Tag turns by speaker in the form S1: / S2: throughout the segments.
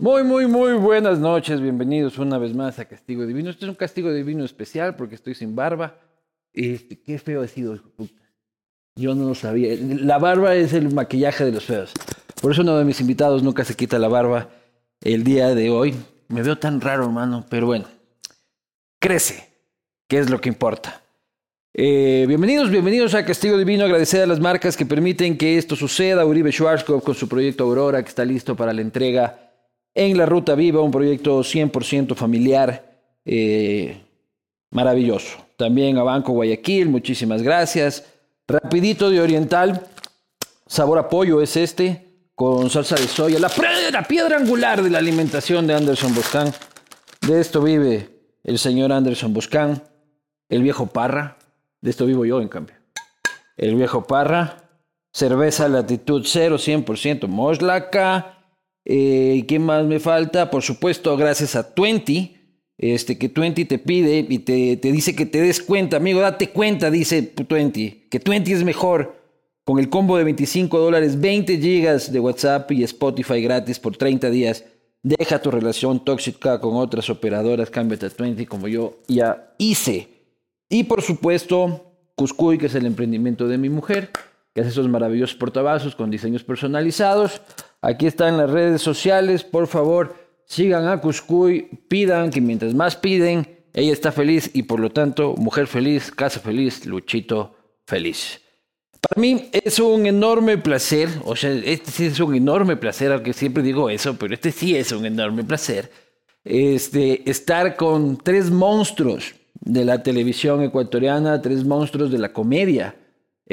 S1: Muy, muy, muy buenas noches. Bienvenidos una vez más a Castigo Divino. Este es un castigo divino especial porque estoy sin barba. Este, qué feo he sido. hijo de puta. Yo no lo sabía. La barba es el maquillaje de los feos. Por eso uno de mis invitados nunca se quita la barba el día de hoy. Me veo tan raro, hermano, pero bueno. Crece, que es lo que importa. Eh, bienvenidos, bienvenidos a Castigo Divino. Agradecer a las marcas que permiten que esto suceda. Uribe Schwarzkopf con su proyecto Aurora, que está listo para la entrega en La Ruta Viva, un proyecto 100% familiar, eh, maravilloso. También a Banco Guayaquil, muchísimas gracias. Rapidito de Oriental, sabor a pollo es este, con salsa de soya, la, pre- la piedra angular de la alimentación de Anderson Boscan. De esto vive el señor Anderson Boscan, el viejo Parra, de esto vivo yo en cambio. El viejo Parra, cerveza latitud 0, 100%, Moslaca. Eh, ¿Qué más me falta? Por supuesto, gracias a Twenty, este, que Twenty te pide y te, te dice que te des cuenta, amigo, date cuenta, dice Twenty, que Twenty es mejor. Con el combo de 25 dólares, 20 gigas de WhatsApp y Spotify gratis por 30 días. Deja tu relación tóxica con otras operadoras, cámbiate a Twenty como yo ya hice. Y por supuesto, Cuscuy, que es el emprendimiento de mi mujer, que hace esos maravillosos portavasos con diseños personalizados. Aquí están las redes sociales, por favor, sigan a Cuscuy, pidan, que mientras más piden, ella está feliz y por lo tanto, mujer feliz, casa feliz, Luchito feliz. Para mí es un enorme placer, o sea, este sí es un enorme placer, aunque siempre digo eso, pero este sí es un enorme placer, este, estar con tres monstruos de la televisión ecuatoriana, tres monstruos de la comedia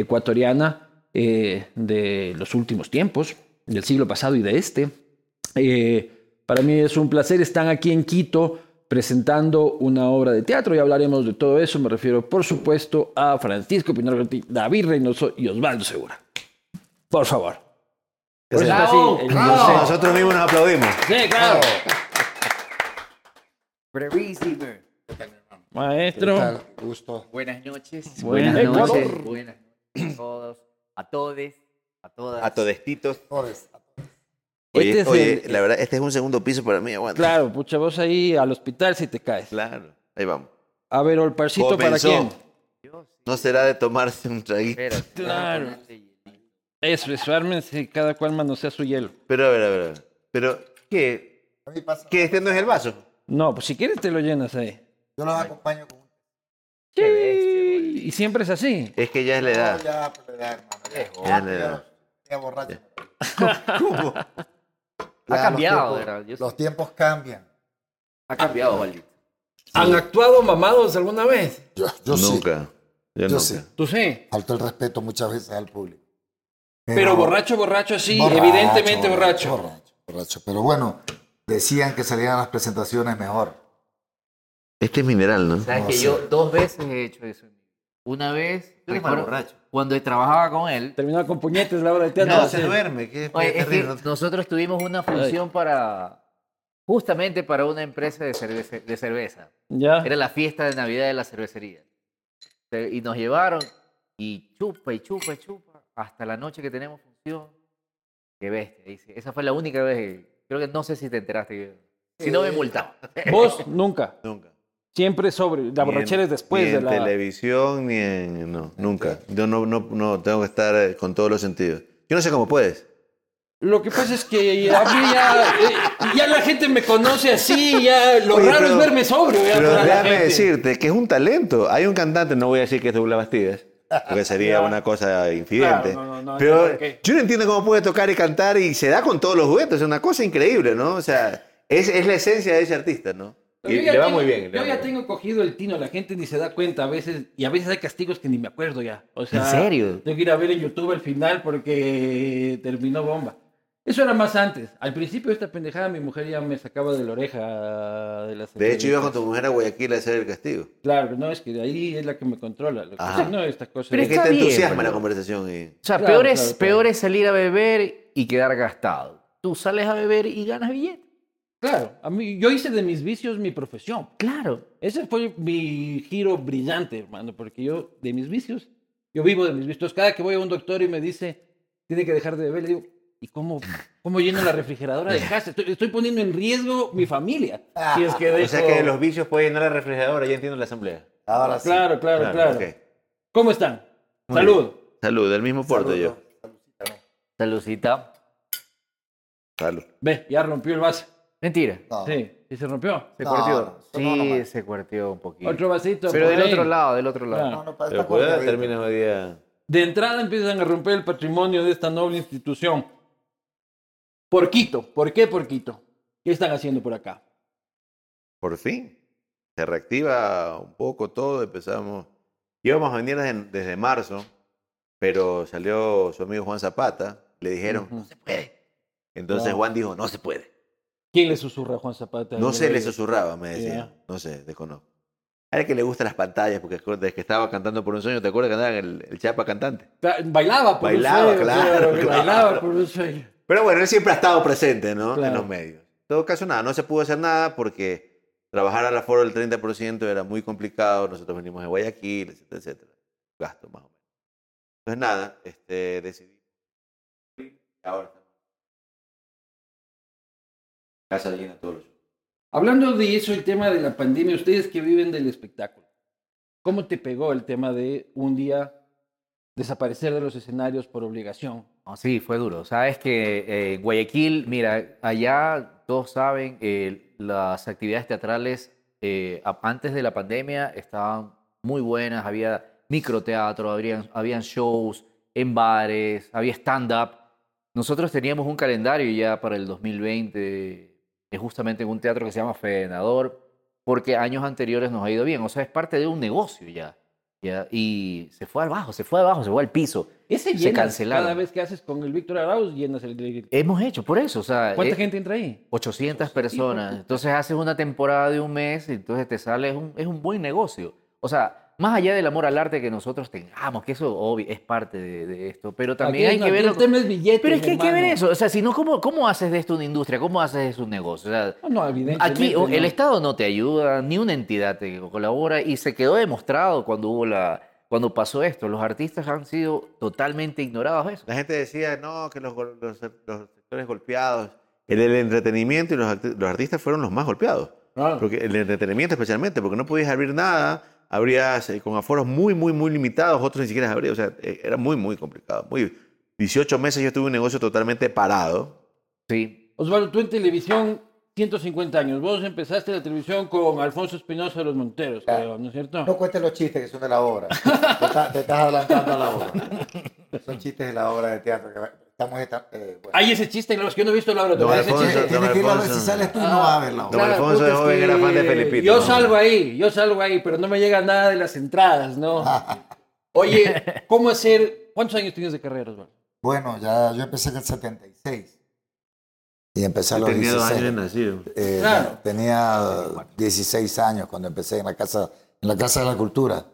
S1: ecuatoriana eh, de los últimos tiempos, del siglo pasado y de este. Eh, para mí es un placer, están aquí en Quito presentando una obra de teatro y hablaremos de todo eso. Me refiero, por supuesto, a Francisco Pinar Gortí, David Reynoso y Osvaldo Segura. Por favor. Por eso está así, el-
S2: No sé, nosotros mismos nos aplaudimos.
S1: Sí, claro.
S3: Brevísimo.
S1: Maestro.
S4: Gusto.
S3: Buenas noches.
S1: Buenas noches.
S3: Buenas noches a todos, a todes, a todas.
S2: A todestitos.
S1: Este
S2: Oye,
S1: es
S2: oye,
S1: el-
S2: la verdad, este es un segundo piso para mí, aguanta.
S1: Claro, pucha, vos ahí al hospital si te caes.
S2: Claro. Ahí vamos.
S1: A ver, Olparcito, ¿para
S2: Comenzó.
S1: quién?
S3: Yo sí,
S2: No será de tomarse un
S1: Eh.
S2: traguito.
S3: espera, espera,
S1: Claro.
S3: ponerte hielito.
S1: Eso, eso, ármense, cada cual manosea su hielo.
S2: Pero a ver, a ver, a ver. Pero, ¿qué? ¿Qué? ¿Este no es el vaso?
S1: No, pues si quieres te lo llenas ahí.
S4: Yo los acompaño con un
S1: Sí,
S3: Qué bestia, güey.
S1: y siempre es así.
S2: Es que ya es la
S4: No,
S2: edad.
S4: ya, pues, ya, hermano. Ya,
S3: Viejo.
S2: Ya le da.
S4: ya borracho.
S2: ¿Cómo?
S3: Ha
S4: Ya,
S3: cambiado,
S4: los
S3: ¿verdad?
S4: tiempos,
S3: Yo sé.
S4: los tiempos cambian.
S3: Ha cambiado, Valdi.
S1: ¿Han actuado mamados alguna vez?
S4: Yo, yo sí.
S2: Nunca. Yo,
S4: Yo
S2: nunca.
S4: sí.
S1: Tú sí.
S4: Faltó el respeto muchas veces al público.
S1: Pero borracho, borracho así, evidentemente borracho.
S4: Borracho, borracho. Pero bueno, decían que salían las presentaciones mejor.
S2: Este es mineral, ¿no?
S3: Sabes
S4: No
S3: que
S4: sé.
S3: yo dos veces he hecho eso. Una vez, recuerdo, cuando trabajaba con él,
S1: Terminaba con puñetes la hora de teatro.
S2: No,
S1: así.
S2: se duerme. ¿Qué
S3: Oye, es que
S2: terrible.
S3: nosotros tuvimos una función para justamente para una empresa de cerveza, de cerveza.
S1: Ya.
S3: Era la fiesta de Navidad de la cervecería. Te- Y nos llevaron y chupa y chupa y chupa hasta la noche que tenemos función. Qué bestia, dice. Esa fue la única vez. que- Creo que no sé si te enteraste. Si no, me multaba.
S1: Vos nunca.
S2: Nunca.
S1: Siempre sobre. La
S2: Ni en-
S1: borrachera es después
S2: ni
S1: de
S2: en
S1: la.
S2: televisión ni en no nunca yo no, no, no tengo que estar eh, con todos los sentidos yo no sé cómo puedes
S1: Lo que pasa es que a mí ya, eh, ya la gente me conoce así, ya lo
S2: Oye,
S1: raro
S2: pero-
S1: es verme sobrio. ya,
S2: pero
S1: para la
S2: déjame
S1: gente.
S2: decirte que es un talento hay un cantante no voy a decir que es Douglas Bastidas porque sería una cosa infidente
S1: Claro, no, no, no,
S2: pero
S1: ya, ok.
S2: yo no entiendo cómo puede tocar y cantar y se da con todos los juguetes es una cosa increíble no o sea es, es la esencia de ese artista no
S1: Pero
S2: y
S1: yo ya
S2: le va
S1: tengo-
S2: muy bien le
S1: Yo
S2: va
S1: ya
S2: muy bien.
S1: tengo cogido el tino, la gente ni se da cuenta a veces, y a veces hay castigos que ni me acuerdo ya. O sea,
S3: ¿En serio?
S1: Tengo que ir a ver en YouTube el final porque terminó bomba. Eso era más antes. Al principio de esta pendejada mi mujer ya me sacaba de la oreja de las
S2: de hecho iba con
S1: entrevistas.
S2: tu mujer a Guayaquil a hacer el castigo
S1: Claro, no, es que de ahí es la que me controla. Lo que
S2: Ajá.
S1: sí, no, estas cosas.
S3: Pero
S2: es que
S3: está
S2: te
S3: bien,
S2: entusiasma
S3: pero-
S2: la conversación y...
S3: O sea,
S1: Claro,
S3: peor, es,
S1: claro, claro.
S3: peor es salir a beber y quedar gastado. Tú sales a beber y ganas billete.
S1: Claro, a mí, yo hice de mis vicios mi profesión.
S3: Claro.
S1: Ese fue mi giro brillante, hermano, porque yo, de mis vicios, yo vivo de mis vicios. Cada que voy a un doctor y me dice, tiene que dejar de beber, le digo, ¿y cómo, cómo lleno la refrigeradora de casa? Estoy, estoy poniendo en riesgo mi familia. Si es que
S2: Ah. O sea
S1: dejo-
S2: que los vicios pueden llenar la refrigeradora, ya entiendo la asamblea.
S4: Ahora sí.
S1: Claro, claro, claro.
S2: ok.
S1: ¿Cómo están?
S2: Muy
S1: Salud.
S2: bien. Salud, del mismo puerto yo.
S3: Salucita.
S2: Salud.
S1: Ve, ya rompió el vaso.
S3: Mentira.
S2: Ah.
S4: No.
S1: Sí, sí se rompió.
S3: Se
S4: No,
S3: cuarteó.
S4: no,
S3: sí,
S4: no, no, no.
S3: se cuarteó un poquito.
S1: Otro vasito.
S3: Pero
S1: por
S3: del
S1: ahí.
S3: otro lado, del otro lado.
S4: No, no, para
S2: Pero
S4: esta
S2: cuidado,
S4: cuarta
S2: terminas hoy día.
S1: De entrada empiezan a romper el patrimonio de esta noble institución. Por Quito. ¿Por qué por Quito? ¿Qué están haciendo por acá?
S2: Por fin. Se reactiva un poco todo. Empezamos. Íbamos a venir desde, desde marzo, pero salió su amigo Juan Zapata. Le dijeron,
S1: Ujú.
S2: no se puede. Entonces
S1: Wow.
S2: Juan dijo, no se puede.
S1: ¿Quién le susurra a Juan Zapata?
S2: No sé, le
S1: susurra.
S2: susurraba, me decía.
S1: Ya.
S2: No sé, desconozco. A él que le gustan las pantallas, porque desde que estaba cantando por un sueño, ¿te acuerdas que andaba el, el Chapa cantante?
S1: Ta- Bailaba por
S2: Bailaba,
S1: un sueño.
S2: claro,
S1: que
S2: claro.
S1: Bailaba por un sueño.
S2: Pero bueno, él siempre ha estado presente, ¿no? En
S1: Claro.
S2: los medios. En todo caso, nada, no se pudo hacer nada porque trabajar al aforo del 30% era muy complicado. Nosotros venimos de Guayaquil, etcétera, etcétera. Gasto, más o menos. Entonces, nada, este, decidí. Ahora. Casa llena todos los
S1: Hablando de eso, el tema de la pandemia, ustedes que viven del espectáculo, ¿cómo te pegó el tema de un día desaparecer de los escenarios por obligación?
S3: No, sí, fue duro. Sabes que eh, Guayaquil, mira, allá todos saben, eh, las actividades teatrales eh, a- antes de la pandemia estaban muy buenas, había microteatro, habrían, habían shows en bares, había stand-up. Nosotros teníamos un calendario ya para el 2020, eh, justamente en un teatro que se llama Fenador, porque años anteriores nos ha ido bien. O sea, es parte de un negocio ya. ya. Y se fue abajo, se fue abajo, se fue al piso.
S1: Ese
S3: Se
S1: llenas
S3: cancelaron.
S1: cada vez que haces con el Víctor Arauz, llenas el...
S3: Hemos hecho, por eso. O sea,
S1: ¿Cuánta
S3: eh,
S1: gente entra ahí?
S3: 800
S1: Hijo
S3: personas.
S1: de
S3: Entonces haces una temporada de un mes y entonces te sale, es un, es un buen negocio. O sea, más allá del amor al arte que nosotros tengamos, que eso obvio, es parte de, de esto, pero también
S1: Aquí
S3: hay
S1: no,
S3: que
S1: aquí
S3: ver...
S1: El tema es billetes,
S3: Pero es que hay que ver
S1: hermano.
S3: eso. O sea, si no, ¿cómo, ¿cómo haces de esto una industria? ¿Cómo haces de eso un negocio? O sea,
S1: No, no, evidentemente.
S3: Aquí
S1: no.
S3: o- el Estado no te ayuda, ni una entidad te colabora, y se quedó demostrado cuando hubo la, cuando pasó esto. Los artistas han sido totalmente ignorados de eso.
S2: La gente decía, no, que los, gol- los, los sectores golpeados. En el entretenimiento y los, acti- los artistas fueron los más golpeados.
S1: Claro.
S2: Porque el entretenimiento especialmente, porque no podías abrir nada, abrías eh, con aforos muy, muy, muy limitados, otros ni siquiera abrías. O sea, eh, era muy, muy complicado. Muy, 18 meses yo tuve un negocio totalmente parado.
S3: Sí,
S1: Osvaldo, tú en televisión, 150 años. Vos empezaste la televisión con Alfonso Espinosa de los Monteros,
S4: Claro.
S1: creo, ¿no es cierto?
S4: No cuentes los chistes que son de la obra. te, está- te estás adelantando a la obra. Son chistes de la obra de teatro. Que va- estamos esta- eh, bueno.
S1: Hay ese chiste, los que yo no he visto la obra.
S2: Don
S1: todavía, ese
S2: Alfonso,
S1: chiste. Ah.
S4: Tienes- tienes que ir a ver
S2: Alfonso.
S4: si sales tú y Pues no vas a ver la obra.
S2: Don Alfonso
S1: puta,
S2: de
S1: es
S2: joven
S1: que
S2: era fan de Felipito,
S1: Yo
S2: ¿no?
S1: salgo ahí, yo salgo ahí, pero no me llega nada de las entradas, ¿no? Oye, ¿cómo hacer? ¿Cuántos años tienes de carrera, Osvaldo?
S4: Bueno, ya yo empecé en el 76. Y empecé a los
S2: Tenía dos
S4: 16.
S2: años de nacido.
S4: Eh,
S1: Claro.
S4: Tenía 16 años cuando empecé en la casa, en la casa de la cultura.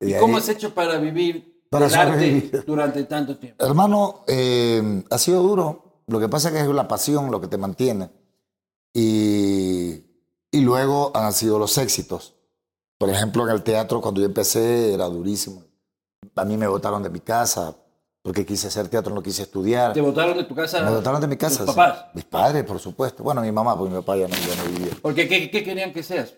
S4: Y de
S1: ¿Cómo
S4: ahí-
S1: has hecho para vivir
S4: Para
S1: del arte
S4: sobrevivir.
S1: durante tanto tiempo?
S4: Hermano, eh, ha sido duro. Lo que pasa es que es la pasión lo que te mantiene. Y, y luego han sido los éxitos. Por ejemplo, en el teatro, cuando yo empecé, era durísimo. A mí me botaron de mi casa porque quise hacer teatro, no quise estudiar.
S1: ¿Te botaron de tu
S4: Me
S1: casa?
S4: botaron de mi casa.
S1: ¿Tus
S4: sí.
S1: papás?
S4: Mis padres, por supuesto. Bueno, mi mamá, porque mi papá ya no, ya no vivía.
S1: Porque ¿qué, qué querían que seas?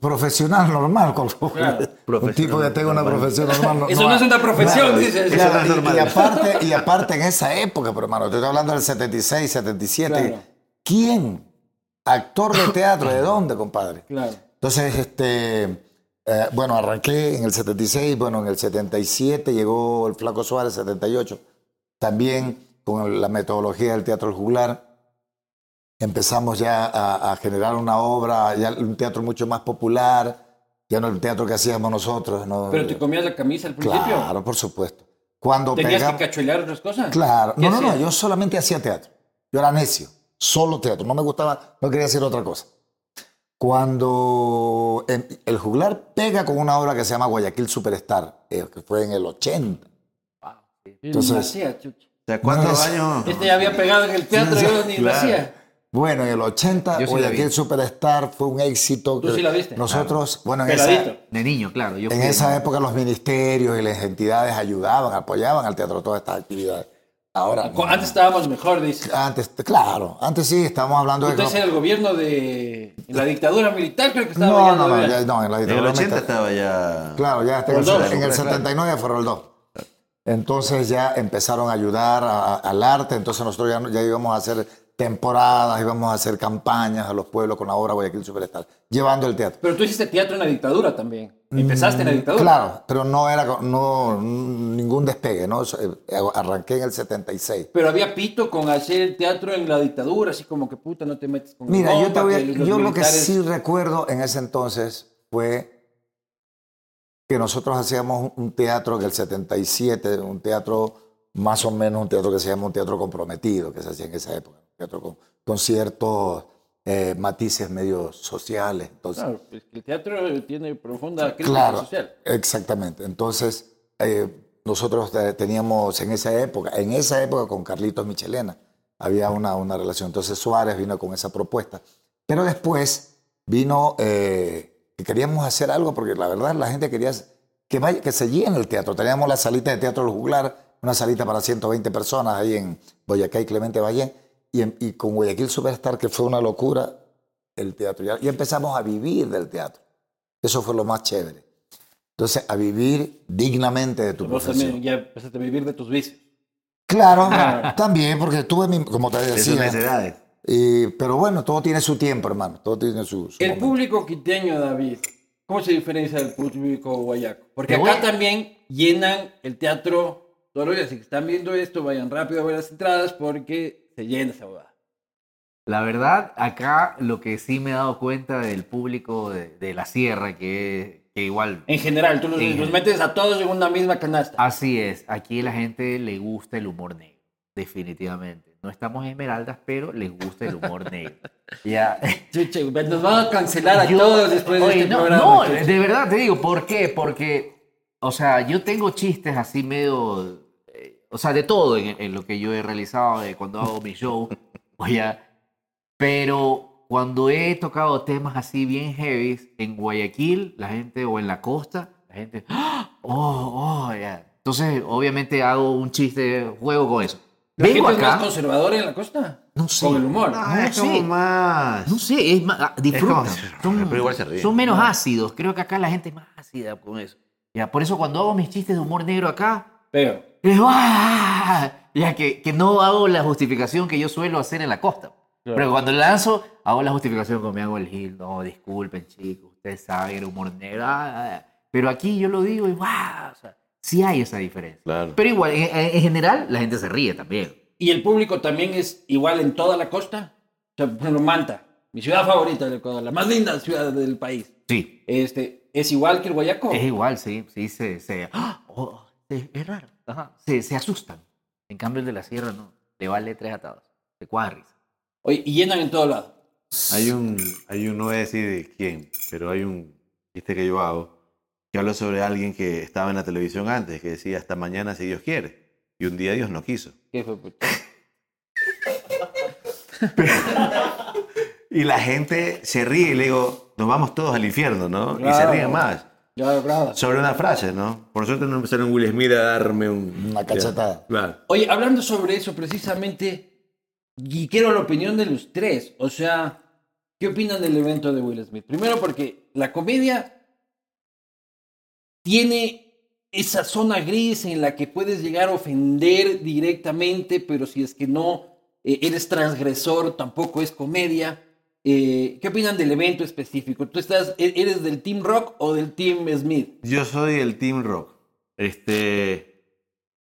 S4: Profesional normal, con-
S1: Claro.
S4: un tipo que tenga una
S2: Normal.
S4: profesión normal. no-
S1: Eso
S4: no
S1: no es
S4: ha-
S1: una profesión,
S4: Claro,
S1: dices.
S4: claro,
S2: Eso no es
S4: y-
S2: normal.
S4: Y, aparte, y aparte en esa época, pero hermano, te estoy hablando del 76, 77.
S1: Claro.
S4: ¿Quién? Actor de teatro, ¿de dónde, compadre?
S1: Claro.
S4: Entonces, este, eh, bueno, arranqué en el 76, bueno, en el 77 llegó el Flaco Suárez, 78, también con la metodología del teatro juglar. Empezamos ya a, a generar una obra, ya un teatro mucho más popular, ya no el teatro que hacíamos nosotros. ¿no?
S1: ¿Pero te comías la camisa al principio?
S4: Claro, por supuesto. Cuando
S1: ¿Tenías
S4: pegamos-
S1: que cachuelar otras cosas?
S4: Claro.
S1: ¿Qué
S4: No, no, no,
S1: hacías?
S4: yo solamente hacía teatro. Yo era necio, solo teatro. No me gustaba, no quería hacer otra cosa. Cuando em- el juglar pega con una obra que se llama Guayaquil Superstar, eh, que fue en el 80.
S1: Yo ni
S4: entonces-
S1: nacía, chucha.
S2: O sea, ¿cuántos
S4: No, es-
S2: años?
S1: Este ya había pegado en el teatro, yo ni
S2: Claro.
S1: nacía.
S4: Bueno, en el 80,
S3: Yo sí la
S4: Guayaquil
S3: vi.
S4: Superstar fue un éxito.
S1: ¿Tú
S4: que
S1: sí la viste?
S4: Nosotros, bueno, en esa,
S1: Peladito.
S3: De niño, claro. Yo
S4: en
S3: fui-
S4: esa época los ministerios y las entidades ayudaban, apoyaban al teatro todas estas actividades. Ahora, no.
S1: Cu- Antes estábamos mejor, dice.
S4: antes, claro, antes sí, estábamos hablando de...
S1: Entonces
S4: que
S1: el gobierno de en la dictadura militar creo que
S4: No,
S1: estaba
S4: no,
S1: ya
S4: no, no,
S1: todavía.
S4: ya, no, en la
S2: En el
S4: dictadura
S2: 80
S4: militar.
S2: estaba ya.
S4: Claro, ya hasta en el,
S1: Roldós,
S4: en el
S1: claro.
S4: 79 fue Roldós. Entonces ya empezaron a ayudar a- a- al arte, entonces nosotros ya, no- ya íbamos a hacer temporadas, íbamos a hacer campañas a los pueblos con la obra Guayaquil Superstar, llevando el teatro.
S1: Pero tú hiciste teatro en la dictadura también. Empezaste en la dictadura.
S4: Mm, Claro, pero no era con- no, ningún despegue, ¿no? Eso, eh, Arranqué en el 76.
S1: Pero había pito con hacer teatro en la dictadura, así como que puta, no te metes con
S4: Mira, yo, te
S1: Europa,
S4: voy a-
S1: que los
S4: yo lo que
S1: militares-
S4: sí recuerdo en ese entonces fue que nosotros hacíamos un- un teatro en el 77, un teatro más o menos, un teatro que se llama un teatro comprometido, que se hacía en esa época, un teatro con, con ciertos eh, matices medio sociales. Entonces,
S1: Claro, pues, que el teatro tiene profunda crítica
S4: Claro,
S1: social.
S4: exactamente. Entonces, eh, nosotros eh, teníamos en esa época, en esa época con Carlitos Michelena, había una, una relación. Entonces Suárez vino con esa propuesta. Pero después vino eh, que queríamos hacer algo, porque la verdad la gente quería que, vaya, que se llene el teatro. Teníamos la salita de teatro del juglar, una salita para 120 personas ahí en Boyacá y Clemente Valle, y, en- y con Guayaquil Superstar, que fue una locura el teatro. Ya- y empezamos a vivir del teatro. Eso fue lo más chévere. Entonces, a vivir dignamente de tu
S1: Vos
S4: profesión.
S1: también Ah. ya empezaste a vivir de tus vicios.
S4: Claro, también, porque tuve mi, como te
S2: De sus
S4: decía.
S2: necesidades.
S4: y- Eh, pero bueno, todo tiene su tiempo, hermano. Todo tiene su. su
S1: El
S4: momento.
S1: público quiteño, David, ¿cómo se diferencia del público guayaco? Porque
S4: Te
S1: acá
S4: voy-
S1: también llenan el teatro todos los días. Si están viendo esto, vayan rápido a ver las entradas porque se llena esa boda.
S3: La verdad, acá lo que sí me he dado cuenta del público de, de la sierra, que, que igual
S1: En general, tú los,
S3: En
S1: los
S3: general. Ah.
S1: metes a todos en una misma canasta.
S3: Así es, aquí la gente le gusta el humor negro, definitivamente. No estamos en Esmeraldas, pero les gusta el humor negro. Ya.
S1: Chuche, nos van a cancelar a
S3: Yo-
S1: todos después de
S3: Oye,
S1: este
S3: no,
S1: programa.
S3: no,
S1: chuche.
S3: de verdad te digo, ¿por qué? Porque, o sea, yo tengo chistes así medio, eh, o sea, de todo en, en lo que yo he realizado de cuando hago mi show, voy a- pero cuando he tocado temas así bien heavy en Guayaquil, la gente, o en la costa, la gente, ¡Ah! oh, oh, ya. Entonces, obviamente hago un chiste, juego con eso.
S1: ¿La
S3: Vengo
S1: gente es más
S3: acá,
S1: conservadora en la costa?
S4: No sé.
S1: Con el humor.
S3: Ah.
S2: No, es como
S3: sí.
S2: más.
S3: no sé, es más, ah, disfrutan. son,
S2: pero igual se ríen.
S3: son menos ácidos. Creo que acá la gente es más ácida con eso. Ya, por eso cuando hago mis chistes de humor negro acá,
S1: Pero,
S3: es ¡ah! ya que, que no hago la justificación que yo suelo hacer en la costa.
S1: Claro.
S3: Pero cuando lanzo, hago la justificación como me hago el gil. No, disculpen, chicos, ustedes saben el humor negro. ah, ah". Pero aquí yo lo digo y ¡guau! O sea, sí hay esa diferencia.
S2: Claro.
S3: Pero igual, en, en- en general, la gente se ríe también.
S1: ¿y el público también es igual en toda la costa? O sea, por ejemplo, Manta, mi ciudad favorita del Ecuador, la más linda ciudad del país.
S3: Sí.
S1: Este, ¿Es igual que el Guayaco?
S3: Es igual, sí, sí, se, se, ¡ah! Oh, se- es raro, ajá, se, se asustan. En cambio el de la sierra no, le vale tres atados, de cuadris.
S1: Oye, y llenan en todo lado.
S2: Hay un, hay un, no voy a decir de quién, pero hay un chiste que yo hago que habla sobre alguien que estaba en la televisión antes, que decía hasta mañana si Dios quiere. Y un día Dios no quiso.
S1: ¿Qué fue? puto?
S2: Y la gente se ríe y le digo, nos vamos todos al infierno, ¿no? Y se
S1: Claro.
S2: ríen más.
S1: Ya, bravo.
S2: Sobre una frase, ¿no? Por suerte no empezaron Will Smith a darme un-
S4: Una cachetada.
S2: Claro.
S1: Oye, hablando sobre eso precisamente, y quiero la opinión de los tres. O sea, ¿qué opinan del evento de Will Smith? Primero porque la comedia tiene esa zona gris en la que puedes llegar a ofender directamente, pero si es que no eh, eres transgresor, tampoco es comedia. Eh, ¿Qué opinan del evento específico? ¿Tú estás, e- eres del Team Rock o del Team Smith?
S2: Yo soy el Team Rock. Este,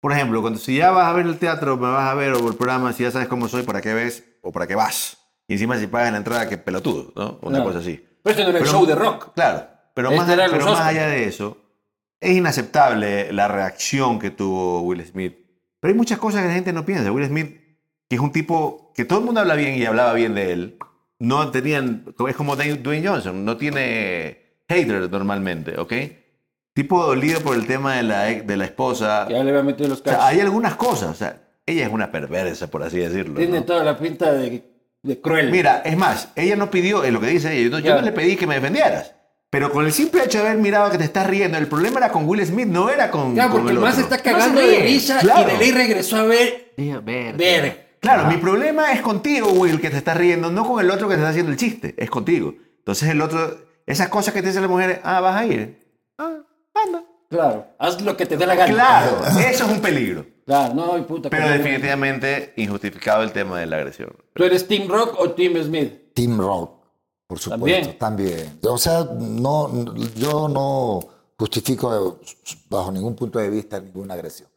S2: por ejemplo, cuando si ya vas a ver el teatro, me vas a ver o el programa, si ya sabes cómo soy, para qué ves o para qué vas. Y encima si pagas la entrada, que pelotudo, ¿no? Una
S1: Claro.
S2: cosa así.
S1: Pero este no era el
S2: Pero-
S1: show de rock.
S2: Claro, pero,
S1: Este
S2: más,
S1: era los
S2: pero más
S1: Oscars.
S2: allá de eso, es inaceptable la reacción que tuvo Will Smith. Pero hay muchas cosas que la gente no piensa. Will Smith, que es un tipo que todo el mundo habla bien y hablaba bien de él, no tenían, es como Dwayne Dwayne Johnson, no tiene haters normalmente, ¿ok? Tipo dolido por el tema de la, ex- de la esposa.
S1: Ya le voy a meter los
S2: O sea,
S1: cachos.
S2: hay algunas cosas, o sea, ella es una perversa, por así decirlo.
S1: Tiene
S2: ¿no?
S1: toda la pinta de de cruel.
S2: Mira, es más, ella no pidió, es lo que dice ella, yo no, yo
S1: Ya.
S2: no le pedí que me defendieras. Pero con el simple hecho de haber mirado que te estás riendo, el problema era con Will Smith, no era con.
S1: Claro,
S2: con
S1: porque el
S2: otro.
S1: más está cagando de
S3: ríe.
S1: risa
S2: Claro.
S1: y de ley regresó a ver.
S3: Dios, verde.
S1: Ver.
S2: Claro, mi problema es contigo, Will, que te estás riendo, no con el otro que te está haciendo el chiste, es contigo. Entonces el otro, esas cosas que te dicen las mujeres, ah, vas a ir. Ah, anda.
S1: Claro. Haz lo que te dé la gana.
S2: Claro, eso es un peligro.
S1: Claro, no, y puta.
S2: Pero
S1: cómo-
S2: definitivamente injustificado el tema de la agresión.
S1: ¿Tú eres Team Rock o Team Smith?
S4: Team Rock, por supuesto,
S1: También.
S4: también. O sea, no, yo no justifico bajo ningún punto de vista ninguna agresión.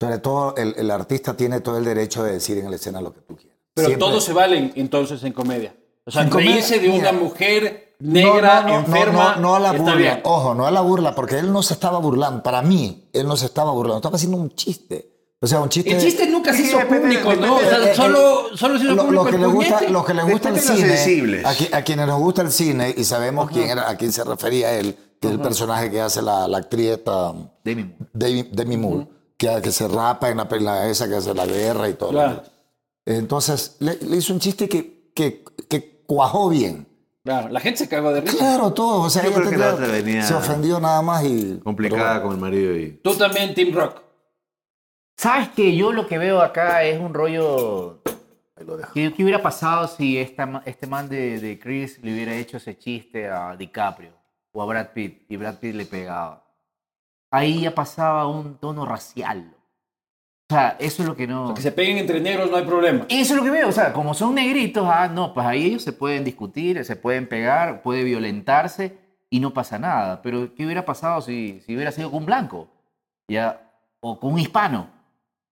S4: Sobre todo, el, el artista tiene todo el derecho de decir en la escena lo que tú quieras.
S1: Pero
S4: Siempre.
S1: todo se vale entonces en comedia. O sea,
S4: En comedia,
S1: reírse de
S4: mira.
S1: una mujer
S4: No,
S1: negra,
S4: no, no, no,
S1: enferma.
S4: No, no a la
S1: está
S4: burla.
S1: bien.
S4: Ojo, no a la burla, porque él no se estaba burlando. Para mí, él no se estaba burlando. Estaba haciendo un chiste. O sea, un chiste.
S1: El chiste nunca se
S2: Sí,
S1: hizo
S2: depende-
S1: público, ¿no? O
S2: depende-
S1: sea, solo, solo se hizo
S4: eh, lo,
S1: público
S4: lo que
S1: el
S4: le gusta,
S1: puñete.
S4: lo que le gusta el
S2: Depende de los
S4: cine,
S2: sensibles.
S4: a, qui- a quienes nos gusta el cine y sabemos quién era, a quién se refería él, que es el personaje que hace la, la actriz esta,
S3: De mi mundo.
S4: Demi, Demi Moore, que, que se rapa en la, en la- esa que hace la guerra y todo. lo
S1: Claro.
S4: demás. Entonces, le, le hizo un chiste que, que, que cuajó bien.
S1: Claro, la gente se cagó de risa.
S4: Claro, todo. O sea,
S2: Yo
S4: ella
S2: creo que la
S4: tendría-
S2: otra venía-
S4: se ofendió nada más y...
S2: Complicada con el marido y.
S1: Tú también, Team Rock.
S3: ¿Sabes que Yo lo que veo acá es un rollo.
S4: Ahí lo dejo.
S3: ¿Qué, qué hubiera pasado si esta, ma- este man de, de Chris le hubiera hecho ese chiste a DiCaprio o a Brad Pitt y Brad Pitt le pegaba? Ahí ya pasaba un tono racial. O sea, eso es lo que no.
S1: Que se peguen entre negros no hay problema.
S3: Eso es lo que veo, o sea, como son negritos, ah, no, pues ahí ellos se pueden discutir, se pueden pegar, puede violentarse y no pasa nada. Pero ¿qué hubiera pasado si, si hubiera sido con un blanco? ¿Ya? O con un hispano.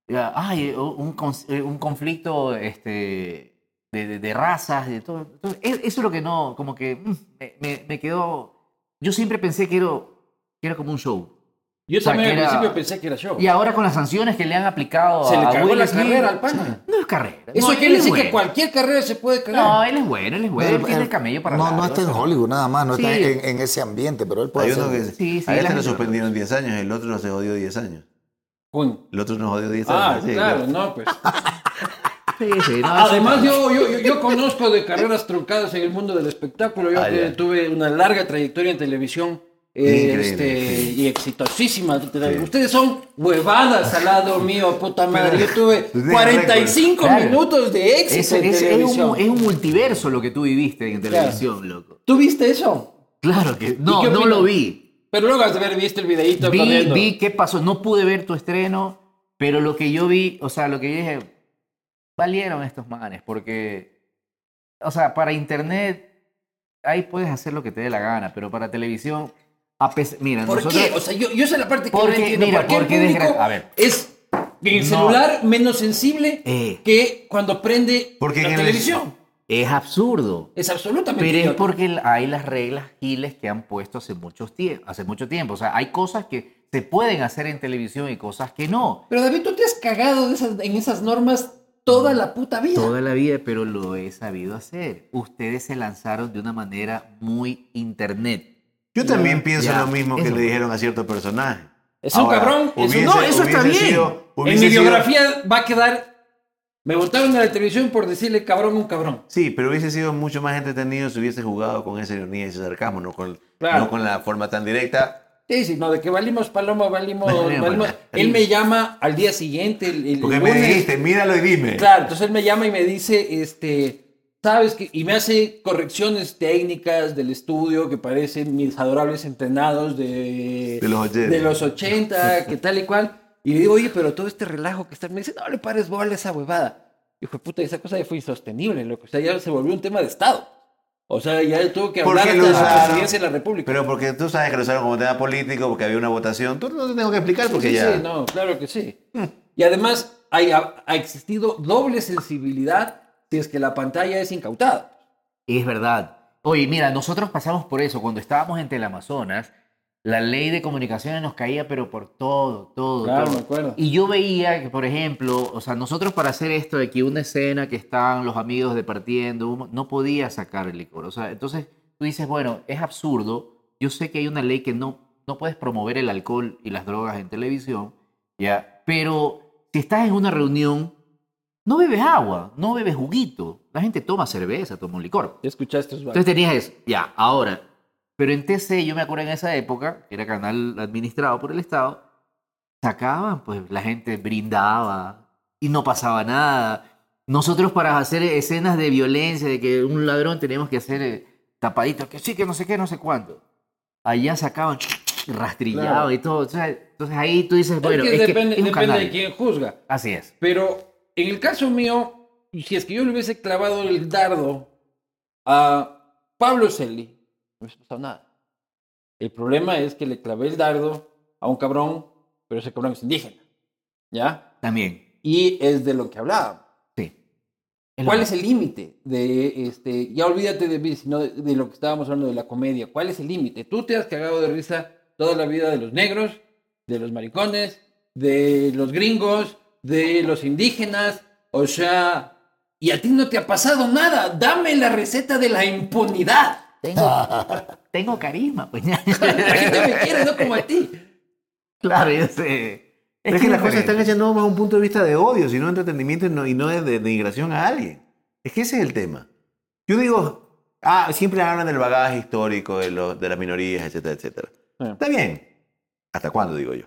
S3: ¿Ya? Ay, o un, cons- eh, un conflicto este, de, de- de razas, de todo. Entonces, e- eso es lo que no, como que mm, me, me- me quedó... Yo siempre pensé que era, que era como un show.
S1: Yo
S3: sea,
S1: también
S3: que
S1: al
S3: era-
S1: principio pensé que era show.
S3: Y ahora con las sanciones que le han aplicado
S1: Se le
S3: a
S1: cagó
S3: Will
S1: la
S3: Smith,
S1: carrera al pana.
S3: No es carrera.
S1: Eso
S3: no, él
S1: quiere
S3: es
S1: decir que
S3: bueno.
S1: cualquier carrera se puede cagar.
S3: No, él es bueno, él es bueno.
S4: Pero
S3: él
S4: él-
S3: tiene el camello para
S4: no,
S3: largo,
S4: no está en
S3: o sea.
S4: Hollywood nada más, no está
S3: Sí.
S4: en, en ese ambiente, pero él puede
S2: Hay
S4: ser-
S2: uno que.
S3: Sí, sí,
S2: a
S3: la
S2: este lo
S3: gente-
S2: suspendieron 10 años, el otro se jodió 10 años.
S1: Coño.
S2: El otro nos jodió 10
S1: Ah,
S2: años. sí,
S1: claro, no, pues.
S3: Sí, Ah, sí, no,
S1: Además, yo, yo, yo- yo conozco de carreras truncadas en el mundo del espectáculo. Yo
S2: Ah,
S1: que
S2: ya.
S1: tuve una larga trayectoria en televisión eh,
S2: Increíble,
S1: este,
S2: sí.
S1: y exitosísima.
S2: Sí.
S1: Ustedes son huevadas al lado mío, puta madre. Yo tuve
S2: Sí,
S1: 45
S3: claro.
S1: minutos de
S3: es, es-
S1: éxito en
S3: es
S1: televisión.
S3: un, es un multiverso lo que tú viviste en
S1: Claro.
S3: televisión, loco.
S1: ¿Tú viste eso?
S3: Claro que no,
S1: qué
S3: no
S1: opinas?
S3: lo vi.
S1: Pero luego has de haber visto el videíto
S3: Vi,
S1: corriendo.
S3: vi qué pasó. No pude ver tu estreno, pero lo que yo vi, o sea, lo que yo dije, valieron estos manes, porque, o sea, para internet ahí puedes hacer lo que te dé la gana, pero para televisión, a pesar, mira,
S1: ¿Por
S3: nosotros,
S1: qué? O sea, yo, yo sé la parte que
S3: Porque,
S1: no entiendo.
S3: mira,
S1: ¿Por qué
S3: porque
S1: el público
S3: desgra- a ver.
S1: es en el
S3: No.
S1: celular menos sensible
S3: Eh.
S1: que cuando prende
S2: Porque en
S1: la
S2: el-
S1: televisión?
S3: es absurdo.
S1: Es absolutamente
S3: Pero es
S1: idiota.
S3: porque el- hay las reglas giles que han puesto hace, muchos tie- hace mucho tiempo. O sea, hay cosas que se pueden hacer en televisión y cosas que no.
S1: Pero David, tú te has cagado de esas- en esas normas toda la puta vida.
S3: Toda la vida, pero lo he sabido hacer. Ustedes se lanzaron de una manera muy internet.
S2: Yo también pienso
S3: ya,
S2: lo mismo que
S3: eso.
S2: le dijeron a cierto personaje.
S1: Es un cabrón, es un-
S3: no, eso está
S2: hubiese
S3: bien.
S1: en mi
S2: hubiese sido-
S1: biografía va a quedar... Me votaron a la televisión por decirle cabrón a un cabrón.
S2: sí, pero hubiese sido mucho más entretenido si hubiese jugado con esa ironía y ese sarcasmo, no con,
S1: Claro.
S2: no con la forma tan directa.
S1: Sí, sí, no, de que valimos paloma, valimos...
S3: Valimos
S1: valimos.
S3: paloma.
S1: Él me llama al día siguiente, el, el
S2: Porque me
S1: lunes.
S2: dijiste, míralo y dime.
S1: Claro, entonces él me llama y me dice, este, sabes que, y me hace correcciones técnicas del estudio que parecen mis adorables entrenados de,
S2: De los 80.
S1: de los 80, que tal y cual. Y le digo, oye, pero todo este relajo que está, me dice, no le pares bola a esa huevada. Y fue puta, esa cosa ya fue insostenible, loco. O sea, ya se volvió un tema de Estado. O sea, ya tuvo que
S2: ¿Por
S1: hablar
S2: qué
S1: hasta
S2: lo
S1: la
S2: usaron?
S1: presidencia de la República.
S2: Pero porque tú sabes que lo usaron como tema político, porque había una votación. Tú no te tengo que explicar porque
S1: Sí,
S2: ya.
S1: sí, no, claro que sí. Y además hay- ha, ha existido doble sensibilidad si es que la pantalla es incautada.
S3: Es verdad. Oye, mira, nosotros pasamos por eso. Cuando estábamos en Teleamazonas, la ley de comunicaciones nos caía, pero por todo, todo,
S1: Claro,
S3: todo.
S1: me acuerdo.
S3: Y yo veía que, por ejemplo, o sea, nosotros para hacer esto de que una escena que están los amigos departiendo, humo, no podía sacar el licor. O sea, entonces tú dices, bueno, es absurdo. Yo sé que hay una ley que no, no puedes promover el alcohol y las drogas en televisión, ¿ya? Pero si estás en una reunión No bebes agua, no bebes juguito. La gente toma cerveza, toma un licor.
S1: Ya escuchaste, Osvaldo.
S3: Entonces tenías eso. Ya, ahora. Pero en TC, yo me acuerdo en esa época, que era canal administrado por el Estado, sacaban, pues la gente brindaba y no pasaba nada. Nosotros para hacer escenas de violencia, de que un ladrón teníamos que hacer eh, tapaditos, que sí, que no sé qué, no sé cuánto. Allá sacaban, rastrillaban
S1: Claro.
S3: y todo. O sea, entonces ahí tú dices, bueno,
S1: Es que
S3: es que
S1: depende,
S3: es un
S1: depende
S3: canal.
S1: de quién juzga.
S3: Así es.
S1: Pero en el caso mío, si es que yo le hubiese clavado el dardo a Pablo Celi, no hubiese pasado nada. El problema es que le clavé el dardo a un cabrón, pero ese cabrón es indígena. ¿Ya?
S3: También.
S1: Y es de lo que hablábamos.
S3: Sí.
S1: ¿Cuál es el límite de este? Ya olvídate de mí, sino de, de lo que estábamos hablando de la comedia. ¿Cuál es el límite? Tú te has cagado de risa toda la vida de los negros, de los maricones, de los gringos, de los indígenas, o sea, y a ti no te ha pasado nada. Dame la receta de la impunidad.
S3: Tengo, tengo carisma, pues.
S1: La gente me quiere, no como a ti.
S3: claro, yo sé.
S2: Pero es que las cosas están
S3: diferente.
S2: hechas no más un punto de vista de odio, sino de entretenimiento y no, y no de, de denigración a alguien. Es que ese es el tema. Yo digo, ah, siempre hablan del bagaje histórico de, los de las minorías, etcétera, etcétera.
S1: Sí.
S2: Está bien. ¿Hasta cuándo, digo yo?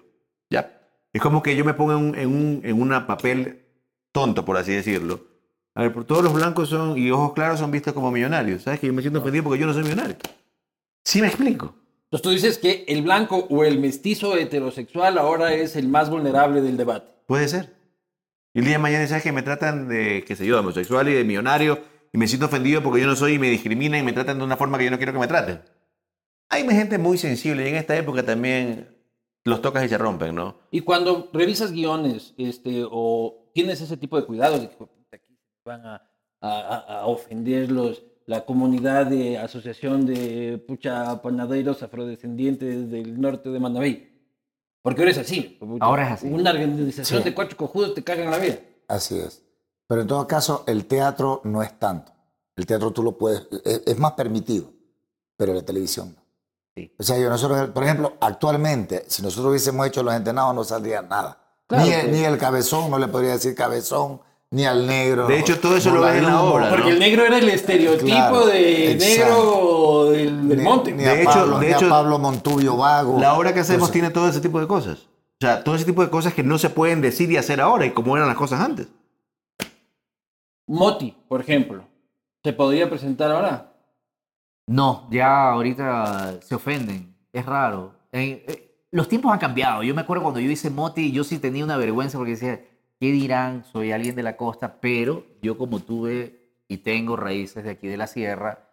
S2: Ya. Es como que yo me ponga en un, en un en una papel tonto, por así decirlo. A ver, por todos los blancos son, y ojos claros son vistos como millonarios. ¿Sabes que yo me siento ofendido porque yo no soy millonario? Sí me explico.
S1: Entonces tú dices que el blanco o el mestizo heterosexual ahora es el más vulnerable del debate.
S2: Puede ser. Y el día de mañana, ¿sabes que me tratan de, qué sé yo, de homosexual y de millonario? Y me siento ofendido porque yo no soy y me discriminan y me tratan de una forma que yo no quiero que me traten. Hay gente muy sensible y en esta época también los tocas y se rompen, ¿no?
S1: Y cuando revisas guiones, este, o tienes ese tipo de cuidados, de que "Hijo de puta, aquí van a, a- a- a ofenderlos, la comunidad de asociación de pucha panaderos afrodescendientes del norte de Manaví. Porque ahora es así. pucha.
S3: Ahora es así.
S1: Una organización
S4: Sí.
S1: de cuatro cojudos te cagan la vida.
S4: Así es. Pero en todo caso, el teatro no es tanto. El teatro tú lo puedes, es, es más permitido, pero la televisión no.
S3: Sí.
S4: O sea, yo nosotros, por ejemplo, actualmente, si nosotros hubiésemos hecho los entrenados, no saldría nada.
S1: Claro
S4: ni,
S1: que-
S4: ni el cabezón, no le podría decir cabezón, ni al negro.
S2: De hecho, todo eso lo
S4: la
S2: ves en la
S4: Lumbo,
S2: obra, ¿no?
S1: Porque el negro era el estereotipo
S4: Claro,
S1: de negro
S4: exacto.
S1: del, del
S4: ni-
S1: monte.
S4: Ni,
S2: De
S4: a,
S2: hecho-
S4: Pablo,
S2: de
S4: ni a
S2: hecho-
S4: Pablo Montubio Vago.
S2: La obra que hacemos
S4: Entonces,
S2: tiene todo ese tipo de cosas. O sea, todo ese tipo de cosas que no se pueden decir y hacer ahora y como eran las cosas antes.
S1: Moti, por ejemplo, se podría presentar ahora.
S3: No, ya ahorita se ofenden. Es raro. En- eh, los tiempos han cambiado. Yo me acuerdo cuando yo hice Moti, yo sí tenía una vergüenza porque decía, ¿qué dirán? Soy alguien de la costa, pero yo como tuve y tengo raíces de aquí de la sierra,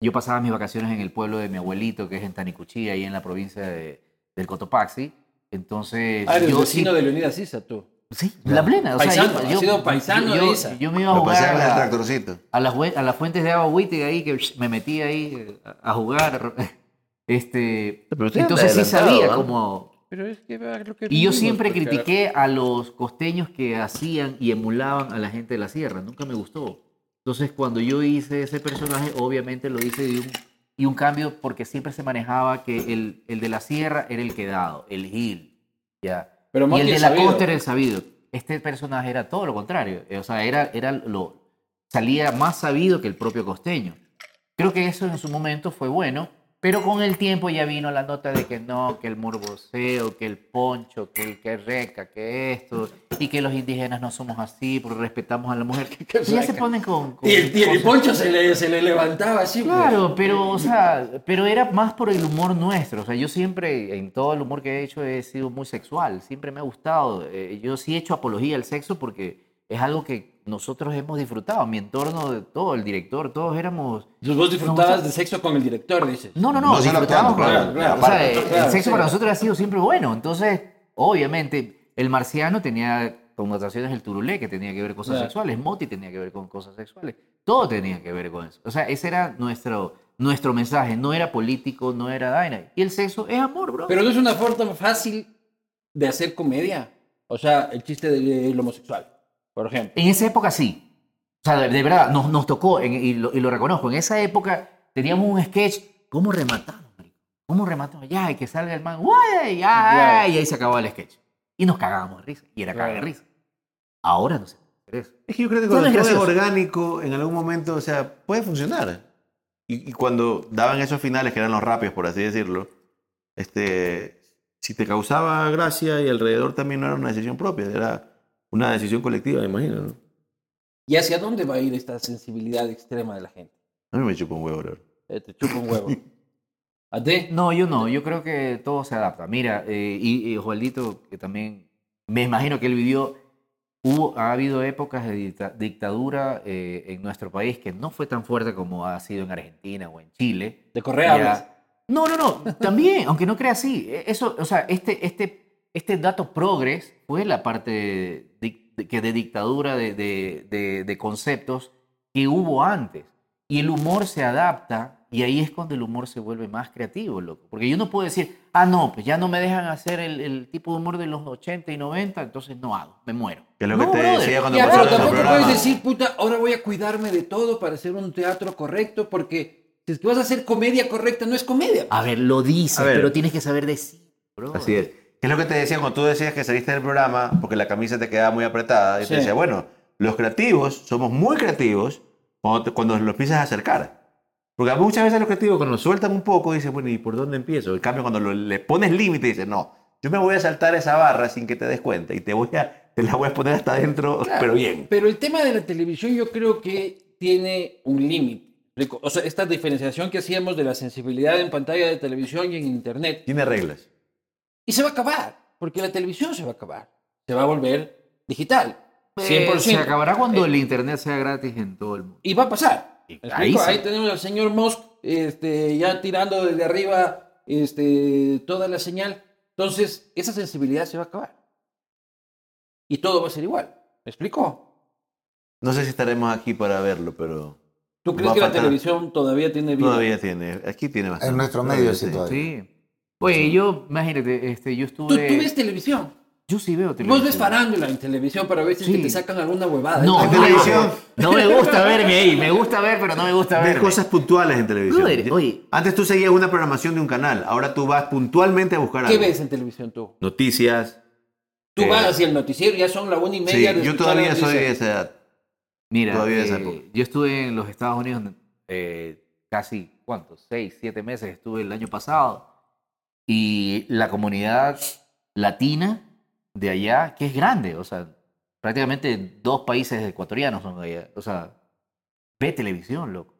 S3: yo pasaba mis vacaciones en el pueblo de mi abuelito, que es en Tanicuchí, ahí en la provincia de- del Cotopaxi.
S4: Eh,
S3: Entonces,
S1: Ah, eres
S3: yo sí
S1: vecino de Leonidas Issa, tú.
S3: Sí, la plena. O sea,
S1: Paisano,
S3: yo-
S1: ha
S3: yo,
S1: sido paisano
S3: yo,
S1: de esa.
S3: yo me iba a
S2: Lo
S3: jugar
S2: paseaban en el
S3: a,
S2: tractorcito.
S3: a las, hue- a las fuentes de agua Huite ahí, que me metí ahí eh, a jugar. Este,
S2: Pero usted anda
S3: entonces sí
S2: adelantado,
S3: sabía
S2: ¿ah?
S3: cómo...
S1: Pero es que va, lo que
S3: Y yo
S1: vimos,
S3: siempre
S1: pues,
S3: critiqué a los costeños que hacían y emulaban a la gente de la sierra. Nunca me gustó. Entonces, cuando yo hice ese personaje, obviamente lo hice de un, y un cambio porque siempre se manejaba que el, el de la sierra era el quedado, el gil. ¿ya?
S1: Pero
S3: y
S1: Monty
S3: el de
S1: es
S3: la
S1: sabido.
S3: costa era el sabido. Este personaje era todo lo contrario. O sea, era, era lo, salía más sabido que el propio costeño. Creo que eso en su momento fue bueno, pero con el tiempo ya vino la nota de que no, que el morboseo, que el poncho, que el que reca, que esto, y que los indígenas no somos así porque respetamos a la mujer.
S1: Qué
S3: Y ya se
S1: flaca.
S3: ponen con... con
S1: Y el, y el
S3: cosas.
S1: poncho se le, se le levantaba así. pues.
S3: Claro, pero, o sea, pero era más por el humor nuestro. O sea, yo siempre, en todo el humor que he hecho, he sido muy sexual. Siempre me ha gustado. Eh, yo sí he hecho apología al sexo porque es algo que nosotros hemos disfrutado. Mi entorno, de todo, el director, todos éramos...
S1: Entonces vos disfrutabas de sexo con el director, dices.
S3: No, no, no,
S2: No solo
S3: disfrutábamos
S2: actuando,
S3: con-
S2: claro,
S1: claro,
S3: o sea,
S1: aparte,
S3: el- el,
S1: claro,
S3: sexo
S1: sí.
S3: para nosotros ha sido siempre bueno. Entonces, obviamente, el marciano tenía connotaciones del turulé, que tenía que ver con cosas
S1: Claro.
S3: sexuales, Moti tenía que ver con cosas sexuales, todo tenía que ver con eso. O sea, ese era nuestro, nuestro mensaje, no era político, no era Daina. Y el sexo es amor, bro.
S1: Pero no es una forma fácil de hacer comedia. O sea, el chiste del homosexual, por ejemplo.
S3: En esa época sí. O sea, de, de verdad, nos, nos tocó, en- y, lo, y lo reconozco, en esa época teníamos un sketch, ¿cómo rematamos? marico? ¿Cómo rematamos? Ya, y que salga el man, ¡guay! ya,
S1: Claro.
S3: Y ahí se acababa el sketch. Y nos cagábamos de risa, y era caga de
S1: Claro.
S3: risa. Ahora no sé. hacer eso.
S2: Es que yo creo que
S3: Todo
S2: cuando
S3: es
S2: todo es
S3: gracioso.
S2: orgánico, en algún momento, o sea, puede funcionar. Y, y cuando daban esos finales, que eran los rápidos, por así decirlo, este, si te causaba gracia y alrededor también no era una decisión propia, era una decisión colectiva, me imagino. ¿no?
S1: ¿Y hacia dónde va a ir esta sensibilidad extrema de la gente?
S2: A mí me chupa un huevo, bro.
S1: Eh, te chupa un huevo. ¿A ti?
S3: No, yo no. Yo creo que todo se adapta. Mira, eh, y, y Osvaldito, que también me imagino que él vivió. Hubo, ha habido épocas de dicta- dictadura eh, en nuestro país que no fue tan fuerte como ha sido en Argentina o en Chile.
S1: De Correa
S3: Ya.
S1: hablas.
S3: No, no, no. También, aunque no crea así. E- Eso, o sea, este, este, este dato progres fue la parte dic- de, que de dictadura de, de- de- de conceptos que hubo antes. Y el humor se adapta y ahí es cuando el humor se vuelve más creativo, loco. Porque yo no puedo decir, ah, no, pues ya no me dejan hacer el, el tipo de humor de los 80 y 90, entonces no hago, me muero.
S2: Que es lo que
S3: No,
S2: te
S3: brother.
S2: decía cuando
S1: Ya,
S2: pasó
S1: pero
S2: nuestro
S1: tampoco
S2: programa.
S1: puedes decir, puta, ahora voy a cuidarme de todo para hacer un teatro correcto, porque si es que vas a hacer comedia correcta, no es comedia.
S3: A ver, lo dices,
S2: A ver.
S3: pero tienes que saber decir, bro.
S2: Así es. ¿Qué es lo que te decía cuando tú decías que saliste del programa porque la camisa te quedaba muy apretada? Y
S1: Sí.
S2: te decía, bueno, los creativos somos muy creativos cuando, te- cuando los empiezas a acercar. Porque muchas veces los creativos cuando los sueltan un poco dices, bueno, ¿y por dónde empiezo? En cambio, cuando lo- le pones límite dices, no, yo me voy a saltar esa barra sin que te des cuenta y te voy a, te la voy a poner hasta adentro, pero bien.
S1: Pero el tema de la televisión yo creo que tiene un límite. Rico. O sea, esta diferenciación que hacíamos de la sensibilidad en pantalla de televisión y en internet,
S2: Tiene reglas.
S1: Y se va a acabar, porque la televisión se va a acabar. Se va a volver digital.
S2: Eh,
S1: 100%.
S3: Se acabará cuando el internet sea gratis en todo el mundo.
S1: Y va a pasar.
S3: Y
S1: ¿Me
S3: ahí
S1: explico?
S3: sí.
S1: Ahí, tenemos al señor Musk este, ya tirando desde arriba este, toda la señal. Entonces, esa sensibilidad se va a acabar. Y todo va a ser igual. ¿Me explico?
S2: No sé si estaremos aquí para verlo, pero
S1: ¿Tú
S2: Va
S1: crees
S2: a
S1: que la
S2: faltar.
S1: televisión todavía tiene vida?
S2: todavía tiene, aquí tiene bastante.
S4: En nuestro
S2: Todavía
S4: medio sí todavía.
S3: Sí. Oye, yo, imagínate, este, yo
S1: ¿Tú, tú
S3: estuve.
S1: ves televisión.
S3: Yo sí veo
S1: Vos
S3: televisión.
S1: ves farándula en televisión para ver si es que
S3: Sí.
S1: te sacan alguna huevada.
S3: No,
S2: En
S3: no,
S2: televisión.
S3: No me gusta verme ahí. Me gusta ver, pero no me gusta
S2: Ves
S3: ver.
S2: cosas puntuales en televisión.
S3: Brother, oye.
S2: Antes tú seguías una programación de un canal, ahora tú vas puntualmente a buscar
S1: ¿Qué
S2: algo.
S1: ves en televisión tú?
S2: Noticias.
S1: Tú
S2: Eh,
S1: vas hacia el noticiero, ya son la una y
S2: Sí,
S1: media. de
S2: yo
S1: escuchar
S2: todavía
S1: la
S2: soy
S1: noticia.
S2: de esa edad.
S3: Mira,
S2: Todavía esa
S3: eh,
S2: época.
S3: yo estuve en los Estados Unidos eh, casi, ¿cuántos? Seis, siete meses estuve el año pasado. Y la comunidad latina de allá, que es grande, o sea, prácticamente dos países ecuatorianos son allá. O sea, ve televisión, loco.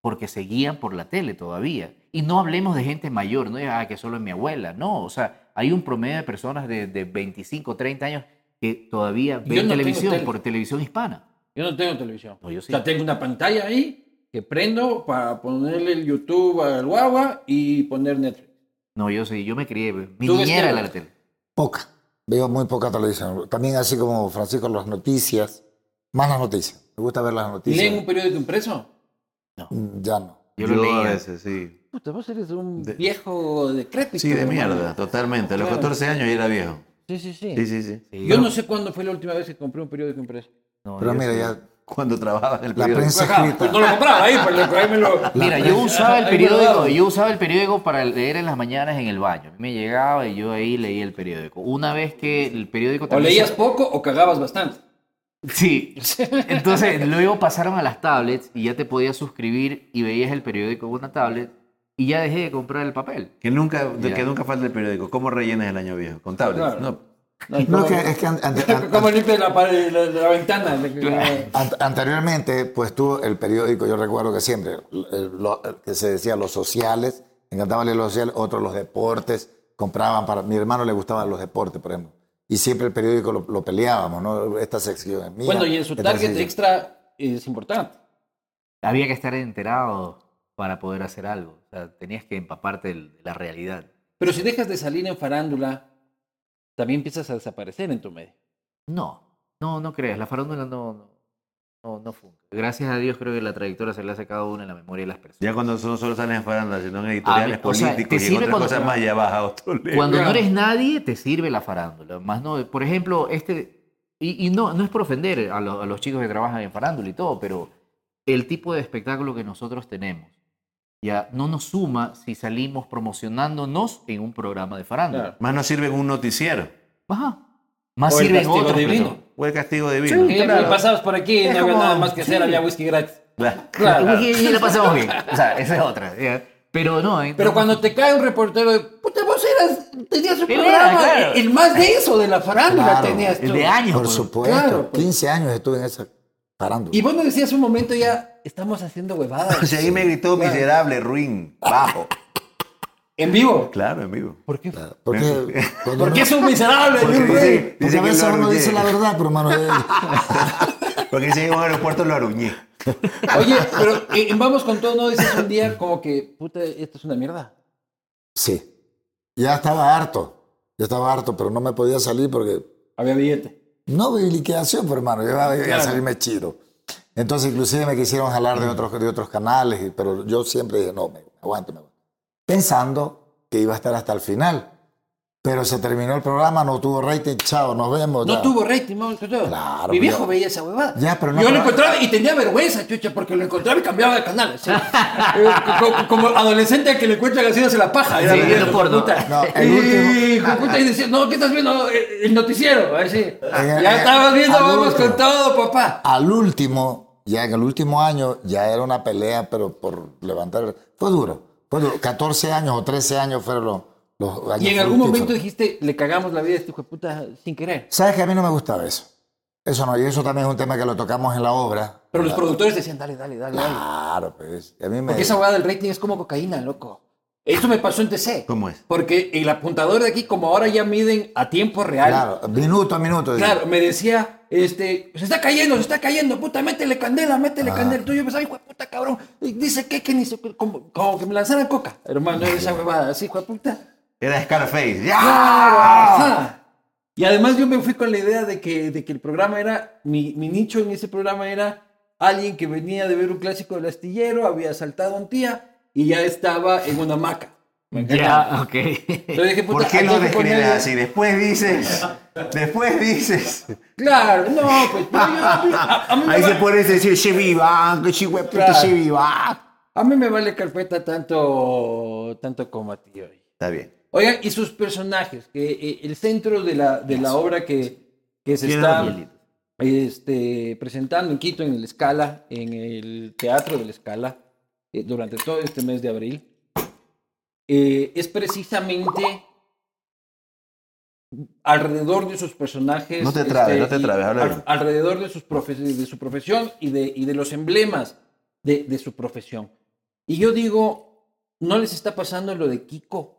S3: Porque se guían por la tele todavía. Y no hablemos de gente mayor, no es ah, que solo es mi abuela, no. O sea, hay un promedio de personas de, de 25, 30 años que todavía
S1: Yo
S3: ven
S1: no tengo
S3: televisión
S1: tele.
S3: por televisión hispana.
S1: Yo no tengo televisión.
S3: No, yo sí.
S1: O sea, tengo una pantalla ahí que prendo para ponerle el YouTube al guagua y poner Netflix.
S3: No, yo sí, yo me crié. pues. Mi
S1: ¿Tú ves
S3: niñera
S1: tele?
S3: era la tele.
S4: Poca. Veo muy poca televisión. También así como Francisco, las noticias. Más las noticias. Me gusta ver las
S1: ¿Leen
S4: noticias.
S1: un periódico impreso?
S4: Mm, Ya no.
S3: Yo,
S2: Yo
S3: lo
S2: a
S3: leía.
S2: veces, sí.
S1: Puta, vos eres un
S2: De-
S1: viejo decrépito.
S2: Sí, de
S1: hermano.
S2: mierda, totalmente. A los
S1: Claro.
S2: 14 años ya era viejo.
S1: Sí, sí, sí.
S2: Sí, sí, sí.
S3: Sí,
S1: Yo no sé cuándo fue la última vez que compré un periódico impreso.
S3: no,
S4: Pero
S3: yo
S4: mira,
S3: sí.
S4: ya
S2: Cuando trabajaba en el
S4: la
S2: periódico.
S4: prensa
S1: Ajá, pues
S4: escrita.
S1: no lo compraba ahí, pues lo- ahí me lo...
S3: Mira,
S1: ahí
S3: yo usaba el
S1: guardado.
S3: periódico, yo usaba el periódico para leer en las mañanas en el baño. Me llegaba y yo ahí leía el periódico. Una vez que el periódico
S1: O
S3: también
S1: leías
S3: se-
S1: poco o cagabas bastante.
S3: Sí. Entonces, luego pasaron a las tablets y ya te podías suscribir y veías el periódico en una tablet y ya dejé de comprar el papel.
S2: Que nunca, de-
S3: Ya.
S2: que nunca falta el periódico. ¿Cómo rellenas el año viejo? Con tablets.
S1: Claro.
S2: No.
S4: No, que- es que an- an- an-
S1: ¿Cómo limpias la, pared- la, la ventana?
S4: Ant- Anteriormente, pues tú, el periódico, yo recuerdo que siempre, el- lo- que se decía los sociales, me encantaba leer los sociales, otros los deportes, compraban para, mi hermano le gustaban los deportes, por ejemplo, y siempre el periódico lo, lo peleábamos, ¿no? Esta sección es mía.
S1: Bueno, y en su
S4: esta
S1: target
S4: sección-
S1: extra es importante.
S3: Había que estar enterado para poder hacer algo. O sea, tenías que empaparte el- de la realidad.
S1: Pero si dejas de salir en farándula, también empiezas a desaparecer en tu medio.
S3: No, no, no creas. La farándula no, no, no, no funca. Gracias a Dios creo que la trayectoria se le hace a cada uno en la memoria de las personas.
S2: Ya cuando no solo salen en farándula, sino en
S1: Ah,
S2: editoriales
S3: o sea, te
S2: políticos y en
S3: sirve
S2: otras
S3: cuando-
S2: cosas más, ya vas a otro
S1: eh,
S2: nivel.
S3: Cuando no eres nadie, te sirve la farándula. Más no, por ejemplo, este, y, y no, no es por ofender a, lo- a los chicos que trabajan en farándula y todo, pero el tipo de espectáculo que nosotros tenemos ya no nos suma si salimos promocionándonos en un programa de farándula.
S1: Claro.
S2: Más nos sirve en un noticiero.
S3: Ajá.
S5: Más
S1: O el
S5: sirven
S1: castigo
S5: otros.
S1: divino.
S5: pero-
S2: Fue el castigo divino.
S1: Sí,
S5: claro.
S1: Pasabas por aquí y no
S5: Es
S1: había
S5: como-
S1: nada más que hacer,
S5: sí.
S1: había whisky gratis.
S5: Claro.
S3: Y, y- y la pasamos bien. O sea, esa es otra. ya. Pero no, eh,
S1: Pero cuando te cae un reportero de, puta, vos eras, tenías un
S3: Era,
S1: programa,
S3: claro.
S1: el más denso de la farándula
S4: Claro,
S1: tenías tú.
S3: el de años.
S4: Por
S3: pues.
S4: supuesto.
S1: Claro, pues.
S4: 15 años estuve en esa parando.
S1: Y vos me decías un momento ya, estamos haciendo
S2: O
S1: huevadas.
S2: sea, ahí me gritó
S1: Claro.
S2: miserable, ruin, bajo.
S1: en vivo.
S2: Claro, amigo.
S1: ¿Por qué?
S4: Porque, cuando
S1: Porque
S4: uno-
S1: es un miserable.
S2: Porque
S1: y un
S2: dice-
S1: güey.
S2: dice
S4: porque a
S2: que
S4: veces
S2: lo
S4: uno
S2: arruiné.
S4: dice la verdad, pero hermano, eh,
S2: Porque si en un aeropuerto lo aruñé.
S1: Oye,
S4: "Ah".
S1: pero eh, en Vamos con todo, ¿no dices un día como que, puta, esto es una mierda?
S4: sí. Ya estaba harto. Ya estaba harto, pero no me podía salir porque
S1: Había billete.
S4: No vi liquidación, pero hermano, yo iba iba a
S1: Claro.
S4: salirme chido. Entonces, inclusive me quisieron jalar
S1: Mm.
S4: de otros, de otros canales, y- pero yo siempre dije, no, me aguanto, me aguanto. Pensando que iba a estar hasta el final. Pero se terminó el programa, no tuvo rating, chao, nos vemos.
S1: No
S4: ya.
S1: tuvo rating, vamos con todo.
S4: Claro,
S1: Mi viejo
S4: pero-
S1: veía esa huevada.
S4: Ya, pero no-
S1: Yo lo encontraba y tenía vergüenza, chucha, porque lo encontraba y cambiaba de canal. sí. Eh, co- como, adolescente al que le encuentran haciéndose la paja. Era
S3: Sí,
S1: la
S3: viendo
S1: mierda,
S3: porno.
S1: puta.
S4: No, el
S1: y,
S4: último-
S1: puta, y decía, no, ¿qué estás viendo? Eh, El noticiero. A ver si.
S4: En el-
S1: Ya estabas viendo,
S4: Eh, al
S1: vamos
S4: último.
S1: con todo, papá.
S4: Al último, ya en el último año, ya era una pelea, pero por levantar. Fue duro. Fue duro. 14 años o 13 años fueron los, los años.
S1: Y en algún momento
S4: fructíferos.
S1: dijiste, le cagamos la vida a este hijo de puta sin querer.
S4: ¿Sabes que a mí no me gustaba eso? Eso no, y eso también es un tema que lo tocamos en la obra.
S1: Pero
S2: Ah.
S1: los productores decían, dale, dale, dale, dale.
S4: Claro, pues. A mí me...
S1: Porque esa hueá del rating es como cocaína, loco. Esto me pasó en TC.
S2: ¿Cómo es?
S1: Porque el apuntador de aquí, como ahora ya miden a tiempo real. Claro.
S4: Claro, minuto a minuto. digo.
S1: me decía, este, se está cayendo, se está cayendo, puta, métele candela,
S2: Ah.
S1: métele candela. Tú yo pensaba, hijo de puta, cabrón. Y dice que, que ni se- como, como que me lanzaran coca, hermano, era esa huevada, así, hijo de puta.
S2: Era Scarface. ¡Ya!
S1: ah, Ajá. Y además yo me fui con la idea de que, de que el programa era, mi, mi nicho en ese programa era alguien que venía de ver un clásico del astillero, había saltado a un tía y ya estaba en una hamaca.
S3: Ya, ok.
S1: Entonces dije,
S2: ¿Por
S1: puta,
S2: qué
S1: aquí
S2: lo
S1: hay que
S2: describes
S1: ponerle-
S2: así? Después dices. Después dices.
S1: Claro, no, pues pero yo- a, mí, a- a mí me
S2: Ahí se
S1: va-
S2: pone ese decir, che viva, que chihueputa,
S1: Claro.
S2: che viva.
S1: a mí me vale carpeta tanto, tanto como a ti hoy.
S2: Está bien.
S1: Oigan, y sus personajes, que eh, el centro de la, de la obra que, que se
S2: Tiene
S1: está
S2: nombre.
S1: este, presentando en Quito, en el Escala, en el Teatro del Escala, eh, durante todo este mes de abril, eh, es precisamente alrededor de sus personajes. este,
S2: No te trabes, no te
S1: y
S2: trabes, habla
S1: al-
S2: bien.
S1: alrededor de, sus profe- de su profesión y de, y de los emblemas de, de su profesión. Y yo digo, ¿no les está pasando lo de Kiko?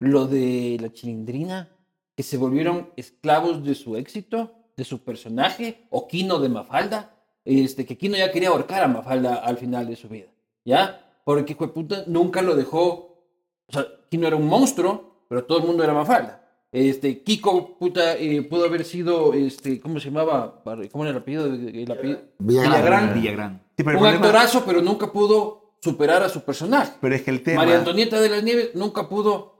S1: Lo de la chilindrina, que se volvieron esclavos de su éxito, de su personaje, o Kino de Mafalda, este, que Kino ya quería ahorcar a Mafalda al final de su vida, ¿ya? Porque hijo de puta nunca lo dejó o sea, Kino era un monstruo, pero todo el mundo era Mafalda. Este, Kiko, puta, eh, pudo haber sido, este, ¿cómo se llamaba? Bar- ¿Cómo era el apellido? El apellido-
S4: Villagrán.
S1: Villagrán.
S3: Villagrán.
S2: Sí, pero, el
S1: Un
S2: problema-
S1: actorazo, pero nunca pudo superar a su personaje.
S2: pero es que el tema.
S1: María Antonieta de las Nieves nunca pudo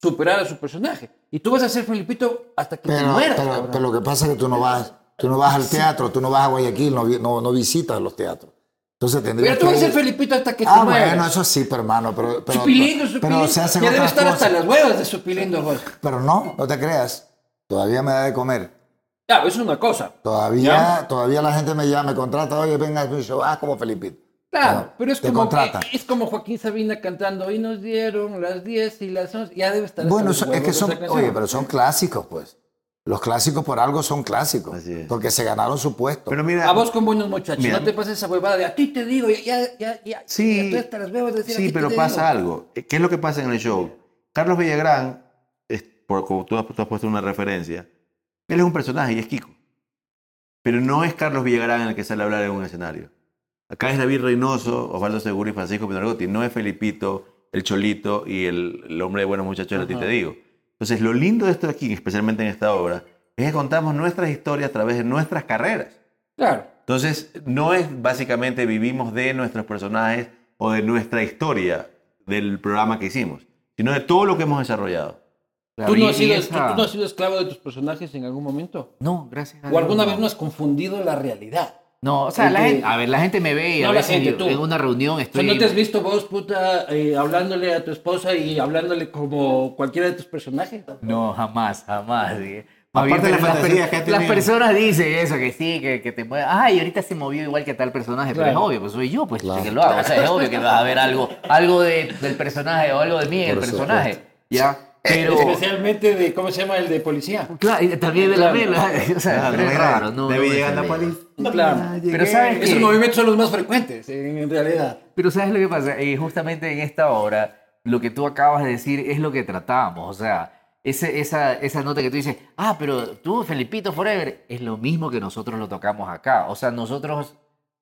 S1: superar a su personaje. Y tú vas a ser Felipito hasta que te
S4: Pero,
S1: mueras,
S4: pero-
S1: cabrón.
S4: pero lo que pasa es que tú no vas, tú no vas al teatro, tú no vas a Guayaquil, no, vi- no, no visitas los teatros. Entonces tendrías
S1: Pero tú vas a
S4: que
S1: ser
S4: ir-
S1: Felipito hasta que
S4: Ah,
S1: te mueras.
S4: bueno, eso sí, pero hermano, pero, pero,
S1: Supilindo, supilindo.
S4: pero se hacen
S1: ya debe
S4: otras
S1: estar hasta
S4: cosas.
S1: las huevas de pues. Supilindo, vos.
S4: Pero no, no te creas, todavía me da de comer.
S1: Ya, eso es una cosa.
S4: Todavía, todavía la gente me llama, me contrata, oye, venga a mi show, ah, como Felipito.
S1: Claro,
S4: No,
S1: pero es
S4: te
S1: como,
S4: contratan.
S1: es como Joaquín Sabina cantando, hoy nos dieron las 10 y las 11, ya debe estar. hasta
S4: Bueno,
S1: los
S4: son- es
S1: huevos
S4: que
S1: de
S4: son,
S1: esa canción.
S4: oye, pero son clásicos, pues. Los clásicos por algo son clásicos,
S2: Así es.
S4: porque se ganaron su puesto.
S2: Pero mira.
S1: A vos con buenos muchachos,
S2: Mira.
S1: no te pases esa huevada de a ti te digo, ya, ya, ya, ya,
S2: Sí.
S1: ya estoy hasta las huevas de decir, "Aquí
S2: Sí,
S1: te
S2: pero
S1: digo".
S2: pasa algo. Eh, ¿Qué es lo que pasa en el show? Carlos Villagrán, es, por, como tú has, tú has puesto una referencia, él es un personaje y es Kiko. Pero no es Carlos Villagrán el que sale a hablar en un escenario. Acá es David Reynoso, Osvaldo Seguro y Francisco Pinargotti. No es Felipito, el Cholito y el, el hombre de buenos muchachos, a ti te digo. Entonces, lo lindo de esto aquí, especialmente en esta obra, es que contamos nuestras historias a través de nuestras carreras.
S1: Claro,
S2: Entonces, no es básicamente vivimos de nuestros personajes o de nuestra historia del programa que hicimos, sino de todo lo que hemos desarrollado.
S1: ¿Tú no, has sido,
S3: Esa-
S1: tú- tú no has sido esclavo de tus personajes en algún momento.
S3: No, gracias a
S1: O alguna
S3: Dios,
S1: vez no has confundido la realidad.
S3: No, o sea, la
S1: Porque-
S3: gente, a ver, la gente me ve y
S1: No,
S3: a
S1: la
S3: veces
S1: gente,
S3: yo-
S1: tú.
S3: en una reunión
S1: O sea,
S3: estoy...
S1: ¿no te has visto vos, puta, eh, hablándole a tu esposa y hablándole como cualquiera de tus personajes?
S3: No, jamás, jamás. ¿sí? Más bien,
S4: Aparte de las
S3: pero las
S4: fantasías
S3: per-
S4: que ha
S3: Las
S4: tenido.
S3: personas dicen eso, que sí, que, que te mueve. Ay, ahorita se movió igual que tal personaje, pero
S1: Claro.
S3: es obvio, pues soy yo, pues
S4: Claro.
S3: que lo hago. O sea, es obvio que vas a ver algo, algo de- del personaje o algo de mí en el
S4: Por supuesto.
S3: personaje. ¿Ya? Pero.
S1: Especialmente de, ¿cómo se llama? El de policía.
S3: Claro, y también de la vela. O sea,
S4: Claro,
S3: pero es
S4: no,
S3: raro, no.
S4: Debe
S3: no
S4: llegar
S3: es
S4: la
S3: el-
S4: policía.
S1: Claro.
S3: Pero sabes
S1: Esos
S3: que.
S1: movimientos son los más frecuentes, en, en realidad.
S3: Pero ¿sabes lo que pasa? Eh, justamente en esta obra, lo que tú acabas de decir es lo que tratamos. O sea, ese- esa, esa nota que tú dices, ah, pero tú, Felipito Forever, es lo mismo que nosotros lo tocamos acá. O sea, nosotros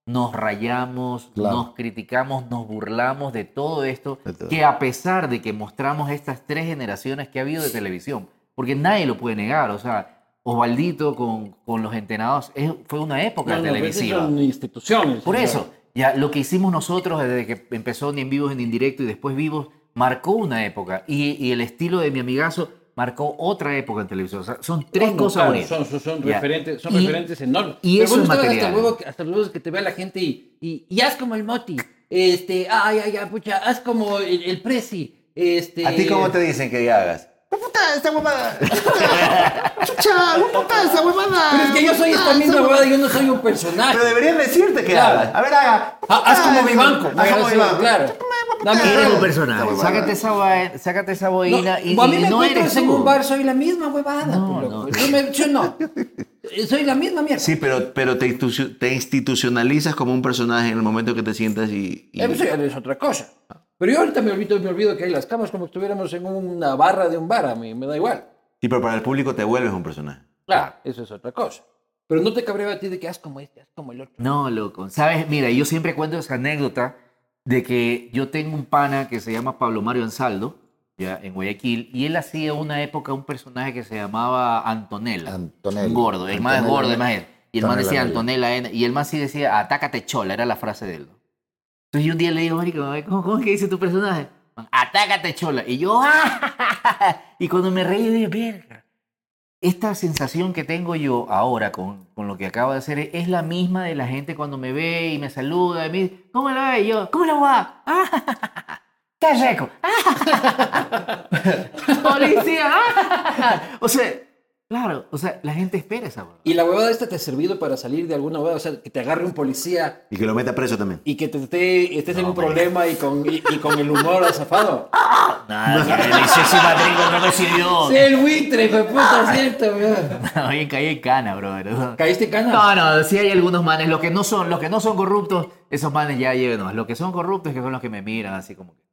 S3: nos rayamos,
S4: Claro.
S3: nos criticamos, nos burlamos de todo esto,
S2: De todo.
S3: que a pesar de que mostramos estas tres generaciones que ha habido de televisión, porque nadie lo puede negar, o sea, Osvaldito con, con los entrenados es- fue una época
S1: No, no, pero esas
S3: televisiva.
S1: son instituciones.
S3: Por
S1: o sea.
S3: eso, ya lo que hicimos nosotros desde que empezó ni en vivos ni en indirecto y después vivos, marcó una época. Y, y el estilo de mi amigazo marcó otra época en televisión. O sea, son tres
S1: No, no,
S3: cosas
S1: claro,
S3: bonitas.
S1: Son, son, son
S3: Ya.
S1: referentes, son
S3: Y-
S1: referentes enormes.
S3: y
S1: Pero
S3: eso
S1: vos
S3: es
S1: no estabas
S3: material.
S1: Hasta luego, hasta luego que te vea la gente y, y, y haz como el Moti. Este, ay, ay, ay, pucha, haz como el, el Prezi. Este,
S2: ¿A ti cómo te dicen que hagas?
S4: ¡Puta esta huevada! ¡Chucha! ¡Puta esta huevada!
S1: Pero es que yo soy esta misma huevada, yo no soy un personaje.
S2: Ah, Pero deberían decirte que
S1: Claro.
S2: hagas. A ver, haga.
S1: Ah, haz como
S2: Puta,
S1: mi banco.
S2: Haz como mi banco.
S1: Claro. Dame
S3: Eres
S1: algo.
S3: un personaje.
S4: Está muy
S3: Sácate
S4: bárbaro.
S3: esa, vae- sácate esa boina y,
S1: No, a mí
S3: y
S1: me
S3: no eres
S1: encuentras en
S3: tú.
S1: un bar, soy la misma huevada.
S3: No,
S1: pues, loco.
S3: no.
S1: Yo, me- yo no. Eh, Soy la misma mierda.
S2: Sí, pero, pero te, institu- te institucionalizas como un personaje en el momento que te sientas y. y-
S3: Em,
S1: Eso ya es otra cosa. Pero yo ahorita me olvido, me olvido que hay las camas como si estuviéramos en una barra de un bar, a mí me da igual.
S2: Sí, pero para el público te vuelves un personaje.
S1: Claro, eso es otra cosa. Pero no te cabreaba a ti de que haz como este, haz como el otro.
S3: No, loco. Sabes, mira, yo siempre cuento esa anécdota de que yo tengo un pana que se llama Pablo Mario Ansaldo, ya en Guayaquil, y él hacía una época un personaje que se llamaba Antonella.
S4: Antonella.
S3: Un gordo, el más
S4: Antonella.
S3: gordo, el más él. Y el más
S4: Antonella
S3: decía
S4: Antonella.
S3: Antonella, N, y el más sí decía, atácate chola, era la frase de él. ¿no? Entonces yo un día le digo, marico, ¿cómo, cómo es que dice tu personaje? Man, Atácate chola. Y yo, ¡ah! Y cuando me reí, yo dije, verga esta sensación que tengo yo ahora con, con lo que acabo de hacer es la misma de la gente cuando me ve y me saluda y me dice, ¿cómo la ve? Y yo, ¿cómo la va? ¡Ah! ¡Qué rico! ¡Ah! ¡Policía! ¡Ah! O sea, claro, o sea, la gente espera esa huevada.
S1: Y la huevada esta te ha servido para salir de alguna huevada, o sea, que te agarre un policía
S2: Y que lo meta preso también.
S1: y que te esté, estés en un problema y con, y, y con el humor azafado.
S3: Nada, que delicioso Patrico no me sirvió.
S1: Sí, el buitre, hijo de puta, cierto, weón.
S3: Oye, caí en cana, brother.
S1: ¿Caíste en cana?
S3: No, no, sí hay algunos manes, los que no son, los que no son corruptos, esos manes ya llévenos. Los que son corruptos que son los que me miran así como que.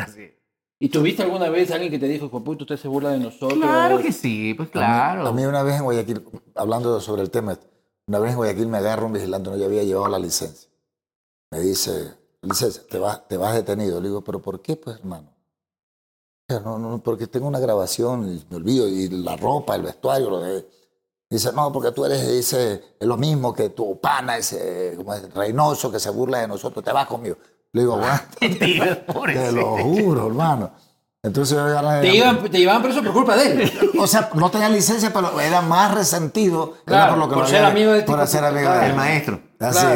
S3: Así.
S1: ¿Y tuviste alguna vez alguien que te dijo, hijo de puta, usted se burla de nosotros?
S3: Claro que sí, pues claro.
S4: A mí una vez en Guayaquil, hablando sobre el tema, una vez en Guayaquil me agarra un vigilante, no yo había llevado la licencia. Me dice, licencia, te vas, te vas detenido. Le digo, pero ¿por qué, pues, hermano? O sea, No, no, porque tengo una grabación y me olvido, y la ropa, el vestuario, lo de... Dice, no, porque tú eres, dice, es lo mismo que tu pana, ese, como es, Reynoso, que se burla de nosotros, te vas conmigo. Le digo, aguanta,
S3: Mentira,
S4: te
S3: pobrecito.
S4: lo juro, hermano. Entonces yo me agarré-
S1: Te, iban, te llevaban preso por culpa de él.
S4: o sea, no tenía licencia, pero era más resentido. era
S1: Claro,
S4: por, lo que
S1: por
S4: lo
S1: ser
S4: había-
S1: amigo del
S4: Por
S1: tipo
S4: ser
S1: que-
S4: amigo
S1: claro.
S4: del
S2: El maestro.
S4: Así.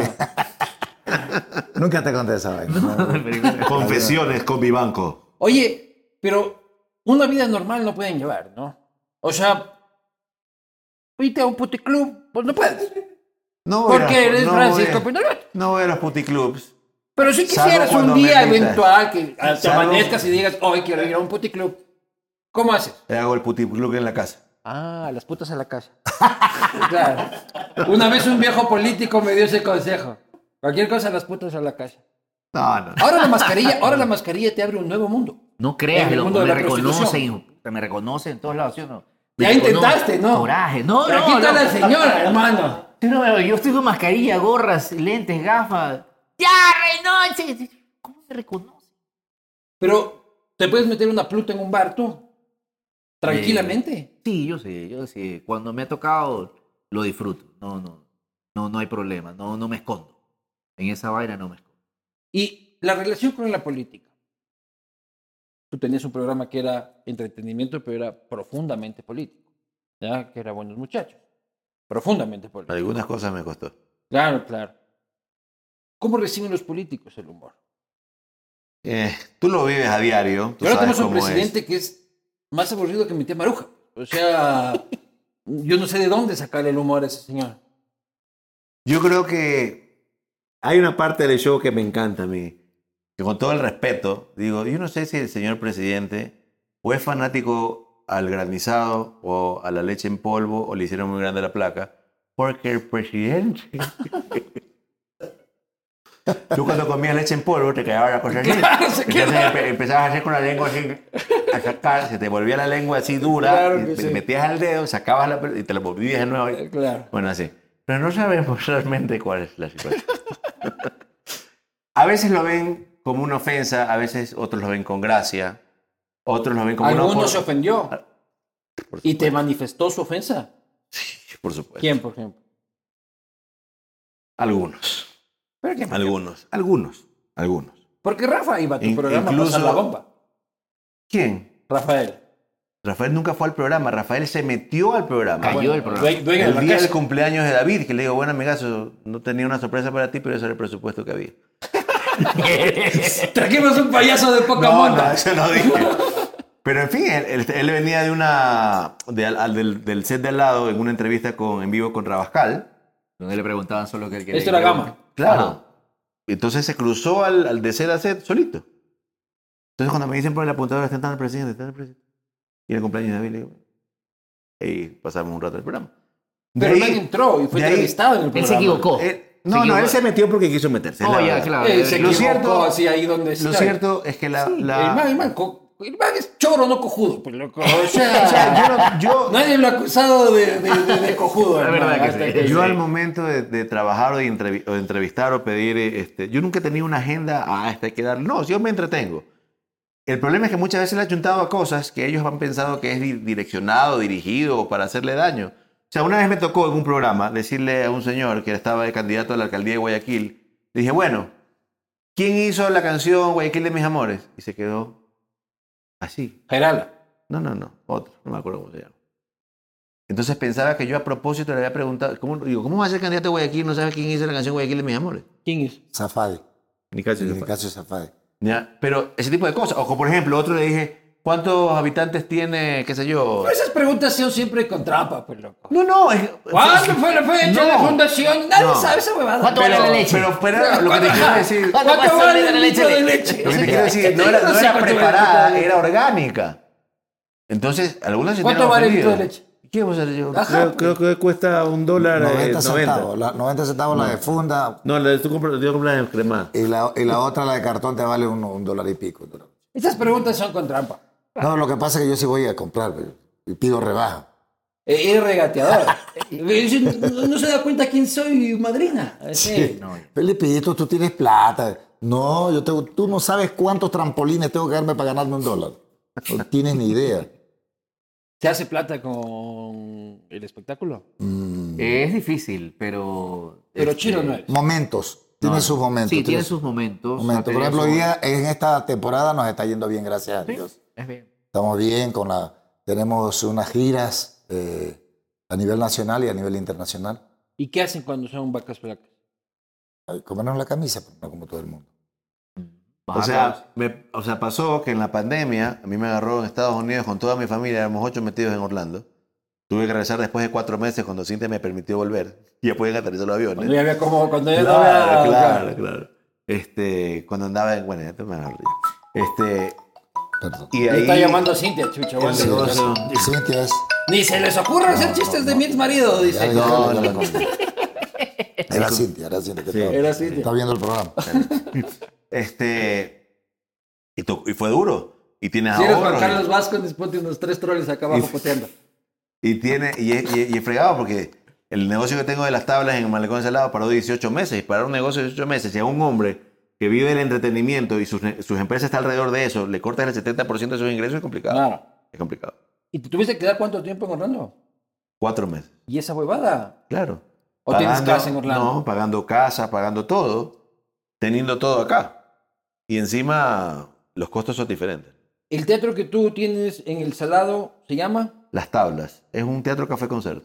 S1: Claro.
S4: Nunca te conté esa vaina.
S2: Confesiones con mi banco.
S1: Oye, pero una vida normal no pueden llevar, ¿no? O sea, irte a un puticlub, pues no puedes.
S2: No voy a-
S1: Porque eres
S2: pues no
S1: Francisco
S2: voy a-
S1: Peñarol.
S2: No voy a los puticlubs.
S1: Pero si
S2: Salvo
S1: quisieras
S2: cuando
S1: un día
S2: me invitan.
S1: eventual que ah, te
S2: Salvo-
S1: amanezcas y digas, hoy quiero ir a un puticlub, ¿cómo haces?
S2: Hago el puticlub en la casa.
S1: Ah, las putas a la casa. claro. Una vez un viejo político me dio ese consejo. Cualquier cosa, las putas a la casa.
S2: No, no.
S1: Ahora la mascarilla, ahora la mascarilla te abre un nuevo mundo.
S3: No
S1: En
S3: creas,
S1: el
S3: loco,
S1: mundo de
S3: me
S1: la prostitución.
S3: reconocen, me reconocen en todos lados, ¿sí o no? Me
S1: Ya
S3: reconocen.
S1: intentaste, ¿no?
S3: Coraje, no,
S1: Pero
S3: no.
S1: aquí está
S3: no.
S1: la señora, hermano.
S3: Sí, no, pero yo estoy con mascarilla, gorras, lentes, gafas. ¡Ya, Reynoche! ¿Cómo me reconocen?
S1: Pero, ¿te puedes meter una pluta en un bar tú? Tranquilamente.
S3: Sí, yo sé, yo sé. Cuando me ha tocado, lo disfruto. No, no, no, no hay problema. No, no me escondo. En esa vaina no me escondo.
S1: Y la relación con la política. Tú tenías un programa que era entretenimiento, pero era profundamente político. ¿Ya? Que era Buenos Muchachos. Profundamente político.
S2: Algunas cosas me costó.
S1: Claro, claro. ¿Cómo reciben los políticos el humor?
S2: Eh, tú lo vives a diario. Tú
S1: Y ahora
S2: sabes
S1: tenemos un
S2: cómo es.
S1: presidente que es más aburrido que mi tía Maruja. O sea, Yo no sé de dónde sacar el humor a ese señor.
S2: Yo creo que hay una parte del show que me encanta a mí, que con todo el respeto, digo, yo no sé si el señor presidente o es fanático al granizado o a la leche en polvo o le hicieron muy grande la placa, porque el presidente... Tú cuando comías leche en polvo te quedaba la cosa así.
S1: se
S2: Entonces empe- empezabas a hacer con la lengua así, a sacar, se te volvía la lengua así dura,
S1: Claro que
S2: y te
S1: sí.
S2: metías el dedo, sacabas la pel- y te la volvías de nuevo.
S1: Eh, Claro.
S2: Bueno, así. Pero no sabemos realmente cuál es la situación. a veces lo ven como una ofensa, a veces otros lo ven con gracia, otros lo ven como
S1: Alguno
S2: una
S1: se
S2: ofensa.
S1: ofendió
S2: Por,
S1: y te
S2: supuesto,
S1: manifestó su ofensa.
S2: por supuesto.
S1: ¿Quién, por ejemplo?
S2: Algunos.
S1: ¿Pero quién?
S2: Algunos. Algunos. Algunos.
S1: Porque Rafa iba a tu
S2: In-
S1: programa a pasar
S2: incluso-
S1: la bomba.
S2: ¿Quién?
S1: Rafael.
S2: Rafael nunca fue al programa. Rafael se metió al programa.
S3: Cayó
S1: Bueno,
S3: el programa.
S1: due- dueño de
S2: el
S1: la
S2: día
S1: casa.
S2: del cumpleaños de David, que le digo, bueno, amigazo, no tenía una sorpresa para ti, pero eso era el presupuesto que había.
S1: Trajimos un payaso de poca
S2: No,
S1: monta.
S2: no, eso no dije. Pero en fin, él, él- él venía de una de al- al- del, del set de al lado en una entrevista con, en vivo con Rabascal.
S3: Donde le preguntaban solo que él quería.
S1: Esto era gama.
S2: Claro.
S3: Ajá.
S2: Entonces se cruzó al, al de set a set solito. Entonces cuando me dicen por el apuntador, está entrando el presidente, está entrando el presidente. Y el cumpleaños de David, le digo, y pasamos un rato del programa. De
S1: Pero
S2: ahí-
S1: nadie entró y fue
S2: de ahí-
S1: entrevistado en el
S3: Él
S1: programa.
S3: se equivocó.
S2: él- no, no,
S3: equivocó.
S2: él se metió porque quiso meterse. es
S3: Oh,
S2: la
S3: ya,
S2: verdad.
S3: claro.
S1: Él se
S2: Lo
S1: equivocó
S2: cierto-
S1: así ahí donde
S2: Lo
S1: está.
S2: cierto es que la...
S1: Sí,
S2: la-
S1: El, man, el, man, co- el man es choro, no cojudo. pues, loco. O
S2: O
S1: sea,
S2: sea, yo, yo-
S1: nadie lo ha acusado de, de, de- de cojudo.
S3: La
S1: hermano,
S3: verdad que
S1: hasta
S3: sí.
S2: Yo al momento de, de trabajar o de, entrevi- o de entrevistar o pedir, eh, este, yo nunca tenía una agenda, ah, esta hay que dar. No, yo me entretengo. El problema es que muchas veces le he achuntado a cosas que ellos han pensado que es di- direccionado, dirigido o para hacerle daño. O sea, una vez me tocó en un programa decirle a un señor que estaba de candidato a la alcaldía de Guayaquil, le dije, bueno, ¿quién hizo la canción Guayaquil de mis amores? Y se quedó así.
S1: Gerala.
S2: No, no, no, otro, no me acuerdo cómo se llama. Entonces pensaba que yo a propósito le había preguntado, ¿cómo, digo, ¿cómo va a ser candidato a Guayaquil? No sabes quién hizo la canción Guayaquil de mis amores.
S1: ¿Quién es?
S4: Safadi.
S2: Nicasio
S1: pues.
S4: En el caso de Safadi.
S2: Ya, pero ese tipo de cosas. O como, por ejemplo, otro le dije, ¿cuántos habitantes tiene, qué sé yo?
S1: Pues Esas preguntas son siempre con trampa, pues loco.
S2: No, no, es-
S1: ¿Cuándo fue la fecha
S2: No.
S1: de fundación? Nadie
S2: No.
S1: sabe esa huevada.
S3: ¿Cuánto
S1: Pero-
S3: vale la leche?
S2: Pero, pero lo que te quiero decir,
S3: ¿Cuánto
S1: ¿Cuánto
S3: pasa
S1: vale
S3: de la
S1: el
S3: leche
S1: litro
S3: de
S1: de
S3: leche?
S1: leche?
S2: lo que te quiero decir, no era, no era preparada, eh. era orgánica. Entonces, algunos se
S1: ¿Cuánto
S2: tienen
S1: vale el litro de
S2: ofendidos. ¿Qué vamos a hacer yo?
S1: Ajá, Creo- creo
S2: que cuesta un dólar
S1: eh,
S4: 90 centavos. La, 90 centavos la de funda
S2: No, la de tú compras, yo compras en cremada.
S4: y la, y la otra, la de cartón, te vale un, un dólar y pico. un dólar.
S1: Esas preguntas son con trampa.
S4: No, lo que pasa es que yo sí voy a comprar pero- y pido rebaja.
S1: Eh, Eres regateador. Eh, yo no, no se da cuenta quién soy, madrina. Eh, sí.
S4: Felipito, tú tienes plata. No, yo te- tú no sabes cuántos trampolines tengo que darme para ganarme un dólar. No tienes ni idea.
S1: ¿Se hace plata con el espectáculo?
S3: Eh, es difícil, pero.
S1: Pero
S3: este,
S1: chino no es.
S4: Momentos. Tiene sus momentos.
S3: Sí, tiene sus momentos. ha
S4: momentos. Por
S3: tenido
S4: ejemplo, hoy
S3: sus
S4: día, en esta temporada nos está yendo bien, gracias a Dios.
S3: momentos. Sí, Es bien.
S4: Estamos bien con la... Tenemos unas giras eh, a nivel nacional y a nivel internacional.
S1: ¿Y qué hacen cuando son vacas flacas?
S4: Ay, Comernos la camisa, pero no como todo el mundo.
S2: O sea, me- o sea, pasó que en la pandemia a mí me agarró en Estados Unidos con toda mi familia, éramos ocho metidos en Orlando. Tuve que regresar después de cuatro meses cuando Cintia me permitió volver. Ya pueden aterrizar los aviones.
S1: Cuando ya había como. Cuando ya no
S2: Claro,
S1: había-
S2: claro, claro. Este, cuando andaba en... Bueno, ya te me agarré. Este,
S4: Perdón.
S2: y
S1: Me
S2: ahí...
S1: está llamando Cintia, chucha.
S2: el
S1: aguanta.
S2: negocio-
S4: Cintia es...
S1: Ni se les ocurre hacer chistes de mi ex marido, dice.
S4: Ya, ya,
S2: No,
S4: ya la
S2: no.
S4: conté. Era Cintia, era Cintia. que
S2: Sí.
S4: estaba-
S1: Era Cintia.
S4: Está viendo el programa.
S2: Este... Y, to- y fue duro. Y tienes
S1: Si eres Juan
S2: ahorros,
S1: Carlos Vázquez, ponte unos tres troles acá abajo
S2: Y-
S1: poteando.
S2: Y tiene, y es, y es- y es fregado porque el negocio que tengo de las tablas en el Malecón Salado paró 18 meses. Y parar un negocio de 18 meses, si a un hombre que vive del entretenimiento y sus, ne- sus empresas están alrededor de eso, le cortas el 70% de sus ingresos, es complicado.
S1: Claro.
S2: Es complicado.
S1: ¿Y te tuviste que dar cuánto tiempo en Orlando?
S2: Cuatro meses.
S1: ¿Y esa huevada?
S2: Claro.
S1: ¿O tienes casa en Orlando?
S2: No, pagando casa, pagando todo, teniendo todo acá. Y encima, los costos son diferentes.
S1: El teatro que tú tienes en El Salado se llama.
S2: Las tablas. Es un teatro café concert.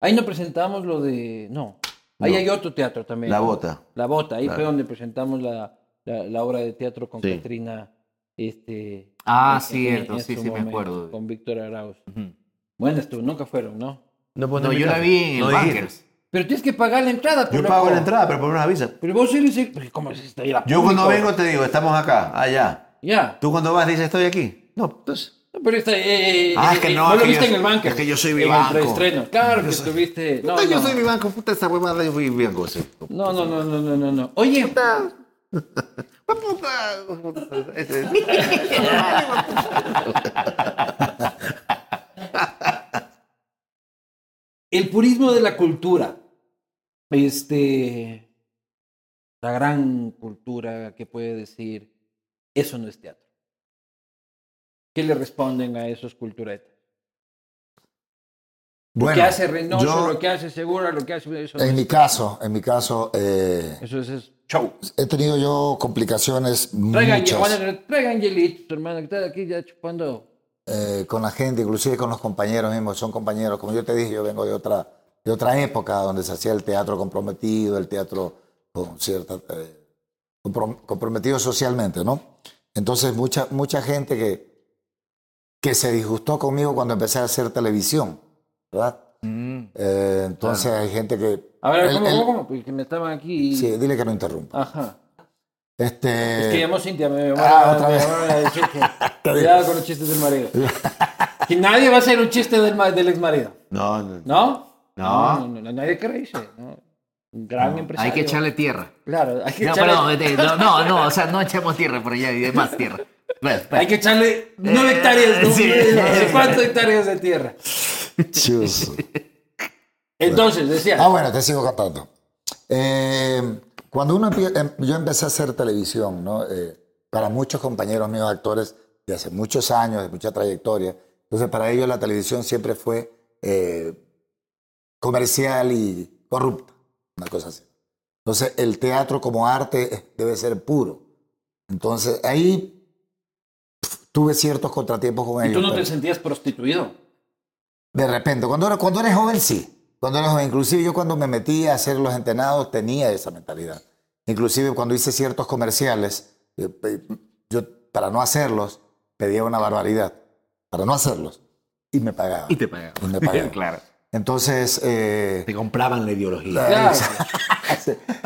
S1: Ahí no presentamos lo de. No. Ahí
S2: No.
S1: hay otro teatro también.
S2: La
S1: ¿no?
S2: bota.
S1: La Bota. Ahí
S2: Claro.
S1: fue donde presentamos la, la, la obra de teatro con
S2: Sí.
S1: Catrina. Este,
S3: Ah,
S1: en- en-
S3: cierto,
S1: Ah, en
S3: sí,
S1: su
S3: sí, me
S1: momento,
S3: acuerdo.
S1: Con Víctor Arauz.
S3: Ujú.
S1: Buenas tú, nunca fueron, ¿no?
S2: No,
S3: No, yo la vi en
S2: No
S3: el
S2: dijiste.
S3: Bankers.
S1: Pero tienes que pagar la entrada,
S2: Yo
S1: pulaco.
S2: pago la entrada, pero por una avisa.
S1: Pero vos eres el... Pues, ¿Cómo es esta? Era
S2: Yo cuando
S1: público.
S2: vengo te digo, estamos acá, allá.
S1: Ya.
S2: Tú cuando vas dices, estoy aquí. No, pues, entonces.
S1: No, pero esta... eh, eh,
S2: Ah,
S1: eh,
S2: es que
S1: eh,
S2: no, es
S1: lo
S2: que
S1: viste
S2: yo-
S1: en el banco. Eh,
S2: es que yo soy mi
S1: en
S2: banco.
S1: el estreno. Claro que estuviste... No,
S2: Puta, yo
S1: no.
S2: soy mi banco, puta esa huevada, yo fui bien gozo.
S1: No, no, no, no, no, no, no. Oye,
S2: Puta, puta, ese Este es.
S1: el purismo de la cultura. Este... La gran cultura que puede decir, eso no es teatro. ¿Qué le responden a esos culturetas?
S4: Bueno,
S1: lo que hace Reynoso,
S4: yo-
S1: lo que hace Segura, lo que hace... Eso,
S4: En mi caso, en mi caso, eh,
S1: eso es, es show.
S4: he tenido yo complicaciones
S1: Traigan,
S4: muchas
S1: traigan hielitos, hermano, que están aquí ya chupando.
S4: eh, con la gente, inclusive con los compañeros mismos, son compañeros. Como yo te dije, yo vengo de otra, de otra época donde se hacía el teatro comprometido, el teatro con cierta, eh, comprom- comprometido socialmente, ¿no? Entonces, mucha, mucha gente que, que se disgustó conmigo cuando empecé a hacer televisión, ¿verdad? Eh, entonces, hay gente que...
S1: A ver,
S4: el-
S1: ¿cómo,
S4: el-
S1: cómo, cómo? Porque me estaban aquí. y-
S4: Sí, dile que no interrumpa.
S1: Ajá.
S4: Este,
S1: es que llamó Cintia, me va
S4: ah,
S1: a-
S4: otra
S1: me
S4: vez.
S1: va a decir que- Cuidado con los chistes del marido. que nadie va a hacer un chiste del, ma- del ex marido,
S2: No, no.
S1: ¿no?
S2: No.
S1: no, no, nadie que reírse, ¿no? Un gran empresario.
S3: Hay que echarle tierra.
S1: Claro, hay que
S3: No,
S1: echarle.
S4: eh,
S3: perdón, este, no, no, no, o sea, no echemos tierra, pero ya hay más tierra. Bueno, pues, bueno.
S1: Hay que echarle nueve
S3: Eh,
S1: hectáreas, ¿no?
S3: sí.
S1: No
S4: eh,
S1: sé cuántas hectáreas de tierra.
S4: Chus.
S1: Entonces, decía.
S4: Ah, bueno, te sigo contando. Eh, cuando uno empie- em- yo empecé a hacer televisión, ¿no? Eh, para muchos compañeros míos actores de hace muchos años, de mucha trayectoria, entonces para ellos la televisión siempre fue eh, comercial y corrupta, una cosa así. Entonces el teatro como arte eh, debe ser puro. Entonces ahí pf, tuve ciertos contratiempos con
S1: ¿Y
S4: ellos.
S1: tú no
S4: pero-
S1: te sentías prostituido?
S4: de repente, cuando, era- cuando eres joven, sí. Cuando eres joven, inclusive yo cuando me metí a hacer los entrenados tenía esa mentalidad. Inclusive cuando hice ciertos comerciales, eh, pe- yo para no hacerlos pedía una barbaridad, para no hacerlos. Y me pagaban.
S3: Y te pagaban.
S4: Y me pagaban.
S3: claro.
S4: Entonces, eh,
S2: Te compraban la ideología.
S4: Ah,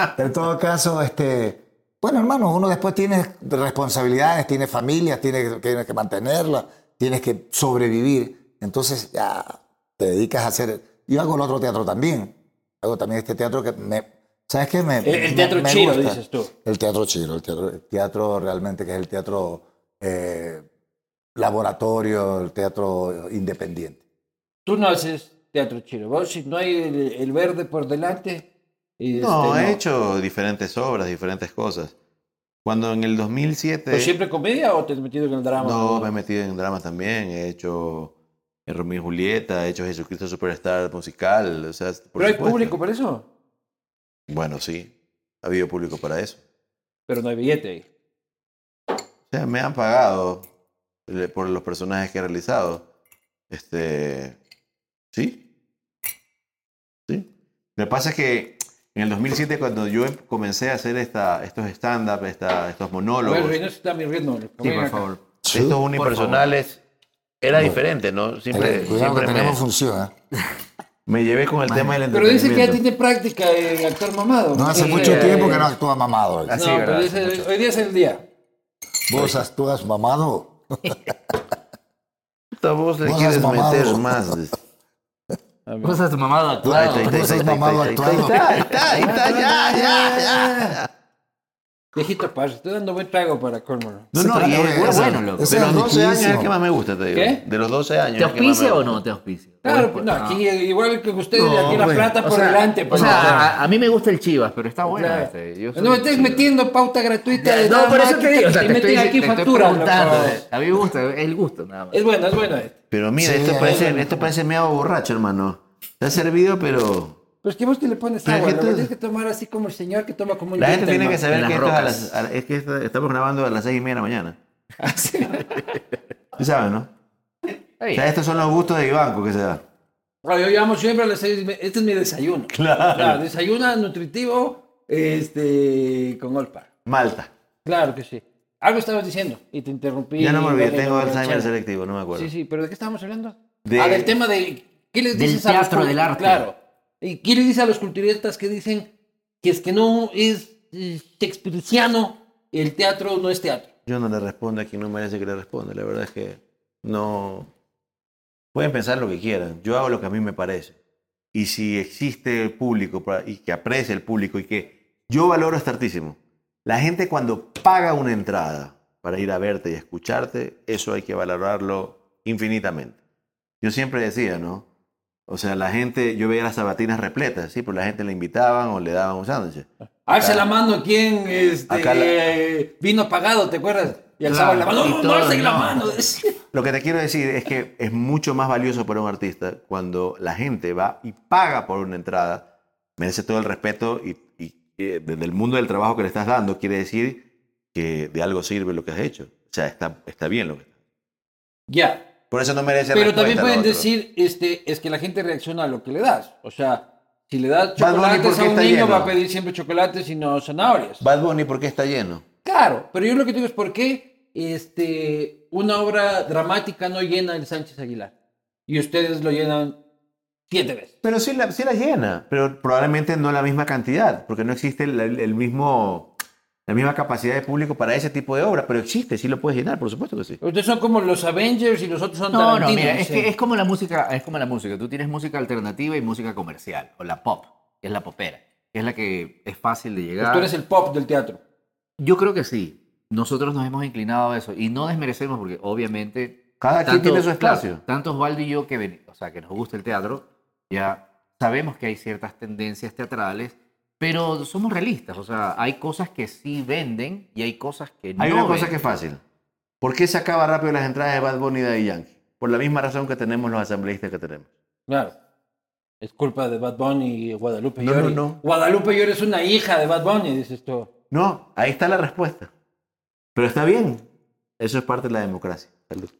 S1: Claro.
S4: en todo caso, este, bueno, hermano, uno después tiene responsabilidades, tiene familias, tiene, tienes que mantenerla, tienes que sobrevivir. Entonces ya te dedicas a hacer. Yo hago el otro teatro también. Hago también este teatro que me. ¿Sabes qué? Me,
S1: El, el teatro
S4: me- me
S1: chino,
S4: gusta.
S1: dices tú.
S4: El teatro chino, el teatro, el teatro realmente que es el teatro eh, laboratorio, el teatro independiente.
S1: Tú no haces teatro chino. Vos, si no hay el, el verde por delante. y
S2: No,
S1: este,
S2: he hecho diferentes obras, diferentes cosas. Cuando en el 2007...
S1: ¿Pues siempre comedia o te has metido en el drama?
S2: No, me he metido en dramas también. He hecho eh, Romeo y Julieta, he hecho Jesucristo Superstar musical. O sea, por
S1: Pero hay
S2: supuesto.
S1: público para eso.
S2: Bueno, sí. Ha habido público para eso.
S1: Pero no hay billete ahí.
S2: O sea, me han pagado le- por los personajes que he realizado. Este. Sí. Sí. Lo que pasa es que en el 2007, cuando yo em- comencé a hacer esta, estos stand-up, esta- estos
S1: A ver,
S2: monólogos,
S1: Reino, si está mi ritmo.
S3: Sí,
S1: Ven
S3: por
S1: acá.
S3: favor.
S2: estos unipersonales, era diferente, ¿no? Siempre,
S4: Cuidado que
S2: siempre me,
S4: tenemos función. ¿eh?
S2: me llevé con el tema del
S1: Pero dice que ya
S2: entretenimiento.
S1: tiene práctica el actor mamado.
S4: No hace
S1: Eh,
S4: mucho
S1: eh,
S4: tiempo que no actúa mamado.
S1: No, pero dice, hoy día es el día.
S4: ¿Vos actúas mamado?
S2: Puta, vos le
S4: Vos
S2: quieres
S4: has mamado.
S2: meter más.
S3: Vos has mamado
S4: Ahí
S3: actuado.
S4: está, ahí vos has mamado actuado.
S2: ahí está, ahí está, ya, ya, ya.
S1: Viejito Paz, estoy dando buen trago para Cormoran.
S2: No,
S4: Sí,
S2: no,
S4: pero
S2: y
S4: no,
S2: es bueno,
S4: ese-
S2: bueno, loco.
S4: ese
S2: De los
S4: es
S2: 12 años es el
S4: riquísimo.
S2: que más me gusta, te digo.
S1: ¿Qué?
S2: De los 12 años.
S3: ¿Te
S2: es el que más me
S3: auspicia o
S2: gusta.
S3: no te auspicia?
S1: Claro,
S3: Pues,
S1: no,
S3: ah.
S1: aquí eh, igual que ustedes,
S3: No,
S1: aquí la
S3: bueno,
S1: plata
S3: o
S1: por
S3: sea,
S1: delante.
S3: O
S1: pues,
S3: sea,
S1: no, no.
S3: a, a mí me gusta el Chivas, pero está bueno.
S1: Claro.
S3: este, yo soy
S1: No me
S3: un
S1: estés
S3: Chivas.
S1: metiendo pauta gratuita de
S3: No,
S1: nada
S3: por eso
S1: más
S3: te digo. O sea,
S1: y
S3: te
S1: meten
S3: estoy,
S1: aquí
S3: te estoy
S1: facturas.
S3: preguntando.
S1: loco.
S3: A mí me gusta, es el gusto nada más.
S1: Es bueno, es bueno. este.
S2: Pero mira,
S4: Sí,
S2: esto,
S4: ahí
S2: parece,
S4: está.
S2: esto parece meado borracho, hermano. Te ha servido, pero.
S1: Pero es que vos te le pones
S2: Pero es
S1: agua,
S2: que
S1: loco,
S2: tú-
S1: tienes que tomar así como el señor que toma como un
S2: La gente
S1: diente,
S2: tiene que
S1: hermano.
S2: saber
S3: en
S2: que,
S3: las
S2: esto es, a
S3: rocas.
S2: las, a- es que esto- estamos grabando a las 6 y media de la mañana.
S1: Así.
S2: ¿Sí saben, no? O
S3: Ey,
S2: sea, estos son los gustos de Ivanco que se da.
S1: Ah, Yo llamo siempre a las seis. y me- Este es mi desayuno.
S2: Claro.
S1: Claro, desayuno nutritivo este, con Olpar.
S2: Malta.
S1: Claro que sí. Algo estabas diciendo y te interrumpí.
S2: Ya no me olvidé,
S1: Vale,
S2: tengo
S1: vale,
S2: Alzheimer
S1: chale.
S2: selectivo, no me acuerdo.
S1: Sí, sí, pero ¿de qué estábamos hablando?
S2: De-
S1: Ah, del tema de qué les
S3: Del
S1: dices a los
S3: teatro,
S1: cul-
S3: del arte.
S1: Claro. ¿Y qué les dices a los culturistas que dicen que es que no es eh, shakespeariano, el teatro no es teatro?
S2: Yo no le respondo a quien no merece que le responda. La verdad es que no. Pueden pensar lo que quieran. Yo hago lo que a mí me parece. Y si existe el público para- y que aprecie el público y que yo valoro hasta hartísimo. La gente cuando paga una entrada para ir a verte y escucharte, eso hay que valorarlo infinitamente. Yo siempre decía, ¿no? O sea, la gente, yo veía las sabatinas repletas, sí, pero la gente le invitaban o le daban un sándwich.
S1: Alza la mano quien
S2: Acá la-
S1: este, vino pagado, ¿te acuerdas? Y alzaba
S3: Claro,
S1: la mano,
S3: y
S1: no, no,
S3: todo,
S1: alcen la
S3: no.
S1: mano.
S2: Lo que te quiero decir es que es mucho más valioso para un artista cuando la gente va y paga por una entrada, merece todo el respeto y, y, eh, desde el mundo del trabajo que le estás dando quiere decir que de algo sirve lo que has hecho. O sea, está, está bien lo que
S1: Ya,
S2: Por eso no merece
S1: Pero
S2: respuesta
S1: también
S2: lo
S1: pueden
S2: otro.
S1: decir, este, es que la gente reacciona a lo que le das. O sea, si le das
S2: Bad Bunny,
S1: chocolates
S2: ¿por qué
S1: a un
S2: está
S1: niño,
S2: lleno?
S1: va a pedir siempre chocolates y no zanahorias.
S2: Bad Bunny, ¿por qué está lleno?
S1: Claro, pero yo lo que digo es por qué este, una obra dramática no llena el Sánchez Aguilar. Y ustedes lo llenan siete veces.
S2: Pero sí la, sí la llena, pero probablemente no la misma cantidad, porque no existe el, el- el mismo, la misma capacidad de público para ese tipo de obra, pero existe, sí lo puedes llenar, por supuesto que sí.
S1: Ustedes son como los Avengers y los otros son
S3: No, no,
S1: Tarantino.
S3: mira, es,
S1: sí.
S3: que es como la música, es como la música. Tú tienes música alternativa y música comercial, o la pop, que es la popera, que es la que es fácil de
S1: Pues
S3: llegar.
S1: tú eres el pop del teatro.
S3: Yo creo que sí. Nosotros nos hemos inclinado a eso y no desmerecemos porque obviamente
S2: Cada quien tiene su
S3: claro,
S2: espacio.
S3: tanto Osvaldo y yo que ven- o sea, que nos gusta el teatro, ya sabemos que hay ciertas tendencias teatrales, pero somos realistas, o sea, hay cosas que sí venden y hay cosas que no.
S2: Hay una cosa
S3: venden.
S2: que es fácil. ¿Por qué se acaba rápido las entradas de Bad Bunny y Daddy Yankee? Por la misma razón que tenemos los asambleístas que tenemos.
S1: Claro. Es culpa de Bad Bunny y Guadalupe
S2: No, no,
S1: Llori.
S2: no.
S1: Guadalupe Llori es una hija de Bad Bunny, dices tú.
S2: No, ahí está la respuesta. Pero está bien. Eso es parte de la democracia. Salud.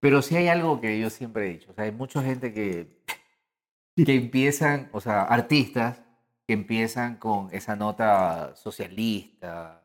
S3: Pero sí hay algo que yo siempre he dicho. O sea, hay mucha gente que, que empiezan, o sea, artistas que empiezan con esa nota socialista,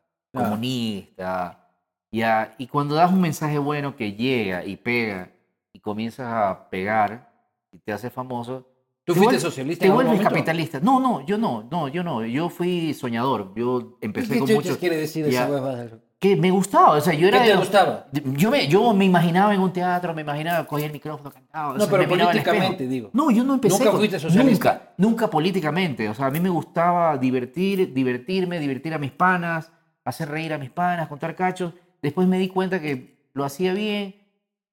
S3: comunista, ya. Y cuando das un mensaje bueno que llega y pega y comienzas a pegar y te hace famoso,
S1: Tú
S3: Te
S1: fuiste
S3: vuel-
S1: socialista.
S3: te
S1: en algún
S3: vuelves
S1: momento?
S3: capitalista. No, no, yo no, no, yo no. Yo fui soñador. Yo empecé
S1: ¿Qué
S3: con
S1: chuches
S3: mucho.
S1: quiere decir
S3: ya.
S1: esa hueva?
S3: Que me gustaba, o sea, yo
S1: ¿Qué
S3: era de
S1: te
S3: los-
S1: gustaba?
S3: yo me, yo me imaginaba en un teatro, me imaginaba, cogía el micrófono, cantaba. o
S1: No,
S3: sea,
S1: pero
S3: me miraba al
S1: políticamente,
S3: espejo.
S1: digo.
S3: No, yo no empecé.
S1: Nunca
S3: con-
S1: fuiste socialista.
S3: Nunca, nunca políticamente. O sea, a mí me gustaba divertir, divertirme, divertir a mis panas, hacer reír a mis panas, contar cachos. Después me di cuenta que lo hacía bien.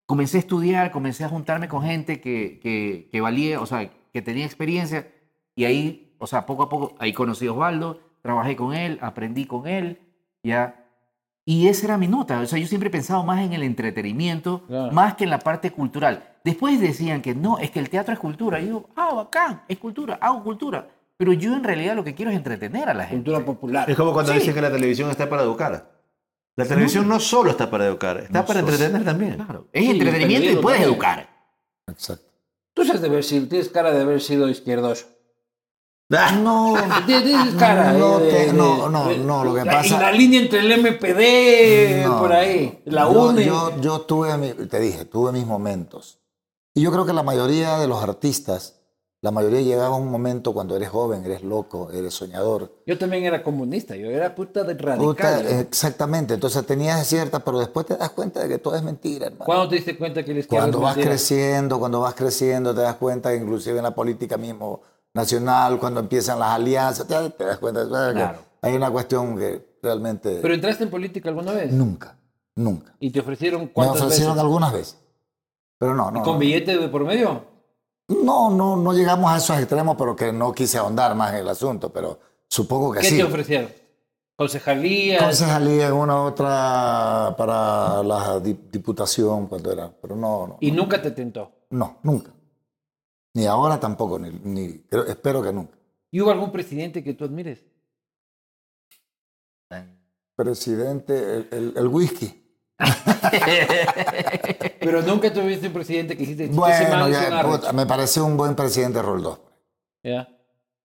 S3: Comencé a estudiar, comencé a juntarme con gente que, que, que valía, o sea, que tenía experiencia. Y ahí, o sea, poco a poco, ahí conocí a Osvaldo, trabajé con él, aprendí con él, ya. Y esa era mi nota. O sea, yo siempre he pensado más en el entretenimiento,
S1: Claro.
S3: más que en la parte cultural. Después decían que no, es que el teatro es cultura. Y yo, ah, bacán, es cultura, hago cultura. Pero yo en realidad lo que quiero es entretener a la gente.
S1: Cultura popular.
S2: Es como cuando
S3: Sí.
S2: dicen que la televisión está para educar. La televisión no, solo está para educar, está
S3: No
S2: para
S3: solo.
S2: entretener también.
S3: Claro, es
S1: Sí,
S3: entretenimiento y
S1: pero
S3: puedes
S1: también.
S3: educar.
S4: Exacto.
S1: Tú sabes de haber sido, tienes cara de haber sido izquierdoso.
S2: Ah,
S4: No,
S1: Tienes cara.
S4: no,
S1: eh,
S4: te-
S1: de-
S4: no, no,
S1: de-
S4: no, lo que
S1: la-
S4: pasa-
S1: Y la línea entre el MPD,
S4: No,
S1: por ahí,
S4: no.
S1: la
S4: Yo-
S1: UNE.
S4: Yo, yo tuve, mi- te dije, tuve mis momentos. Y yo creo que la mayoría de los artistas, la mayoría llegaba a un momento cuando eres joven, eres loco, eres soñador.
S1: Yo también era comunista, yo era puta de radical.
S4: Puta, eh, exactamente, entonces tenías cierta, pero después te das cuenta de que todo es mentira, hermano.
S1: ¿Cuándo te diste cuenta que la izquierda
S4: Cuando
S1: es
S4: vas
S1: mentira?
S4: creciendo, cuando vas creciendo, te das cuenta, que inclusive en la política mismo nacional, cuando empiezan las alianzas, te, te das cuenta de que
S3: Claro.
S4: hay una cuestión que realmente...
S1: ¿Pero entraste en política alguna vez?
S4: nunca, nunca.
S1: ¿Y te ofrecieron
S4: Me
S1: cuántas
S4: ofrecieron
S1: veces?
S4: algunas veces, pero no, no.
S1: ¿Con
S4: no.
S1: billete de por medio?
S4: No, no, no llegamos a esos extremos, pero que no quise ahondar más en el asunto, pero supongo que
S1: ¿Qué
S4: sí.
S1: te ofrecieron? ¿Concejalías?
S4: Concejalía en una otra para la di- diputación cuando era, pero no, no,
S1: Y nunca te tentó.
S4: no, nunca. Ni ahora tampoco, ni, ni- creo- espero que nunca.
S1: ¿Y hubo algún presidente que tú admires?
S4: Presidente, el, el- el whisky.
S1: Pero nunca tuviste un presidente que dijiste, "Este ese
S4: Bueno,
S1: man es
S4: ya,
S1: un arrecho.
S4: puta, me pareció un buen presidente Roldós.
S1: Ya.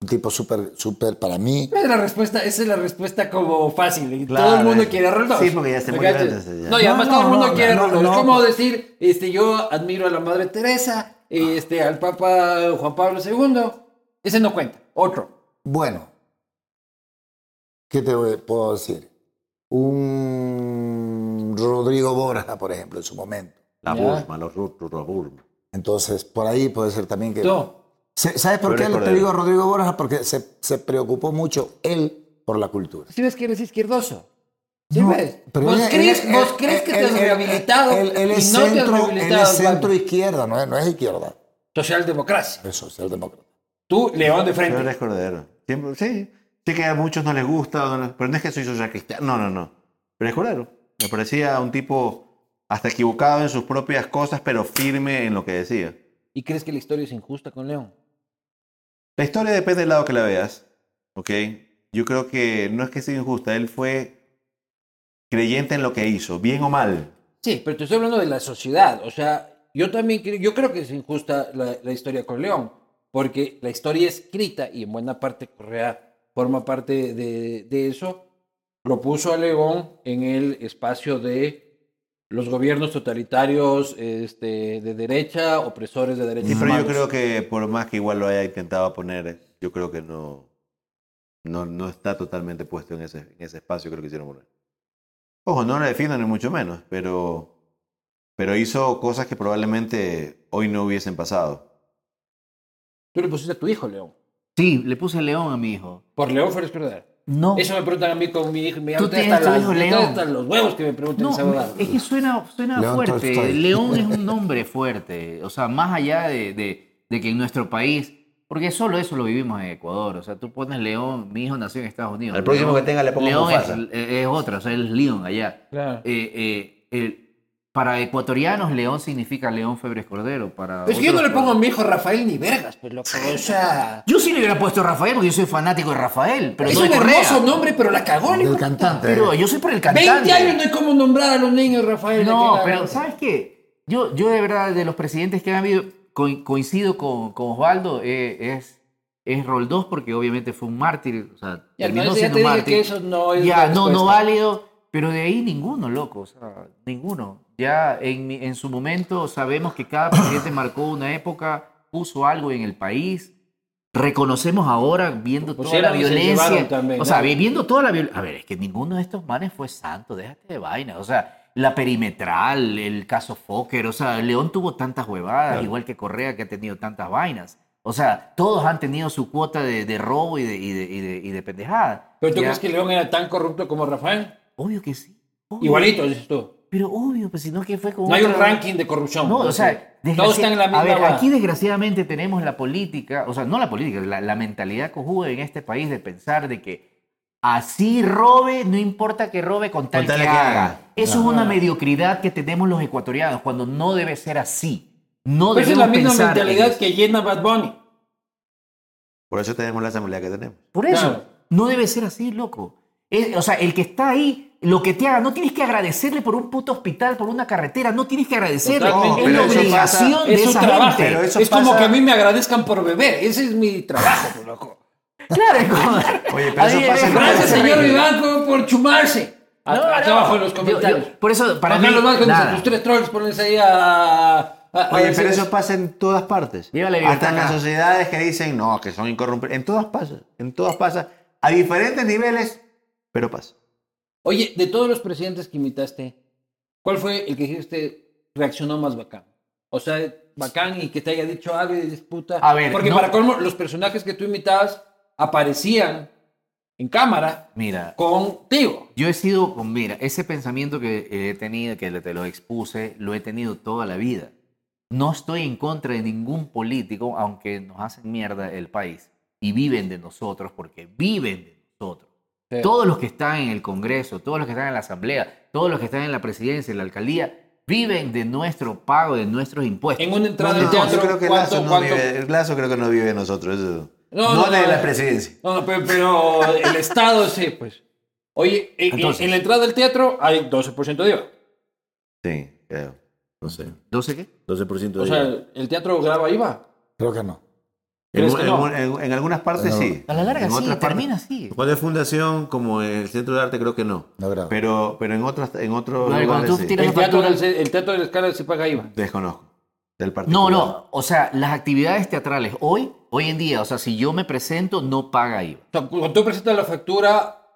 S4: Un tipo súper, súper para mí.
S1: Esa es la respuesta, esa es la respuesta como fácil. y
S2: Claro,
S1: todo el mundo
S2: es-
S1: quiere a Roldós.
S2: sí, porque ya se
S1: ¿Me
S2: murió
S1: cachas?
S2: antes, ya.
S1: No, y además
S4: No,
S1: todo el
S4: no,
S1: mundo
S4: no,
S1: quiere a
S4: no,
S1: Roldós.
S4: no.
S1: es como decir, este, yo admiro a la madre Teresa, este, al Papa Juan Pablo II. Ese no cuenta, otro.
S4: Bueno, ¿qué te voy- puedo decir? Un Rodrigo Borja, por ejemplo, en su momento.
S2: La
S1: Ya.
S2: Burma, los rutos, la Burma.
S4: Entonces, por ahí puede ser también que...
S1: No,
S4: Se- ¿Sabes por
S2: Pero
S4: qué
S2: es
S4: te
S2: cordero.
S4: digo Rodrigo Borja? Porque se, se preocupó mucho él por la cultura.
S1: si Pues, ves que eres izquierdoso. ¿Sí
S4: No,
S1: ves?
S4: pero
S1: ¿Vos,
S4: él-
S1: crees,
S4: él-
S1: vos
S4: él-
S1: creés que
S4: él-
S1: te has
S4: él-
S1: rehabilitado
S4: Él, él es
S1: y no te has
S4: centro, él
S1: rehabilitado?
S4: es centro
S1: Pablo?
S4: izquierda, no es, no es izquierda,
S1: Socialdemocracia.
S4: es socialdemócrata.
S1: Tú, león de frente.
S2: Flores Cordero. Siempre, sí. Sé que a muchos no les gusta, o no les- pero no es que soy social cristiano. No, no, no. Pero es Cordero. Me parecía un tipo hasta equivocado en sus propias cosas, pero firme en lo que decía.
S1: ¿Y crees que la historia es injusta con León?
S2: La historia depende del lado que la veas, ¿ok? Yo creo que no es que sea injusta, él fue creyente en lo que hizo, bien o mal.
S1: Sí, pero te estoy hablando de la sociedad. O sea, yo también creo, yo creo que es injusta la, la historia con León, porque la historia escrita, y en buena parte Correa forma parte de, de eso, propuso a León en el espacio de los gobiernos totalitarios este, de derecha, opresores de derechos
S2: Sí, pero yo
S1: humanos.
S2: creo que por más que igual lo haya intentado poner, yo creo que no, no, no está totalmente puesto en ese, en ese espacio que lo quisieron poner. Ojo, no lo defiendo ni mucho menos, pero, pero hizo cosas que probablemente hoy no hubiesen pasado.
S1: Tú le pusiste a tu hijo, León.
S3: Sí, le puse león a mi hijo.
S1: Por León Flores Cordero.
S3: No.
S1: Eso me preguntan a mí con mi hijo. Me
S3: Tú
S1: hasta,
S3: tienes tu
S1: las-
S3: hijo
S1: me
S3: León.
S1: traen hasta los huevos que me preguntan esa
S3: No, eh,
S1: huevada.
S3: es que suena, suena
S4: León
S3: fuerte.
S4: Tolstoy.
S3: León es un nombre fuerte. O sea, más allá de, de- de que en nuestro país. Porque solo eso lo vivimos en Ecuador. O sea, tú pones León, mi hijo nació en Estados Unidos.
S2: Al próximo
S3: León-
S2: que tenga le pongo
S3: León es,
S2: Mufasa.
S3: es otra, o sea, él es León allá.
S1: Claro.
S3: Eh, eh, el- para ecuatorianos, León significa León Febres Cordero. Para
S1: Es que yo no
S3: otros-
S1: le pongo a mi hijo Rafael ni vergas, pues loco. O sea.
S3: Yo sí le hubiera puesto Rafael porque yo soy fanático de Rafael. Pero
S1: es
S3: no de
S1: un
S3: Correa.
S1: hermoso nombre, pero la cagó,
S4: El
S1: hijo.
S4: cantante.
S3: Pero yo soy por el
S1: 20
S3: cantante.
S1: años no hay como nombrar a los niños, Rafael.
S3: No,
S1: aquí la
S3: pero
S1: verdad.
S3: ¿sabes qué? Yo, yo de verdad, de los presidentes que han habido, co- coincido con, con Osvaldo, eh, es, es Roldós, porque obviamente fue un mártir. O sea,
S1: Ya,
S3: terminó
S1: no, ya
S3: siendo
S1: te dije
S3: mártir.
S1: que eso no es la
S3: ya, no, no
S1: respuesta.
S3: válido, pero de ahí ninguno, loco, o sea, ninguno. Ya en, mi- en su momento sabemos que cada presidente marcó una época, puso algo en el país. Reconocemos ahora, viendo toda la
S1: Pusieron y Pues se llevaron
S3: violencia.
S1: también,
S3: o sea,
S1: ¿no?
S3: viviendo toda la violencia. A ver, es que ninguno de estos manes fue santo, déjate de vaina. O sea, la perimetral, el caso Fokker, o sea, León tuvo tantas huevadas,
S2: Claro.
S3: igual que Correa, que ha tenido tantas vainas. O sea, todos han tenido su cuota de, de robo y de, y de, y de- y de pendejada.
S1: ¿Pero tú
S3: Ya.
S1: crees que León era tan corrupto como Rafael?
S3: Obvio que sí. obvio.
S1: Igualito, dices tú.
S3: Pero obvio, pues si no que fue como...
S1: No hay un
S3: otra-
S1: ranking de corrupción.
S3: No, o
S1: Sí.
S3: sea,
S1: todos están en la
S3: desgracia-
S1: misma.
S3: a ver,
S1: vara.
S3: aquí desgraciadamente tenemos la política, o sea, no la política, la, la mentalidad cojuda en este país de pensar de que así robe, no importa que robe con
S2: Con
S3: tal,
S2: tal
S3: que,
S2: que
S3: haga.
S2: haga.
S3: Eso es una mediocridad que tenemos los ecuatorianos cuando no debe ser así. No
S1: Pero esa es
S3: debemos
S1: la misma
S3: pensar en
S1: mentalidad
S3: eso.
S1: que llena Bad Bunny.
S2: Por eso tenemos la asamblea que tenemos.
S3: Por eso,
S1: Claro.
S3: no debe ser así, loco. Es- o sea, el que está ahí, lo que te haga, no tienes que agradecerle por un puto hospital, por una carretera, no tienes que agradecerle.
S1: Totalmente.
S3: es la
S2: Pero eso
S3: obligación
S2: pasa-
S3: de
S1: Es su
S3: esa
S1: trabajo.
S3: gente.
S2: Pero eso
S1: es como
S2: pasa-
S1: que a mí me agradezcan por beber. Ese es mi trabajo, pues, loco.
S3: Claro, es como...
S2: Oye, pero eso
S3: Ahí,
S2: pasa
S3: eh,
S1: Gracias,
S2: en Parece
S1: señor
S2: horrible.
S1: Vivanco, por chumarse. A-
S3: No, no.
S1: acá abajo en los
S3: Yo- yo-
S1: comentarios.
S3: por eso, para
S1: Juan
S3: mí,
S1: Carlos Vázquez,
S3: nada.
S1: sus tres trolls, pones ahí a. a- a-
S2: Oye, pero
S1: a-
S2: eso pasa en todas partes.
S3: Viva la libertad
S2: Hasta en las
S3: acá.
S2: sociedades que dicen, no, que son incorruptibles. En todas pasa, en todas pasa. A diferentes niveles, pero pasa.
S1: Oye, de todos los presidentes que imitaste, ¿cuál fue el que dijiste reaccionó más bacán? O sea, bacán y que te haya dicho algo de disputa.
S3: A ver,
S1: Porque
S3: no-
S1: para colmo, los personajes que tú imitabas aparecían en cámara
S3: Mira,
S1: contigo.
S3: yo he sido, con- mira, ese pensamiento que he tenido, que te lo expuse, lo he tenido toda la vida. No estoy en contra de ningún político, aunque nos hacen mierda el país. Y viven de nosotros, porque viven de nosotros.
S1: Sí.
S3: Todos los que están en el Congreso, todos los que están en la Asamblea, todos los que están en la presidencia, en la alcaldía, viven de nuestro pago, de nuestros impuestos.
S1: En una entrada de
S2: No,
S1: teatro,
S2: yo creo que
S1: ¿cuánto-
S2: Lazo no
S1: cuánto-
S2: vive, el Lazo creo que no vive de nosotros. eso.
S1: No,
S2: No,
S1: no, eh.
S2: de
S1: no,
S2: la
S1: no.
S2: presidencia.
S1: No, no, pero, pero el Estado sí, pues. Oye, en, en-
S3: Entonces.
S1: en la entrada del teatro hay 12% de IVA.
S2: Sí, creo. No sé.
S3: ¿No sé qué?
S2: 12% de
S1: O sea, el teatro graba IVA.
S4: Creo que no.
S2: en,
S1: ¿crees que
S2: en-
S1: no?
S2: en- en algunas partes
S4: No.
S2: sí.
S3: A la larga
S2: En
S3: sí,
S2: otras
S3: termina
S2: partes-
S3: así.
S2: Cuando es fundación, como el centro de arte, creo que no.
S4: No graba.
S2: Pero, pero en otros, en otros
S3: Cuando
S2: lugares
S3: tú
S2: sí.
S3: tiras-
S1: El
S3: Esa
S1: teatro,
S3: factura-
S1: del- el teatro de la escala sí paga IVA.
S2: Desconozco. del partido.
S3: No, no. O sea, las actividades teatrales hoy, hoy en día, o sea, si yo me presento, no paga IVA.
S1: O sea, cuando tú presentas la factura,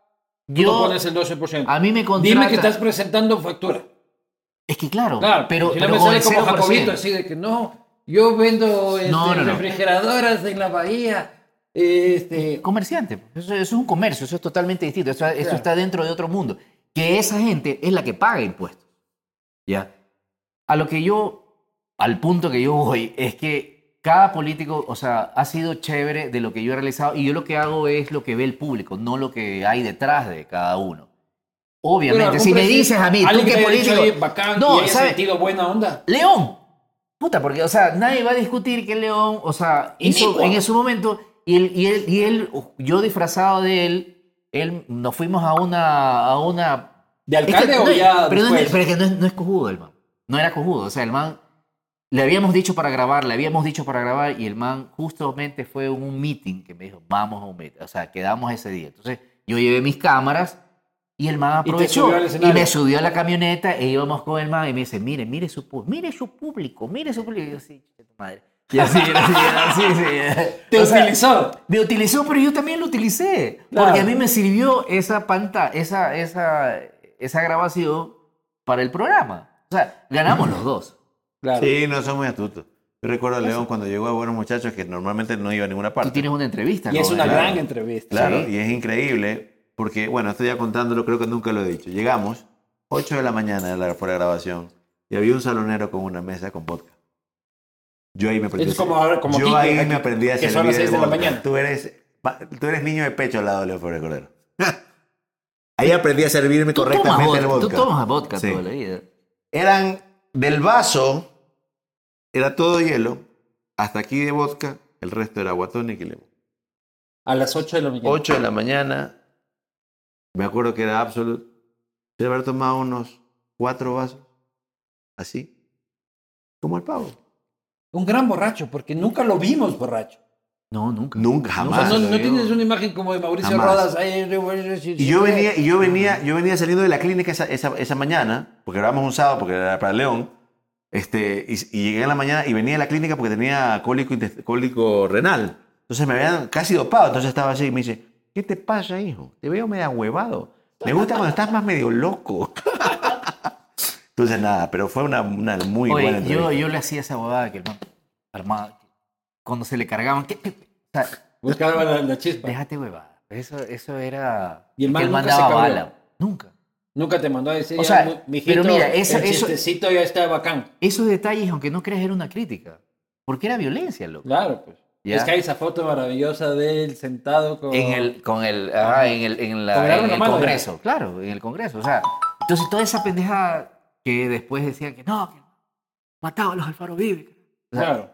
S1: tú
S3: Yo-
S1: no pones el 12%.
S3: A mí me contratan.
S1: Dime que estás presentando factura.
S3: Es que claro,
S1: Claro,
S3: pero,
S1: si no
S3: pero
S1: me
S3: con
S1: sale
S3: el
S1: como
S3: 0%.
S1: Jacobito, así de que no, yo vendo este,
S3: no, no.
S1: refrigeradoras en la bahía. Este,
S3: comerciante. pues. Eso, eso es un comercio, eso es totalmente distinto. Eso, eso
S1: Claro.
S3: está dentro de otro mundo. Que esa gente es la que paga impuestos. ¿Ya? A lo que yo, al punto que yo voy, es que cada político, o sea, ha sido chévere de lo que yo he realizado y yo lo que hago es lo que ve el público, no lo que hay detrás de cada uno. Obviamente,
S1: bueno,
S3: si me
S1: algún
S3: dices a mí, tú
S1: alguien
S3: qué
S1: que haya dicho,
S3: político.
S1: "Oye, bacán", y
S3: no,
S1: haya
S3: ¿sabes?
S1: sentido buena onda.
S3: León. Puta, porque, o sea, nadie va a discutir que León, o sea, hizo
S1: Inicuo.
S3: en su momento, y él, y él, y él, yo disfrazado de él, él, nos fuimos a una, a una...
S1: ¿De
S3: Es que-
S1: alcalde o
S3: no,
S1: ya
S3: pero, no es-
S1: después?
S3: pero es que no es, no es cojudo el man, no era cojudo, o sea, el man, le habíamos dicho para grabar, le habíamos dicho para grabar, y el man justamente fue a un meeting que me dijo, vamos a un meeting, o sea, quedamos ese día. Entonces, yo llevé mis cámaras, y el man
S1: Y te
S3: aprovechó.
S1: subió al
S3: Y,
S1: escenario.
S3: me subió a la camioneta e íbamos con el man y me dice, mire, mire su público, mire su público, mire su público. Y yo, sí, che, tu madre. Y así, y así, y así, sí.
S1: Te
S3: O sea,
S1: utilizó.
S3: me utilizó, pero yo también lo utilicé.
S1: Claro.
S3: Porque a mí me sirvió esa pantalla, esa, esa, esa grabación para el programa. O sea, ganamos los dos.
S1: Claro.
S2: Sí, no son muy astutos. Yo recuerdo a León cuando llegó a Buenos Muchachos que normalmente no iba a ninguna parte.
S3: Tú tienes una entrevista.
S1: Y es
S3: con
S1: una
S3: él.
S2: Claro.
S1: gran entrevista.
S2: Claro,
S3: Sí.
S2: y es increíble porque, bueno, estoy ya contándolo, creo que nunca lo he dicho. Llegamos, 8 de la mañana de la, fue la grabación, y había un salonero con una mesa con vodka. Yo ahí me
S3: pues
S2: aprendí.
S1: Es
S2: a hacer-
S1: como ahora- como
S2: yo
S1: Quique,
S2: ahí
S1: aquí,
S2: me aprendí a
S1: que
S2: hacer
S1: son las
S2: vida
S1: seis de la
S2: vodka.
S1: mañana.
S2: Tú eres, pa- tú eres niño de pecho al lado de Leo Flores Cordero. ahí aprendí a servirme
S3: Tú tomas
S2: correctamente el
S3: vodka, tú
S2: vodka.
S3: tomas vodka
S2: Sí.
S3: toda la vida.
S2: Eran del vaso, era todo hielo, hasta aquí de vodka, el resto era guatón y limón.
S1: A las 8 de la mañana.
S2: 8 de la mañana, me acuerdo que era Absolute, de haber tomado unos cuatro vasos, así, como el pavo.
S1: Un gran borracho, porque nunca lo vimos borracho.
S3: No, nunca.
S2: Nunca,
S1: O sea,
S2: jamás.
S1: no,
S3: lo
S1: no
S3: digo.
S1: tienes una imagen como de Mauricio
S2: Jamás.
S1: Rodas. "Ay, yo voy a decir-
S2: Y yo venía, y yo venía, yo venía saliendo de la clínica esa, esa, esa mañana, porque grabamos un sábado, porque era para León, este, y, y llegué en la mañana y venía de la clínica porque tenía cólico, intest- cólico renal. Entonces me habían casi dopado, entonces estaba así y me dice, ¿qué te pasa, hijo? Te veo medio huevado. Me gusta cuando estás más medio loco. Entonces nada, pero fue una, una muy
S3: Oye,
S2: buena
S3: yo,
S2: entrevista.
S3: yo le hacía esa bobada que el man armaba, cuando se le cargaban, ¿qué, qué- qué? o sea,
S1: Buscaba la, la chispa.
S3: déjate huevada. Eso, eso era...
S1: Y el man
S3: que
S1: nunca se
S3: daba
S1: cabreó.
S3: Nunca.
S1: Nunca te mandó a decir,
S3: O
S1: "Ya,
S3: sea,
S1: mu- mijito,
S3: pero mira, esa-
S1: el
S3: eso-
S1: chistecito ya está bacán.
S3: Esos detalles, aunque no creas, era una crítica. Porque era violencia, loco.
S1: Claro, pues.
S3: Ya.
S1: Es que hay esa foto maravillosa de él sentado con...
S3: En el, con el, ajá, en el, en la-
S1: Con el árbol
S3: en
S1: en la
S3: el
S1: mano,
S3: Congreso, claro, en el Congreso. O sea, entonces toda esa pendeja que después decían que no, que mataba a los Alfaro Vive.
S1: Claro.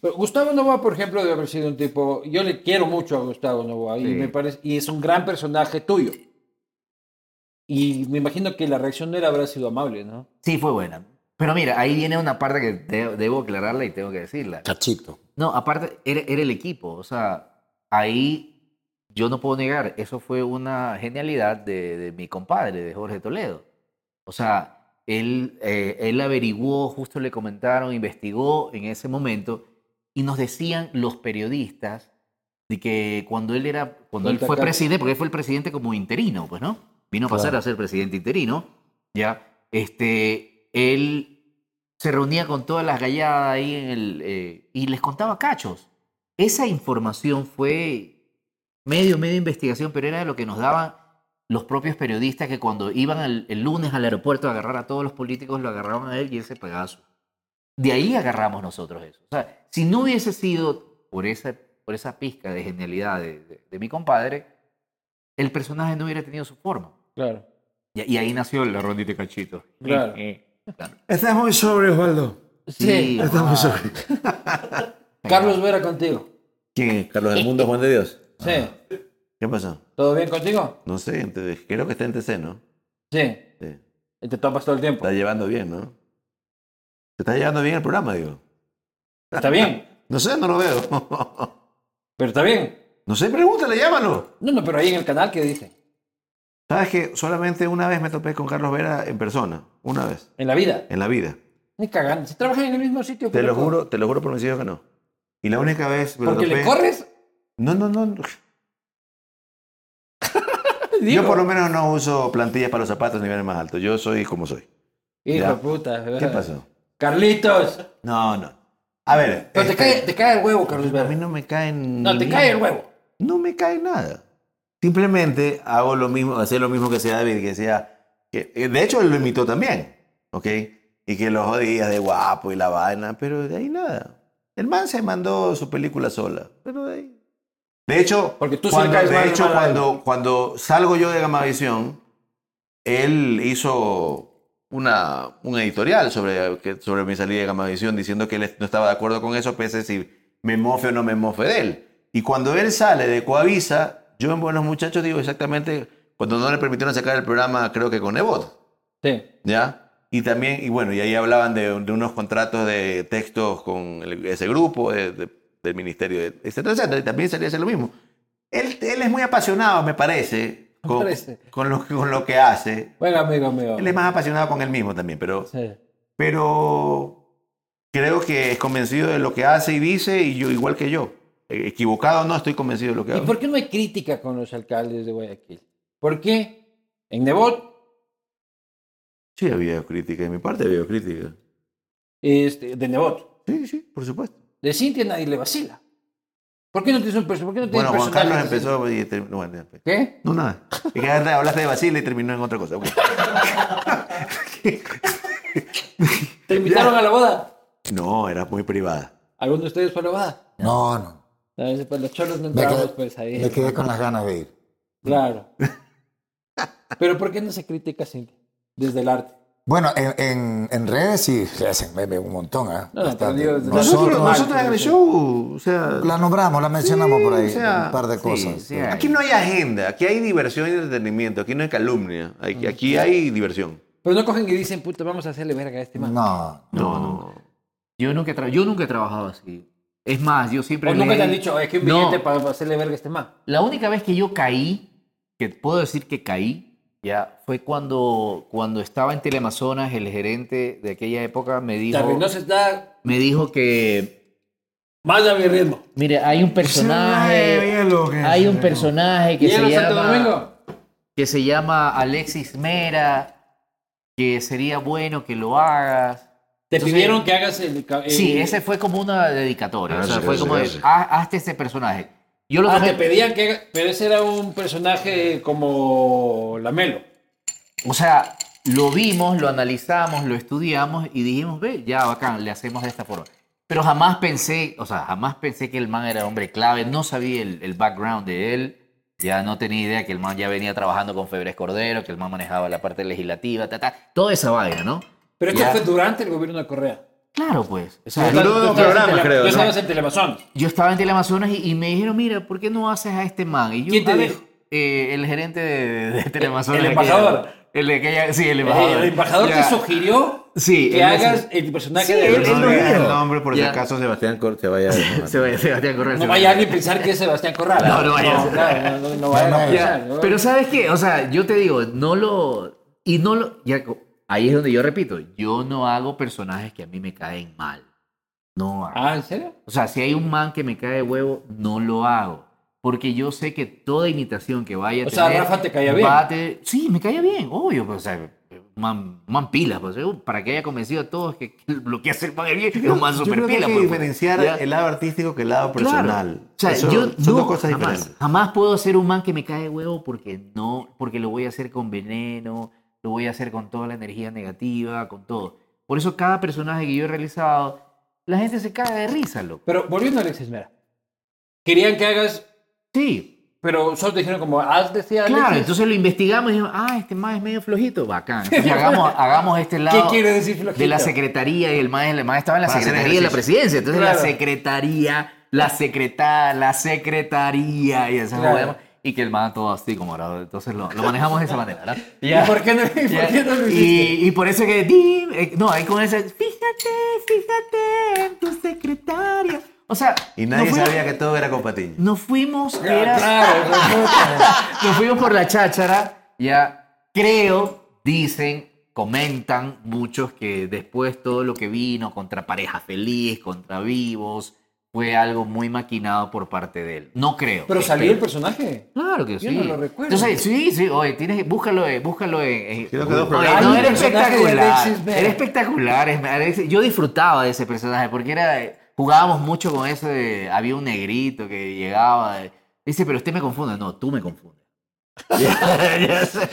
S1: Pero Gustavo Novoa, por ejemplo, debe haber sido un tipo. Yo le quiero mucho a Gustavo Novoa
S3: Sí.
S1: y me parece y es un gran personaje tuyo. Y me imagino que la reacción de él habrá sido amable, ¿no?
S3: Sí, fue buena. Pero mira, ahí viene una parte que de- debo aclararla y tengo que decirla.
S4: Cachito.
S3: No, aparte, era, era el equipo. O sea, ahí yo no puedo negar, eso fue una genialidad de, de mi compadre, de Jorge Toledo. O sea, él, eh, él averiguó, justo le comentaron, investigó en ese momento y nos decían los periodistas de que cuando él era, cuando él fue
S1: Intercambio.
S3: presidente, porque él fue el presidente como interino, pues, ¿no? Vino a pasar a ser presidente interino, ya, este, él se reunía con todas las galladas ahí en el, eh, y les contaba cachos. Esa información fue medio, medio investigación, pero era lo que nos daban los propios periodistas que cuando iban al- el lunes al aeropuerto a agarrar a todos los políticos, lo agarraban a él y él se pegaba su. De ahí agarramos nosotros eso. O sea, si no hubiese sido por esa, por esa pizca de genialidad de, de- de mi compadre, el personaje no hubiera tenido su forma.
S1: Claro.
S3: Y, y ahí nació la rondita de cachito.
S1: Claro.
S3: Claro.
S2: Estás muy sobre, Osvaldo.
S1: Sí.
S3: Sí. Ah.
S2: Estás muy sobre.
S1: Carlos Vera contigo.
S2: ¿Quién es? Carlos del Mundo, Juan de Dios.
S1: Sí.
S2: ¿Qué pasó?
S1: ¿Todo bien contigo?
S2: No sé, entonces, creo que está en TC, ¿no?
S1: Sí.
S2: Sí.
S1: Y Te topas todo el tiempo.
S2: Está llevando bien, ¿no? Se está llevando bien el programa, digo.
S1: Está bien.
S2: No sé, no lo veo.
S1: Pero está bien.
S2: No sé, pregúntale, llámalo.
S1: No, no, pero ahí en el canal, ¿qué dice?
S2: Sabes que solamente una vez me topé con Carlos Vera en persona, una vez,
S1: En la vida.
S2: en la vida.
S1: Ni cagando. Si trabajan en el mismo sitio.
S2: Te lo
S1: loco.
S2: juro, te lo juro por mis hijos que no. Y la única vez me lo
S1: Porque le
S2: topé-
S1: corres.
S2: No, no, no. no.
S1: digo,
S2: Yo por lo menos no uso plantillas para los zapatos ni niveles más altos. Yo soy como soy.
S1: Hijo de
S2: Ya.
S1: puta.
S2: ¿Qué pasó?
S1: Carlitos.
S2: No, no. A ver.
S1: Pero te,
S2: este,
S1: cae, te cae el huevo, Carlos
S2: A mí
S1: Verde.
S2: no me caen.
S1: No, te cae el huevo.
S2: No me cae nada. Simplemente hago lo mismo, hacer lo mismo que hacía David, que decía. Que, eh, de hecho, él lo imitó también. ¿Ok? Y que lo jodías de guapo y la vaina, pero de ahí nada. El man se mandó su película sola, pero de ahí. De hecho,
S1: Porque tú sí
S2: cuando,
S1: le caes
S2: de
S1: mal,
S2: hecho,
S1: mal a
S2: cuando, cuando salgo yo de Gamavisión, él hizo una, un editorial sobre, que- sobre mi salida de Gamavisión diciendo que él no estaba de acuerdo con eso, pese a si me mofe o no me mofe de él. Y cuando él sale de Coavisa, yo en Buenos Muchachos digo exactamente cuando no le permitieron sacar el programa, creo que con Nebot.
S1: Sí.
S2: ¿Ya? Y también, y bueno, y ahí hablaban de, de unos contratos de textos con el- ese grupo, de- de- del ministerio, de- etcétera, etcétera. Y también salía a hacer lo mismo. Él, él es muy apasionado, me parece,
S1: Me
S2: con,
S1: parece.
S2: Con, lo, con lo que hace.
S1: Bueno, amigo, amigo.
S2: Él es más apasionado con él mismo también, pero,
S1: Sí.
S2: pero creo que es convencido de lo que hace y dice, y yo igual que yo. Eh, Equivocado o no, estoy convencido de lo que
S1: ¿Y
S2: hago.
S1: por qué no hay crítica con los alcaldes de Guayaquil? ¿Por qué? En Nebot,
S2: Sí, había crítica, de mi parte había crítica.
S1: este, de Nebot,
S2: Sí, sí, por supuesto.
S1: de Cintia nadie le vacila. ¿Por qué no tienes un perso- ¿Por qué no tienes
S2: Bueno, Juan Carlos
S1: personajes así?
S2: empezó y terminó. bueno, ya, pues.
S1: ¿Qué?
S2: No, nada. Es que hablaste de Basile y terminó en otra cosa. Bueno.
S1: ¿Te invitaron a la boda?
S2: No, era muy privada.
S1: ¿Alguno de ustedes fue a la boda?
S4: No, no.
S1: A veces para los cholos no
S4: Me
S1: entramos,
S4: quedé,
S1: pues ahí.
S4: me quedé con las ganas de ir.
S1: Claro. Pero ¿por qué no se critica siempre? Desde el arte.
S4: Bueno, en, en, en redes sí se hacen meme un montón. ¿ah?
S1: No, no,
S4: Bastante.
S1: pero digo,
S4: nosotros,
S2: Nosotros, nosotros en el show, o sea,
S4: la nombramos, la mencionamos
S2: Sí,
S4: por ahí,
S2: o sea,
S4: un par de
S3: sí,
S4: cosas.
S3: sí.
S2: aquí no hay agenda, aquí hay diversión y entretenimiento, aquí no hay calumnia, aquí, aquí hay diversión.
S1: Pero no cogen y dicen, puta, vamos a hacerle verga a este man.
S4: No,
S2: No, no.
S3: Yo nunca, he tra- yo nunca he trabajado así. Es más, yo siempre.
S1: O nunca
S3: leí-
S1: te han dicho, es que un
S3: No.
S1: billete para para hacerle verga a este man.
S3: La única vez que yo caí, que puedo decir que caí, ya fue cuando, cuando estaba en Teleamazonas, el gerente de aquella época me
S1: Te
S3: dijo,
S1: arruinó, se está
S3: me dijo que,
S1: más a mi ritmo.
S3: mire, hay un personaje, hay un personaje que
S1: ¿Y
S3: se
S1: en Santo
S3: llama,
S1: Domingo?
S3: que se llama Alexis Mera, que sería bueno que lo hagas.
S1: Te
S3: Entonces-
S1: pidieron que hagas el... ca-
S3: Sí,
S1: el-
S3: ese fue como una dedicatoria, o sea,
S2: Gracias,
S3: fue como, de,
S2: gracias.
S3: "Haz- hazte este personaje. Yo lo
S1: Ah,
S3: tomé-
S1: te pedían que haga- Pero ese era un personaje como Lamelo.
S3: O sea, lo vimos, lo analizamos, lo estudiamos y dijimos, ve, ya bacán, le hacemos de esta forma. Pero jamás pensé, o sea, jamás pensé que el man era hombre clave, no sabía el, el background de él, ya no tenía idea que el man ya venía trabajando con Febres Cordero, que el man manejaba la parte legislativa, ta, ta, toda esa vaina, ¿no?
S1: Pero esto
S3: Ya.
S1: fue durante el gobierno de Correa.
S3: Claro, pues. O sea,
S1: Tú
S2: duró
S1: estabas-
S2: dos
S1: tú estabas en
S2: programas,
S1: Tele-
S2: creo,
S1: Tú
S2: ¿no?
S1: estabas en Telemazón.
S3: yo estaba en Teleamazonas y, y me dijeron, mira, ¿por qué no haces a este man? Y yo,
S1: ¿Quién te
S3: a ver,
S1: dijo?
S3: eh, el gerente de, de Teleamazonas.
S1: el
S3: de aquella-
S1: embajador. Eh,
S3: el de aquella, sí, el embajador.
S1: El embajador
S3: Ya.
S1: te sugirió
S3: Sí,
S1: que
S3: él
S1: hagas
S3: es-
S1: el personaje
S3: Sí,
S1: de
S3: él-
S2: No
S3: él lo
S2: digas
S3: dijo.
S2: el nombre por si
S3: Ya.
S2: acaso Sebastián Cor se vaya.
S3: Se va, se va a correr.
S1: No vaya alguien a pensar que es Sebastián Corral.
S3: No, no vaya a ser.
S1: claro, No, no, no vaya a
S4: No, no,
S1: pensar,
S3: Ya,
S1: ¿no?
S3: pero ¿sabes qué? O sea, yo te digo, no lo... Y no lo... ya, co- ahí es donde yo repito, yo no hago personajes que a mí me caen mal. No hago.
S1: Ah, ¿en serio?
S3: O sea, si hay un man que me cae de huevo, no lo hago. Porque yo sé que toda imitación que vaya a
S1: O sea,
S3: tener
S1: Rafa te caía bien.
S3: va a tener- Sí, me caía bien, obvio. pues, O sea, man, man pila. pues, eh, para que haya convencido a todos que que lo que hace el man es bien, es un man
S2: Yo creo
S3: super
S2: que
S3: pila.
S2: hay que
S3: pues,
S2: diferenciar
S3: ya.
S2: el lado artístico que el lado
S3: Claro.
S2: personal.
S3: O sea,
S2: Eso-
S3: yo
S2: son
S3: no,
S2: dos cosas
S3: jamás,
S2: diferentes.
S3: Jamás puedo ser un man que me cae de huevo porque no, porque lo voy a hacer con veneno, lo voy a hacer con toda la energía negativa, con todo. Por eso cada personaje que yo he realizado, la gente se caga de risa, loco.
S1: Pero volviendo a Alexis Mera. Querían que hagas,
S3: Sí,
S1: pero solo te dijeron como, haz decía Alexis.
S3: claro. Entonces lo investigamos y dijimos, ah, este man es medio flojito, bacán. Entonces hagamos, hagamos este lado.
S1: quiere decir flojito?
S3: De la secretaría y el man, el man estaba en la
S2: Para hacer
S3: secretaría de la
S2: ejercicio.
S3: presidencia. Entonces la
S1: Claro.
S3: secretaría, la secretaria, la secretaría y esas
S1: Claro.
S3: huevas. Y que el man todo así como ahora. Entonces lo, lo manejamos de esa manera, ¿no?
S1: ¿Y por qué no, y por
S3: Ya.
S1: qué no lo hiciste?
S3: y, y por eso que. di- eh, No, ahí con ese. Fíjate, fíjate en tu secretaria. O sea.
S2: Y nadie
S3: nos fuimos-
S2: sabía que todo era con Patiño.
S3: Nos fuimos. era-
S1: Claro, claro.
S3: nos fuimos por la cháchara, ya creo, dicen, comentan muchos que después todo lo que vino contra Pareja Feliz, contra Vivos, fue algo muy maquinado por parte de él. No creo.
S1: Pero salió el
S3: Espero.
S1: personaje.
S3: Claro que
S1: Yo
S3: sí.
S1: no lo recuerdo.
S3: Entonces, sí, sí, oye, tienes que- búscalo, eh, búscalo. eh, eh,
S2: Creo que dos
S3: oye,
S2: programas.
S3: no,
S1: Hay
S3: era
S1: un personaje de
S3: espectacular.
S1: Alexis Bell.
S3: Era espectacular. es- Alexis- Yo disfrutaba de ese personaje porque era, eh, jugábamos mucho con eso de, había un negrito que llegaba. eh, dice, pero usted me confunde. No, tú me confundes. Ya sé.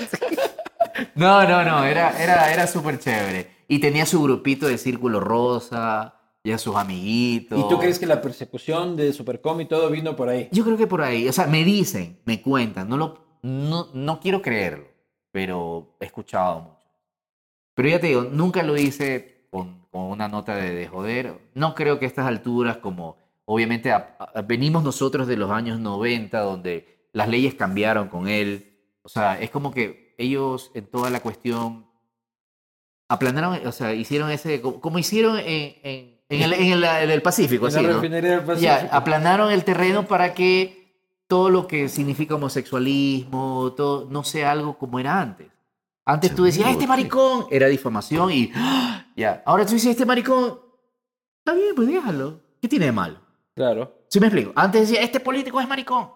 S3: no, no, no, era, era, era súper chévere. Y tenía su grupito de círculo rosa, y a sus amiguitos.
S1: ¿Y tú crees que la persecución de Supercom y todo vino por ahí?
S3: Yo creo que por ahí, o sea, me dicen, me cuentan, no lo, no, no quiero creerlo, pero he escuchado mucho. Pero ya te digo, nunca lo hice con, con una nota de, de joder. No creo que a estas alturas, como obviamente a- a- venimos nosotros de los años 90, donde las leyes cambiaron con él. O sea, es como que ellos en toda la cuestión aplanaron, o sea, hicieron ese, como, como hicieron en, en, en el, en el- en el Pacífico,
S1: En la
S3: así, ¿no?
S1: refinería del Pacífico.
S3: Ya, aplanaron el terreno para que todo lo que significa homosexualismo, todo, no sea algo como era antes. Antes tú decías, este maricón, era difamación y ¡ah! ya. Ahora tú dices, este maricón, está bien, pues déjalo. ¿Qué tiene de malo?
S1: Claro.
S3: ¿Sí me explico? Antes decía, este político es maricón.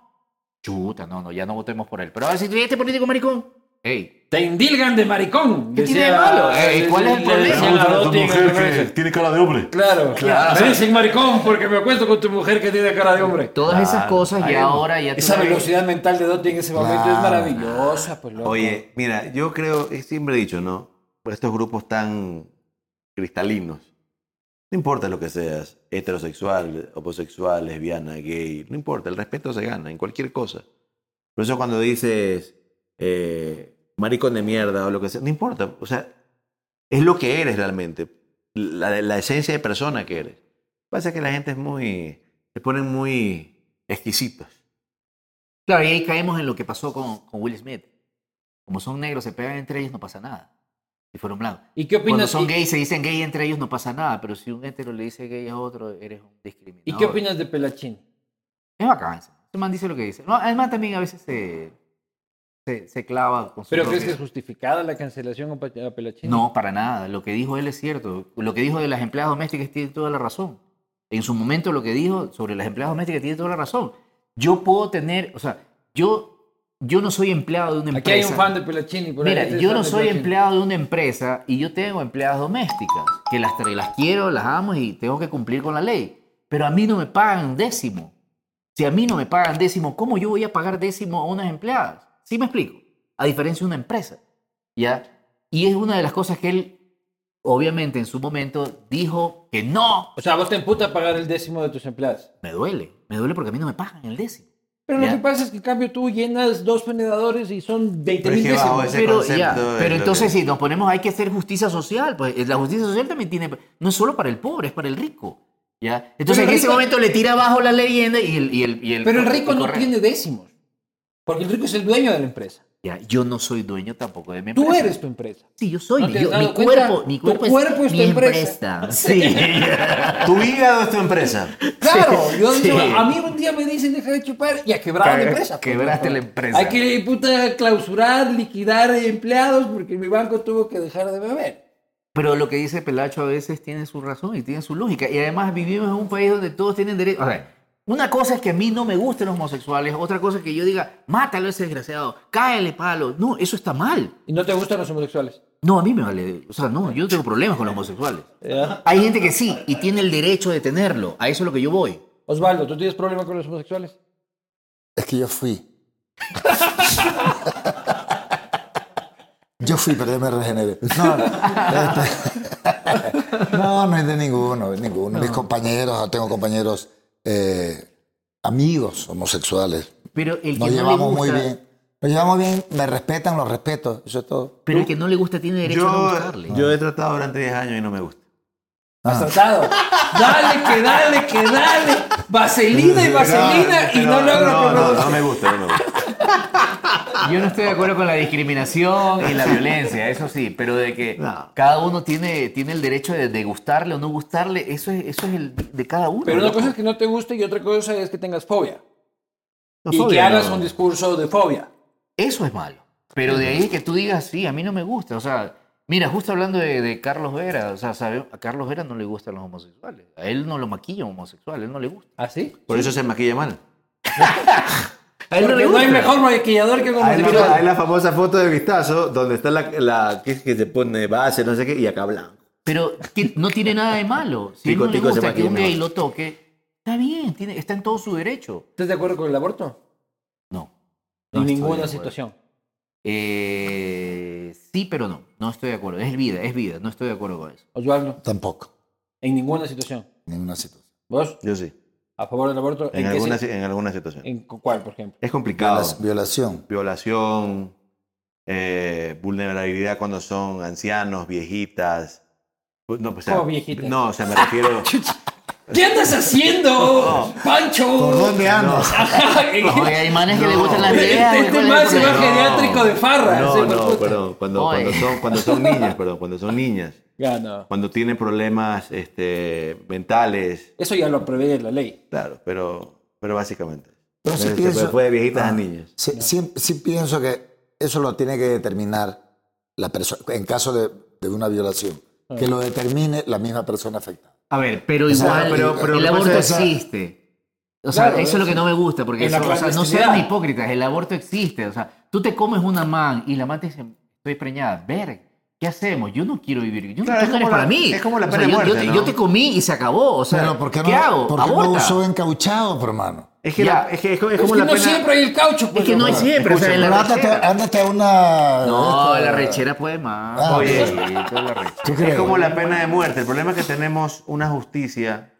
S3: Chuta, no, no, ya no votemos por él. Pero ahora si tú dices, este político es maricón, ey,
S1: Te indilgan de maricón.
S3: ¿Qué
S1: decía-
S3: tiene de malo? Eh, ¿cuál es el
S1: le
S3: problema?
S1: decían a Dotti en el primer set.
S5: tiene cara de hombre.
S1: Claro, claro. Me dicen maricón porque me acuesto con tu mujer que tiene cara de hombre.
S3: todas esas cosas y ahora ya tú
S1: Esa
S3: sabes-
S1: velocidad mental de Dotti en ese momento
S4: Claro.
S1: es maravillosa, pues loco.
S2: Oye, mira, yo creo, eh, siempre he dicho, ¿no? Por estos grupos tan cristalinos. No importa lo que seas, heterosexual, homosexual, lesbiana, gay, no importa, el respeto se gana en cualquier cosa. Por eso cuando dices eh, maricón de mierda o lo que sea, no importa, o sea, es lo que eres realmente, la, la esencia de persona que eres. Lo que pasa es que la gente es muy, se ponen muy exquisitos.
S3: Claro, y ahí caemos en lo que pasó con, con Will Smith. Como son negros, se pegan entre ellos, no pasa nada. Si fueron blancos.
S1: ¿Y qué
S3: Cuando
S1: opinas?
S3: son
S1: y-
S3: gays, se dicen gay entre ellos, no pasa nada. Pero si un hetero le dice gay a otro, eres un discriminador.
S1: ¿Y qué opinas de Pelachín?
S3: Es bacán. ese man dice lo que dice. No, además, también a veces se, se, se clava con su
S1: ¿Pero
S3: propio-
S1: crees que es justificada la cancelación a Pa- a Pelachín?
S3: No, para nada. Lo que dijo él es cierto. Lo que dijo de las empleadas domésticas tiene toda la razón. En su momento lo que dijo sobre las empleadas domésticas tiene toda la razón. Yo puedo tener, o sea, yo, yo no soy empleado de una
S1: Aquí
S3: empresa.
S1: hay un fan de Pelachini. Por ahí,
S3: Mira,
S1: este es
S3: yo
S1: fan
S3: no
S1: de
S3: soy
S1: Pelachini.
S3: empleado de una empresa y yo tengo empleadas domésticas, que las, tra- las quiero, las amo y tengo que cumplir con la ley. Pero a mí no me pagan un décimo. Si a mí no me pagan décimo, ¿cómo yo voy a pagar décimo a unas empleadas? ¿Sí me explico? A diferencia de una empresa. ¿Ya? Y es una de las cosas que él, obviamente, en su momento dijo que no.
S1: O sea, vos te emputa pagar el décimo de tus empleados.
S3: Me duele, me duele porque a mí no me pagan el décimo.
S1: Pero
S3: Ya.
S1: lo que pasa es que, en cambio, tú llenas dos vendedores y son 20
S2: Pero es
S1: mil
S2: que bajo
S1: décimos.
S2: ese
S3: pero
S2: concepto
S3: ya,
S2: es lo
S3: pero
S2: que-
S3: entonces si nos ponemos hay que hacer justicia social pues eh, la justicia social también tiene no es solo para el pobre es para el rico ya entonces
S1: Pero el
S3: en ese
S1: rico-
S3: momento le tira abajo la leyenda y el y el, y
S1: Pero el rico
S3: y
S1: no
S3: corre-
S1: tiene décimos. Porque el rico es el dueño de la empresa.
S3: Ya, yo no soy dueño tampoco de mi empresa
S1: Tú eres tu empresa.
S3: sí yo soy
S1: ¿No te
S3: yo-
S1: has
S3: mi
S1: dado cuenta?
S3: cuerpo mi
S1: Tu
S3: cuerpo,
S1: cuerpo es tu
S3: mi
S1: empresa.
S3: sí
S2: Tu hígado es tu empresa.
S1: Claro, yo
S3: sí.
S1: digo, a mí un día me dicen deja de chupar y a quebrar la
S3: Ca-
S1: empresa. pues,
S3: quebraste
S1: loco.
S3: la empresa.
S1: Hay que puta, clausurar, liquidar empleados porque mi banco tuvo que dejar de beber.
S3: Pero lo que dice Pelacho a veces tiene su razón y tiene su lógica. Y además vivimos en un país donde todos tienen derecho. O sea, una cosa es que a mí no me gusten los homosexuales, otra cosa es que yo diga, mátalo a ese desgraciado, cáele palo. No, eso está mal.
S1: Y no te gustan los homosexuales.
S3: No, a mí me vale. O sea, no, yo no tengo problemas con los homosexuales.
S1: ¿ya?
S3: Hay gente que sí y tiene el derecho de tenerlo. A eso es lo que yo voy.
S1: Osvaldo, ¿tú tienes problema con los homosexuales?
S4: Es que yo fui. Yo fui, pero ya me regeneré. No, este, no, no es de ninguno, de ninguno. Mis compañeros, tengo compañeros eh, amigos homosexuales.
S3: Pero el que
S4: Nos
S3: no
S4: llevamos
S3: le
S4: muy
S3: gusta,
S4: bien. Nos llevamos bien, me respetan, los respeto, eso es todo.
S3: Pero el que no le gusta tiene derecho a no gustarle.
S2: Yo, yo he tratado durante 10 años y no me gusta. Ah.
S1: Has tratado. Dale, que dale, que dale. Vaselina y vaselina y no logro
S2: no,
S1: que
S2: no, no me gusta, no me gusta.
S3: Yo no estoy de acuerdo con la discriminación y la violencia, eso sí, pero de que
S2: No.
S3: cada uno tiene, tiene el derecho de, de gustarle o no gustarle, eso es, eso es el de cada uno.
S1: Pero una
S3: loco.
S1: cosa es que no te guste y otra cosa es que tengas fobia.
S2: No,
S1: y que
S2: fobia,
S1: hagas
S2: no.
S1: un discurso de fobia.
S3: Eso es malo. Pero de ahí que tú digas, sí, a mí no me gusta. O sea, Mira, justo hablando de, de Carlos Vera, o sea, sabe- a Carlos Vera no le gustan los homosexuales. A él no lo maquilla homosexual, a él no le gusta.
S1: ¿Ah, sí?
S2: Por eso se maquilla mal.
S3: A él no le
S1: Porque no hay
S3: gusta.
S1: mejor maquillador que un
S2: Hay
S1: homosexual.
S2: la, hay la famosa foto de vistazo donde está la, la que, es que se pone base, no sé qué, y acá blanco.
S3: Pero que no tiene nada de malo. Si a él
S2: Tico,
S3: no le
S2: tico, se
S3: gusta que
S2: maquilla
S3: un gay
S2: mejor.
S3: lo toque, está bien, tiene, está en todo su derecho.
S1: ¿Estás de acuerdo con el aborto? En
S3: No. No estoy de
S1: ninguna
S3: acuerdo.
S1: situación.
S3: Eh, sí, pero no. No estoy de acuerdo. Es vida, es vida. No estoy de acuerdo con eso.
S1: Osvaldo,
S4: Tampoco.
S1: en ninguna situación.
S4: Ninguna situación.
S1: ¿Vos?
S2: Yo sí.
S1: ¿A favor del aborto?
S2: En,
S1: qué
S2: alguna,
S1: se-
S2: si- en alguna situación.
S1: ¿En cu- cuál, por ejemplo?
S2: Es complicado.
S4: Viola- Violación.
S2: Violación, eh, vulnerabilidad cuando son ancianos, viejitas. No, pues, o sea,
S1: ¿Cómo viejitas?
S2: No, o sea, me refiero.
S1: ¿Qué andas haciendo, Pancho?
S4: ¿Por dónde andas?
S3: Oye, hay manes que le gustan las
S1: Este-
S3: ideas.
S1: este
S3: ¿cuál es el
S1: man se
S3: problema?
S1: va geriátrico de farra, ese
S2: No,
S1: hijo de
S2: no,
S1: puta.
S2: perdón. Cuando,
S3: Oye.
S2: cuando, son, cuando son niñas, perdón, cuando son niñas.
S1: Ya no.
S2: Cuando tienen problemas este, mentales.
S1: Eso ya lo prevé la ley.
S2: Claro, pero, pero básicamente.
S4: Pero sí
S2: Este,
S4: pienso-
S2: fue de viejitas
S4: Ah.
S2: a niñas.
S4: Sí, sí- sí pienso que eso lo tiene que determinar la persona, en caso de, de una violación, que lo determine la misma persona afectada.
S3: A ver, pero
S4: sea,
S3: igual
S4: pero- pero
S3: el
S4: lo que
S3: aborto
S4: pasa es-
S3: existe. O sea,
S1: Claro,
S3: eso es lo que no me gusta, porque
S1: en la
S3: eso- o sea, no
S1: clandestinidad.
S3: sean hipócritas, el aborto existe. O sea, tú te comes una man y la man te dice, estoy preñada, ver, ¿qué hacemos? Yo no quiero vivir, yo
S2: Claro,
S3: no
S2: es
S3: tú no eres
S2: como la-
S3: para mí.
S2: es como la
S3: O sea,
S2: pena de
S3: yo- yo,
S2: muerte,
S3: te,
S2: ¿no?
S3: yo te comí y se acabó, o sea,
S4: Pero ¿por qué no,
S3: ¿qué hago?
S4: por qué no
S3: Aborta.
S4: usó encauchado, por hermano?
S2: Es que,
S3: Ya.
S2: la- es, que es como, es
S1: Es,
S2: como
S1: que
S2: la
S1: no
S2: pena-
S1: siempre hay el caucho.
S3: Es
S1: pues,
S3: que no hay
S1: hermano.
S3: siempre, o sea, en
S4: Pero
S3: la
S4: ándate,
S3: rechera.
S4: ándate a una...
S3: No,
S4: esta-
S3: la rechera puede más.
S4: Ah,
S2: Oye.
S3: Sí, toda la rechera.
S4: ¿Tú
S2: Es
S4: crees?
S2: como la pena de muerte. El problema es que tenemos una justicia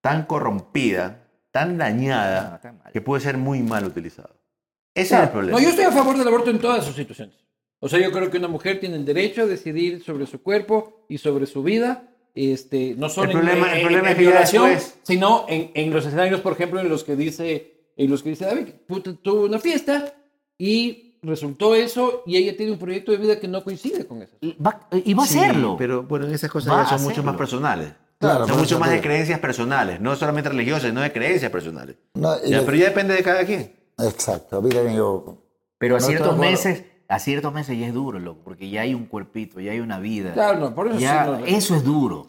S2: tan corrompida, tan
S3: No,
S2: dañada,
S3: está mal.
S2: que puede ser muy mal utilizada. Ese es el problema.
S1: No, yo estoy a favor del aborto en todas sus situaciones. O sea, yo creo que una mujer tiene el derecho a decidir sobre su cuerpo y sobre su vida, este, no solo
S2: El problema-
S1: en,
S2: el
S1: en-
S2: problema
S1: en
S2: es que ya
S1: violación,
S2: después-
S1: sino en, en los escenarios, por ejemplo, en los que dice, en los que dice David, puta, tuvo una fiesta y resultó eso y ella tiene un proyecto de vida que no coincide con eso.
S3: Y va, y va
S2: Sí,
S3: a hacerlo.
S2: Pero bueno, esas cosas
S3: Va
S2: ya
S3: a
S2: son mucho
S3: hacerlo.
S2: más personales.
S4: Claro,
S2: son
S4: por
S2: mucho
S4: eso
S2: más
S4: te
S2: de
S4: digo.
S2: creencias personales, no solamente religiosas, sino de creencias personales.
S4: No, y
S2: Ya,
S4: le-
S2: pero ya depende de cada quien.
S4: Exacto, mira, yo...
S3: Pero a
S4: No estoy
S3: ciertos
S4: de acuerdo.
S3: meses, a ciertos meses ya es duro, loco, porque ya hay un cuerpito, ya hay una vida.
S1: Claro, no, por eso
S3: Ya,
S1: sí, no-
S3: eso es duro.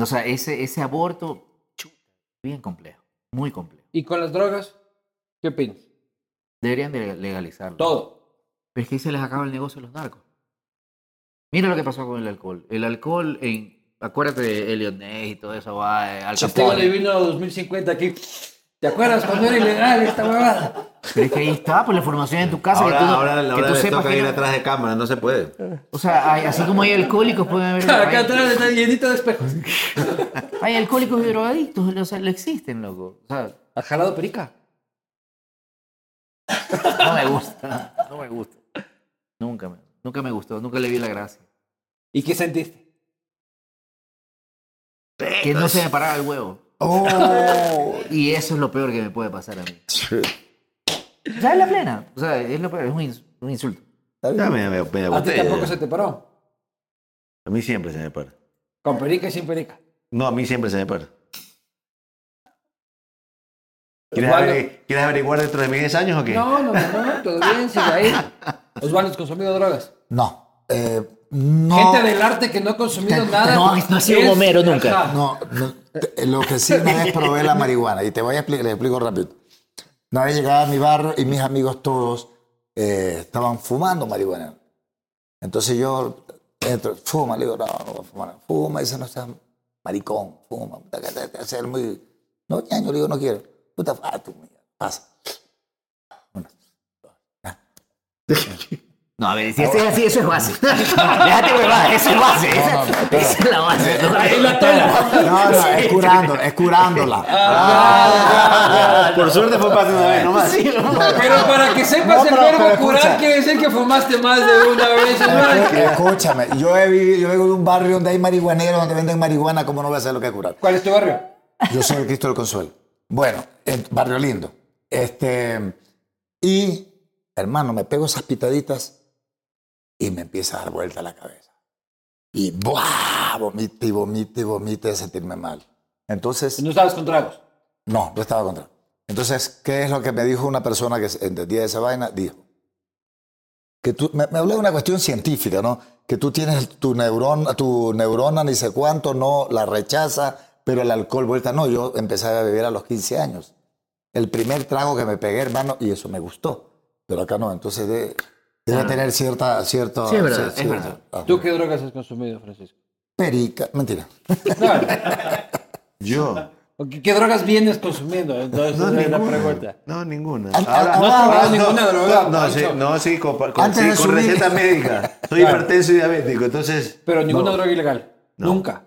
S3: O sea, ese, ese aborto, chuta, bien complejo, muy complejo.
S1: Y con las drogas, ¿qué opinas?
S3: Deberían de legalizarlo.
S1: Todo.
S3: Pero es que ahí se les acaba el negocio a los narcos. Mira lo que pasó con el alcohol. El alcohol, en, acuérdate de Elliot Ness y todo eso, va eh, al
S1: Castigo
S3: Capone.
S1: divino 2050 aquí. ¿Te acuerdas cuando era ilegal esta huevada?
S3: Pero es que ahí está, pues la formación en tu casa.
S2: ahora
S3: que tú, no-
S2: ahora,
S3: que
S2: ahora
S3: tú
S2: le
S3: sepas
S2: toca
S3: que
S2: ir
S3: no-
S2: atrás de cámara, no se puede.
S3: O sea, hay- así como hay alcohólicos, pueden haber.
S1: Acá atrás está llenito de espejos.
S3: Hay alcohólicos y drogadictos, o sea, lo existen, loco. O sea,
S1: ¿Has jalado perica?
S3: no me gusta, no me gusta. Nunca me, nunca me gustó, nunca le vi la gracia.
S1: ¿Y qué sentiste?
S3: Que no se me paraba el huevo.
S4: ¡Oh!
S3: Y eso es lo peor que me puede pasar a mí. Ya es la plena. O sea, es lo peor, es un, ins- un insulto.
S2: Ya me, me- me
S1: A ti
S2: boté,
S1: tampoco
S2: ya.
S1: se te paró.
S2: A mí siempre se me para.
S1: Con perica y sin perica.
S2: No, a mí siempre se me para. ¿Quieres,
S1: Osvaldo.
S2: averi- quieres averiguar dentro de mis 10 años o qué?
S1: No, no, no, no, todo bien, sigue ahí. Osvaldo es consumido drogas.
S4: No, eh, no...
S1: Gente del arte que no ha consumido nada.
S3: no, no ha sido
S1: es-
S3: gomero nunca.
S1: Ajá.
S4: No, no, te- lo que sí no es probé la marihuana. Y te voy a explicar, les explico rápido. Una vez llegaba a mi barrio y mis amigos todos eh, estaban fumando marihuana. Entonces yo entro, fuma, le digo, no, no voy a fumar. Fuma, dice, no seas maricón, fuma. Puta, que te, te hace muy... No, ñaño, le digo, no quiero. Puta, ah, tú, mira, pasa.
S3: No, a ver, si eso es así, eso es base. Déjate huevada, eso es base. Esa,
S4: No, no, pero-
S3: esa es la base. ¿no?
S1: En la tela.
S4: No, no, es curando, es
S1: Ah,
S4: curándola. Ah,
S2: Por suerte fue para una vez nomás.
S3: Sí, no.
S1: Pero para que sepas
S4: No, pero-
S1: el verbo
S4: pero
S1: curar
S4: escucha.
S1: quiere decir que fumaste más de una vez. hermano.
S4: Escu- eh, Escúchame, yo he vivido, yo vengo de un barrio donde hay marihuaneros, donde venden marihuana, ¿cómo no voy a saber lo que es curar?
S1: ¿Cuál es tu barrio?
S4: Yo soy el Cristo del Consuelo. Bueno, en Barrio Lindo. Este, y, hermano, me pego esas pitaditas y me empieza a dar vuelta la cabeza. Y ¡buah! vomito y vomito y vomito de sentirme mal. Entonces,
S1: No estabas con tragos.
S4: no, no estaba contra. Entonces, ¿qué es lo que me dijo una persona que entendía esa vaina? Dijo que tú, me, me habló de una cuestión científica, ¿no? que tú tienes tu neurona, tu neurona ni sé cuánto, no la rechaza, pero el alcohol vuelta no. Yo empecé a beber a los 15 años. El primer trago que me pegué, hermano, y eso me gustó. Pero acá no, entonces de- debe tener cierta, cierto.
S3: Ah. Sí, es verdad,
S4: sí,
S3: es
S4: sí,
S3: verdad.
S4: ah,
S1: ¿Tú qué drogas has consumido, Francisco?
S4: Perica, mentira.
S1: No,
S2: Yo.
S1: ¿o ¿qué, qué drogas vienes consumiendo? Entonces,
S2: No,
S1: esa es la
S2: ninguna.
S1: pregunta.
S2: No, ninguna.
S4: An-
S2: Ahora-
S4: an-
S1: No has
S4: abajo,
S1: probado ninguna droga,
S2: No, sí,
S1: Pancho?
S2: no, sí, con, con-
S4: Antes
S2: sí,
S4: de
S2: con
S4: subir.
S2: receta médica. Soy
S1: Claro.
S2: hipertenso y diabético, entonces.
S1: Pero ninguna droga ilegal.
S2: No.
S1: Nunca.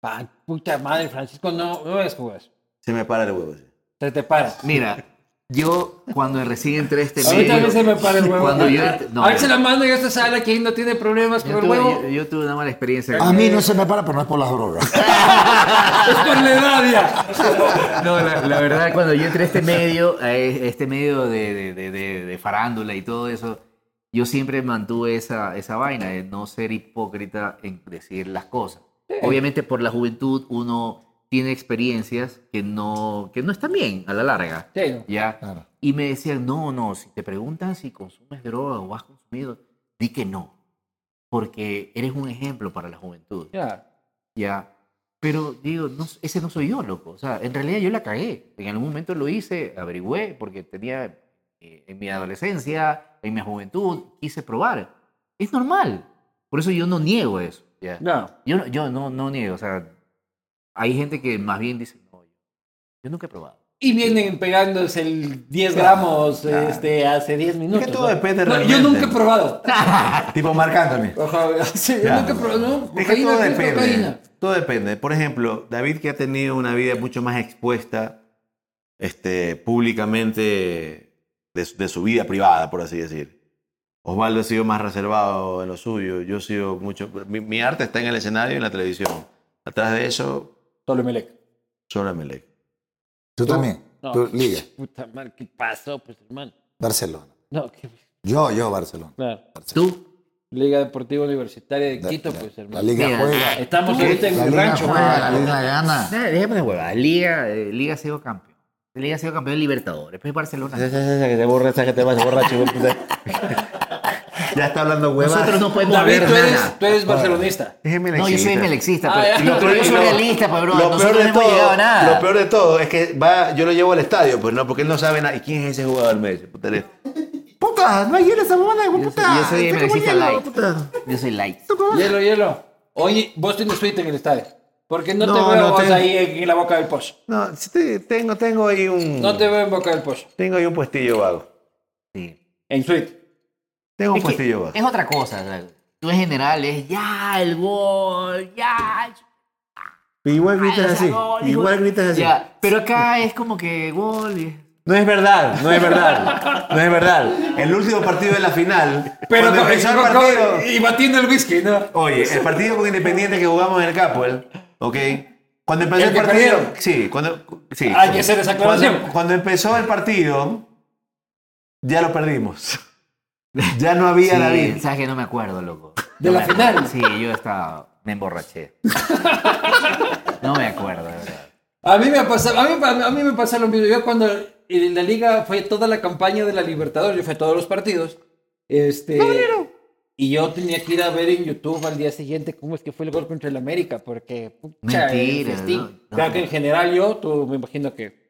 S1: Pa- puta madre, Francisco, no, no es jugar.
S2: Se me para el huevo. sí.
S1: Se te para.
S3: Mira, yo cuando recién entré a este
S1: A mí
S3: medio-
S1: también se me para el huevo.
S3: Cuando yo, no,
S1: a ver si la mano ya se sale aquí no tiene problemas con
S3: yo,
S1: el
S3: tuve,
S1: huevo.
S3: yo- yo tuve una mala experiencia.
S4: A mí no se me para, pero no es por las drogas.
S1: Ah, Es por la edad ya.
S3: No, la, la verdad, cuando yo entré a este medio, a e- este medio de, de- de- de- de farándula y todo eso, yo siempre mantuve esa, esa vaina de no ser hipócrita en decir las cosas. Obviamente por la juventud uno tiene experiencias que no, que no están bien a la larga.
S1: Sí, no.
S3: ¿ya?
S4: Claro.
S3: Y me decían, no, no, si te preguntan si consumes droga o has consumido, di que no, porque eres un ejemplo para la juventud.
S1: Ya.
S3: Ya. Pero digo, no, ese no soy yo, loco. O sea, en realidad yo la cagué. En algún momento lo hice, averigüé, porque tenía eh, en mi adolescencia, en mi juventud, quise probar. Es normal. Por eso yo no niego eso. Ya.
S1: No.
S3: Yo, no- yo no, no niego. O sea, hay gente que más bien dice, no, yo, yo nunca he probado.
S1: Y vienen pegándose el 10 gramos este, hace 10 minutos.
S2: todo depende
S1: No, Yo
S2: realmente.
S1: nunca he probado.
S2: Tipo Marc Anthony.
S1: Ojalá, sí, yo
S2: Ya.
S1: nunca he probado. No,
S2: Es que
S1: cocaína,
S2: todo
S1: ¿qué es
S2: depende.
S1: cocaína?
S2: Todo depende. Por ejemplo, David que ha tenido una vida mucho más expuesta este, públicamente de, su- de su vida privada, por así decir. Osvaldo ha sido más reservado en lo suyo. Yo he sido mucho... Mi, mi arte está en el escenario y en la televisión. Atrás de eso,
S1: Solo Melec.
S2: solo Emelec.
S4: ¿Tú también?
S1: No.
S4: ¿Tú, Liga?
S1: Puta madre, ¿qué pasó, pues, hermano?
S4: Barcelona.
S1: No, que,
S4: Yo, yo, Barcelona.
S1: claro.
S3: ¿Tú?
S1: Liga Deportiva Universitaria de
S4: La-
S1: Quito,
S4: la-
S1: pues,
S4: La
S1: hermano. eh,
S4: liga
S3: Mira,
S4: juega.
S1: Estamos ahorita en
S4: La
S1: el
S4: liga
S1: rancho,
S4: juega, la
S1: hermano.
S4: liga gana.
S3: Nah, déjame de huevada. Liga, eh, Liga ha sido campeón. Liga ha sido campeón de Libertadores. Después Barcelona.
S2: que te borra, esa que te vas pues, a borrar, Ya está hablando huevas.
S3: Nosotros no podemos
S1: David,
S3: ver
S1: tú
S3: nada.
S1: eres, tú eres barcelonista.
S2: Es
S3: No, yo soy
S2: emelexista.
S3: melexista,
S1: Ah,
S3: pero,
S1: ya.
S3: pero yo soy
S2: lo-
S3: realista, pues, bro.
S2: lo
S3: Nosotros
S2: peor
S3: no
S2: de
S3: hemos
S2: todo-
S3: llegado a nada.
S2: Lo peor de todo es que va, yo lo llevo al estadio, pues no, porque él no sabe nada. ¿Y quién es ese jugador? Me dice, puta, le- puta, no hielo esa mamada, hijo de
S3: Yo soy-
S2: puta.
S3: yo soy
S2: Este, ¿cómo
S3: emelexista
S2: hielo,
S3: light.
S2: puta?
S3: Yo soy light.
S1: Hielo, hielo. Oye, vos tienes suite en el estadio. ¿Por qué no, te
S2: No,
S1: veo
S2: no
S1: vos
S2: tengo.
S1: ahí en la boca del pozo?
S2: No, sí te- tengo, tengo ahí un.
S1: No te veo en boca del pozo.
S2: Tengo ahí un puestillo vago.
S3: Sí.
S1: En suite.
S2: Tengo un
S3: Es, que
S2: puestillo vago.
S3: es otra cosa. o sea, Tú en general es ya el gol, ya.
S2: Igual
S3: ya,
S2: gritas
S3: o sea,
S2: así.
S3: gol, hijo-
S2: Igual gritas así.
S3: Ya, Pero acá es como que gol. y-
S2: No es verdad, no es verdad. No es verdad. El último partido de la final.
S1: Pero
S2: cuando
S1: con-
S2: empezó el
S1: con- con-
S2: partido.
S1: y batiendo el whisky, ¿no?
S2: Oye, el partido con Independiente que jugamos en el Capuel, ¿ok? Cuando empezó
S1: ¿El
S2: el
S1: que
S2: partido.
S1: perdieron?
S2: Sí, cuando. Sí.
S1: Hay que hacer esa aclaración.
S2: Cuando, cuando empezó el partido, ya lo perdimos. Ya no había
S3: Sí,
S2: David.
S3: Sabes que no me acuerdo, loco.
S1: ¿De
S3: No
S1: la
S3: me acuerdo.
S1: final?
S3: Sí, yo estaba. Me emborraché. No me acuerdo, de verdad.
S1: A mí me pasa, a mí, a mí me pasa lo mismo. Yo cuando en la liga fue toda la campaña de la Libertadores, yo fui a todos los partidos. Este, y yo tenía que ir a ver en YouTube al día siguiente cómo es que fue el gol contra el América, porque pucha, el
S3: Mentira,
S1: festín.
S3: no, no.
S1: Claro que en general yo, tú me imagino que,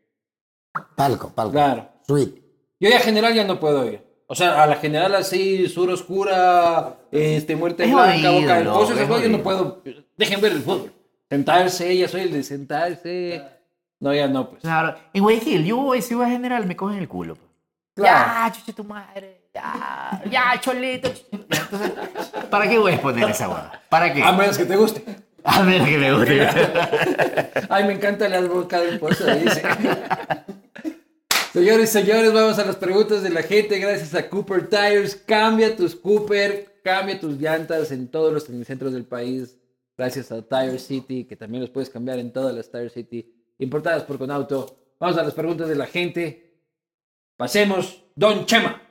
S4: Palco, palco.
S1: claro.
S4: Sweet.
S1: Yo ya general ya no puedo ir. O sea, a la general así, sur oscura, este, muerte
S3: Es
S1: blanca,
S3: jodido,
S1: boca del
S3: loco,
S1: pozo, esas
S3: es
S1: cosas, yo no
S3: jodido.
S1: puedo. Dejen ver el fútbol. Sentarse, ya soy el de sentarse. No, ya no, pues.
S3: Claro. En Guayaquil, yo voy, si voy a general, me cogen el culo. pues.
S1: Claro.
S3: Ya, chuche tu madre. Ya, ya, cholito. chuche. Entonces, ¿para qué voy a exponer esa hueá? ¿Para qué?
S1: A menos que te guste.
S3: A menos que me guste.
S1: Ay, me encanta la boca del pozo, dice. Señores, señores, vamos a las preguntas de la gente. Gracias a Cooper Tires. Cambia tus Cooper, cambia tus llantas en todos los centros del país. Gracias a Tire City, que también los puedes cambiar en todas las Tire City. Importadas por Conauto. Vamos a las preguntas de la gente. Pasemos. Don Chema.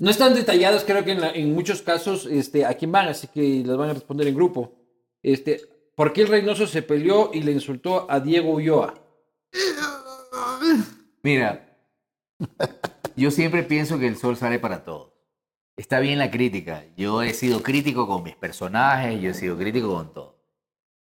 S1: No están detalladas, creo que en, la- en muchos casos, este, a quién van, así que las van a responder en grupo. Este, ¿Por qué el Reynoso se peleó y le insultó a Diego Ulloa?
S3: Mira, yo siempre pienso que el sol sale para todos. Está bien la crítica. Yo he sido crítico con mis personajes, yo he sido crítico con todo.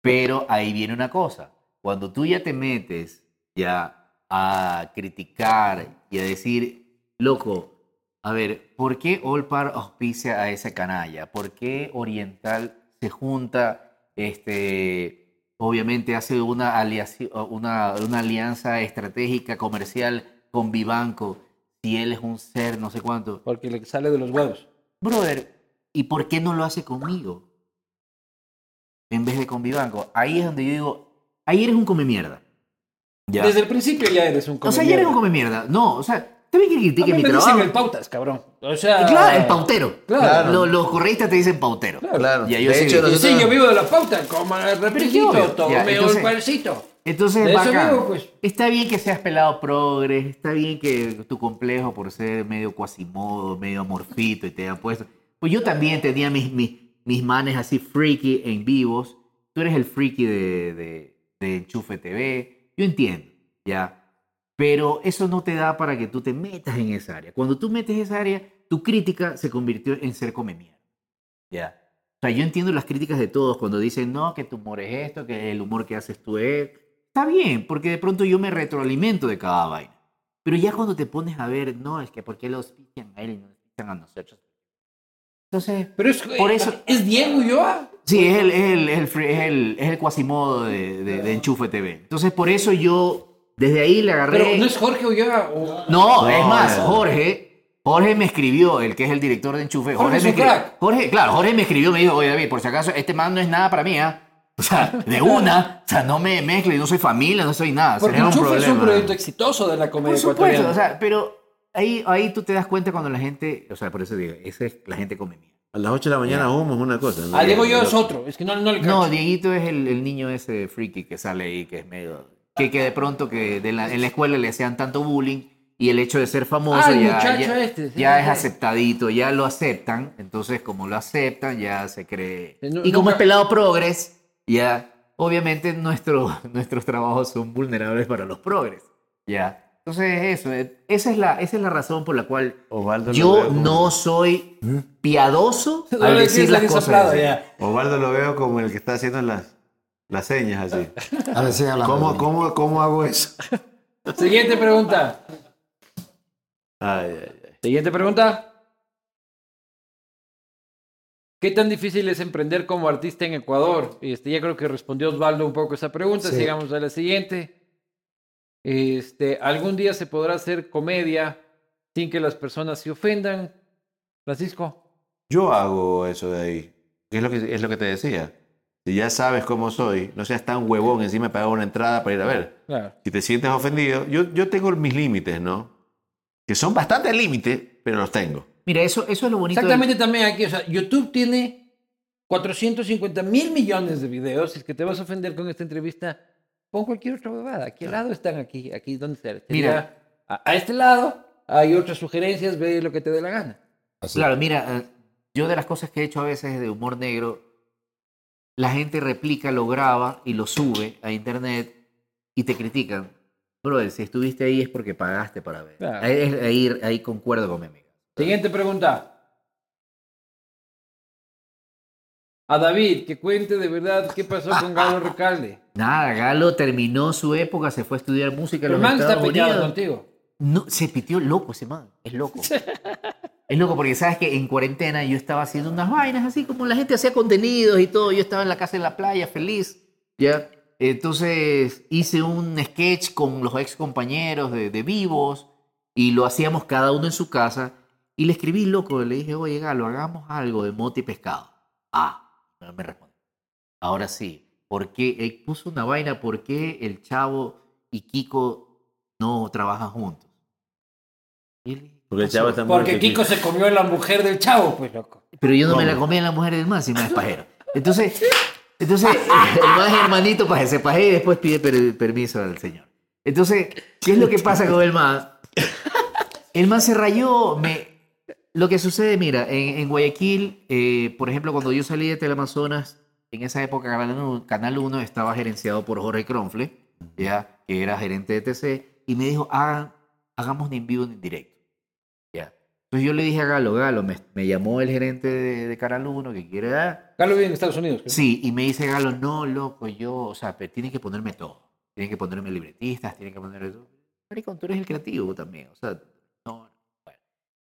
S3: Pero ahí viene una cosa. Cuando tú ya te metes ya a criticar y a decir, loco, a ver, ¿por qué Olpar auspicia a esa canalla? ¿Por qué Oriental se junta, este, obviamente hace una, aliaci- una, una alianza estratégica comercial con Vivanco? Si él es un ser, no sé cuánto.
S1: Porque le sale de los huevos.
S3: Brother, ¿y por qué no lo hace conmigo? En vez de con Vivanco. Ahí es donde yo digo, ahí eres un come mierda. Ya.
S1: Desde el principio ya eres un
S3: o sea, ya eres
S1: comediante.
S3: un come mierda. No, o sea, también que
S1: A mí
S3: critique mi
S1: me
S3: trabajo.
S1: dicen el pautas, cabrón. O sea...
S3: Claro, el pautero.
S1: Claro.
S3: Lo- los correístas te dicen pautero.
S2: Claro.
S3: Ya, yo
S2: de
S3: sí.
S2: hecho,
S3: Y sí,
S1: Y
S2: nosotros,
S1: sí, yo vivo de la pauta, como el
S3: obvio.
S1: repetito,
S3: Ya,
S1: tomé
S3: entonces-
S1: un parcito.
S3: Entonces,
S1: De eso
S3: bacán.
S1: vivo, pues.
S3: está bien que seas pelado progres, está bien que tu complejo por ser medio cuasimodo, medio morfito y te hayan puesto. Pues yo también tenía mis, mis, mis manes así freaky en vivos. Tú eres el freaky de, de, de Enchufe TV. Yo entiendo, ya. Pero eso no te da para que tú te metas en esa área. Cuando tú metes esa área, tu crítica se convirtió en ser come mierda. Ya. O sea, yo entiendo las críticas de todos cuando dicen, no, que tu humor es esto, que el humor que haces tú es... Está bien, porque de pronto yo me retroalimento de cada vaina. Pero ya cuando te pones a ver, no, es que ¿por qué los pican a él y no los pican a nosotros? Entonces,
S1: Pero es, eh,
S3: Por eso-
S1: es Diego Ulloa.
S3: sí, es el, es el, es el, fre- es el, es el cuasimodo de, de- de Enchufe TV. Entonces, por eso yo, desde ahí le agarré...
S1: Pero no es Jorge Ulloa. o-
S3: No,
S2: No,
S3: es más,
S2: no.
S3: Jorge, Jorge me escribió, el que es el director de Enchufe.
S1: Jorge es
S3: me
S1: un
S3: escri-
S1: crack.
S3: Jorge, claro, Jorge me escribió, me dijo, oye David, por si acaso, este man no es nada para mí, ¿ah? O sea, de una, o sea, no me mezcle, no soy familia, no soy nada.
S1: Porque
S3: Ah, sería un
S1: Enchufe es un
S3: problema.
S1: proyecto exitoso de la comedia
S3: Por supuesto,
S1: ecuatoriana.
S3: o sea, pero ahí, ahí tú te das cuenta cuando la gente, o sea, por eso digo, esa es la gente come mierda.
S2: a las 8 de la mañana humo es una cosa. ¿no?
S1: a Ah, Diego Ulloa es otro. Es que no, no le cacho.
S3: No, Dieguito es el, el niño ese friki que sale ahí, que es medio... Que, que de pronto que de la- en la escuela le hacían tanto bullying y el hecho de ser famoso
S1: Ah, el
S3: ya,
S1: muchacho
S3: ya-
S1: este, sí,
S3: ya
S1: sí,
S3: es
S1: sí.
S3: aceptadito, ya lo aceptan. Entonces, como lo aceptan, ya se cree...
S1: Eh, no-
S3: y como
S1: nunca-
S3: es pelado progres, ya... Obviamente nuestro, nuestros trabajos son vulnerables para los progres, ya. Entonces, eso, eh, esa es la, esa es la razón por la cual
S2: Osvaldo lo veo
S3: yo
S2: como- ¿Mm?
S3: no soy piadoso
S1: No
S3: al
S1: le
S3: decir
S1: tienes
S3: las
S1: la
S3: cosas. eh.
S1: soplada,
S3: así.
S1: ya.
S2: Osvaldo lo veo como el que está haciendo las, las señas así.
S4: A ver, sigue hablando.
S2: ¿Cómo, cómo, cómo hago eso?
S1: Siguiente pregunta.
S2: Ay, ay, ay.
S1: Siguiente pregunta. ¿Qué tan difícil es emprender como artista en Ecuador? Este, ya creo que respondió Osvaldo un poco esa pregunta.
S4: Sí.
S1: Sigamos a la siguiente. Este, ¿Algún día se podrá hacer comedia sin que las personas se ofendan? Francisco.
S2: Yo hago eso de ahí. Es lo que, es lo que te decía. Si ya sabes cómo soy, no seas tan huevón encima de pagar una entrada para ir a ver.
S1: Claro.
S2: Si te sientes ofendido, yo, yo tengo mis límites, ¿no? Que son bastante límites, pero los tengo.
S3: Mira, eso, eso es lo bonito. del-
S1: Exactamente también aquí, o sea, YouTube tiene 450 mil millones de videos. Si es que te vas a ofender con esta entrevista, pon cualquier otra bobada. Aquí al lado están, aquí, aquí donde está. Sería
S3: Mira.
S1: a, a este lado hay otras sugerencias, ve lo que te dé la gana.
S4: Así.
S3: Claro, mira, eh, yo de las cosas que he hecho a veces de humor negro, la gente replica, lo graba y lo sube a internet y te critican. Brother, si estuviste ahí es porque pagaste para ver.
S1: Claro.
S3: Ahí, es- ahí, ahí concuerdo con mi amiga.
S1: Siguiente pregunta. A David, que cuente de verdad qué pasó con Galo Recalde.
S3: Nada, Galo terminó su época, se fue a estudiar música
S1: El
S3: en los
S1: man está
S3: Estados
S1: peleado
S3: Unidos.
S1: contigo.
S3: No, se pitió loco ese man, es loco. Es loco porque sabes que en cuarentena yo estaba haciendo unas vainas así como la gente hacía contenidos y todo. Yo estaba en la casa en la playa feliz, ¿ya? Entonces hice un sketch con los ex compañeros de, de Vivos y lo hacíamos cada uno en su casa. Y le escribí loco, le dije, oye, Galo, hagamos algo de mote y pescado. Ah, no me respondió. Ahora sí, ¿por qué? Él puso una vaina, ¿por qué el chavo y Kiko no trabajan juntos? Y le dije,
S2: Porque el
S3: "¿Qué
S2: chavo
S3: pasó?".
S2: está muerto
S1: Porque
S2: aquí.
S1: Kiko se comió a la mujer del chavo, pues loco.
S3: Pero yo no me la
S2: Vamos.
S3: comí en la mujer del man, si me es pajero. Entonces, entonces el más hermanito paje, se pajea y después pide per- permiso al señor. Entonces, ¿qué es lo que pasa con el man? El man se rayó. Me... Lo que sucede, mira, en, en Guayaquil, eh, por ejemplo, cuando yo salí de Teleamazonas, en esa época Canal 1, Canal 1 estaba gerenciado por Jorge Cronfle, ya, que era gerente de TC, y me dijo, "Hagan- hagamos ni en vivo ni en directo. Ya. Entonces yo le dije a Galo, Galo, me, me llamó el gerente de, de Canal 1 que quiere dar.
S1: Galo vive en Estados Unidos. creo.
S3: Sí, y me dice Galo, no, loco, yo, o sea, pero tienen que ponerme todo. Tienen que ponerme libretistas, tienen que ponerme todo. Maricón, tú eres el creativo también, o sea, no, bueno.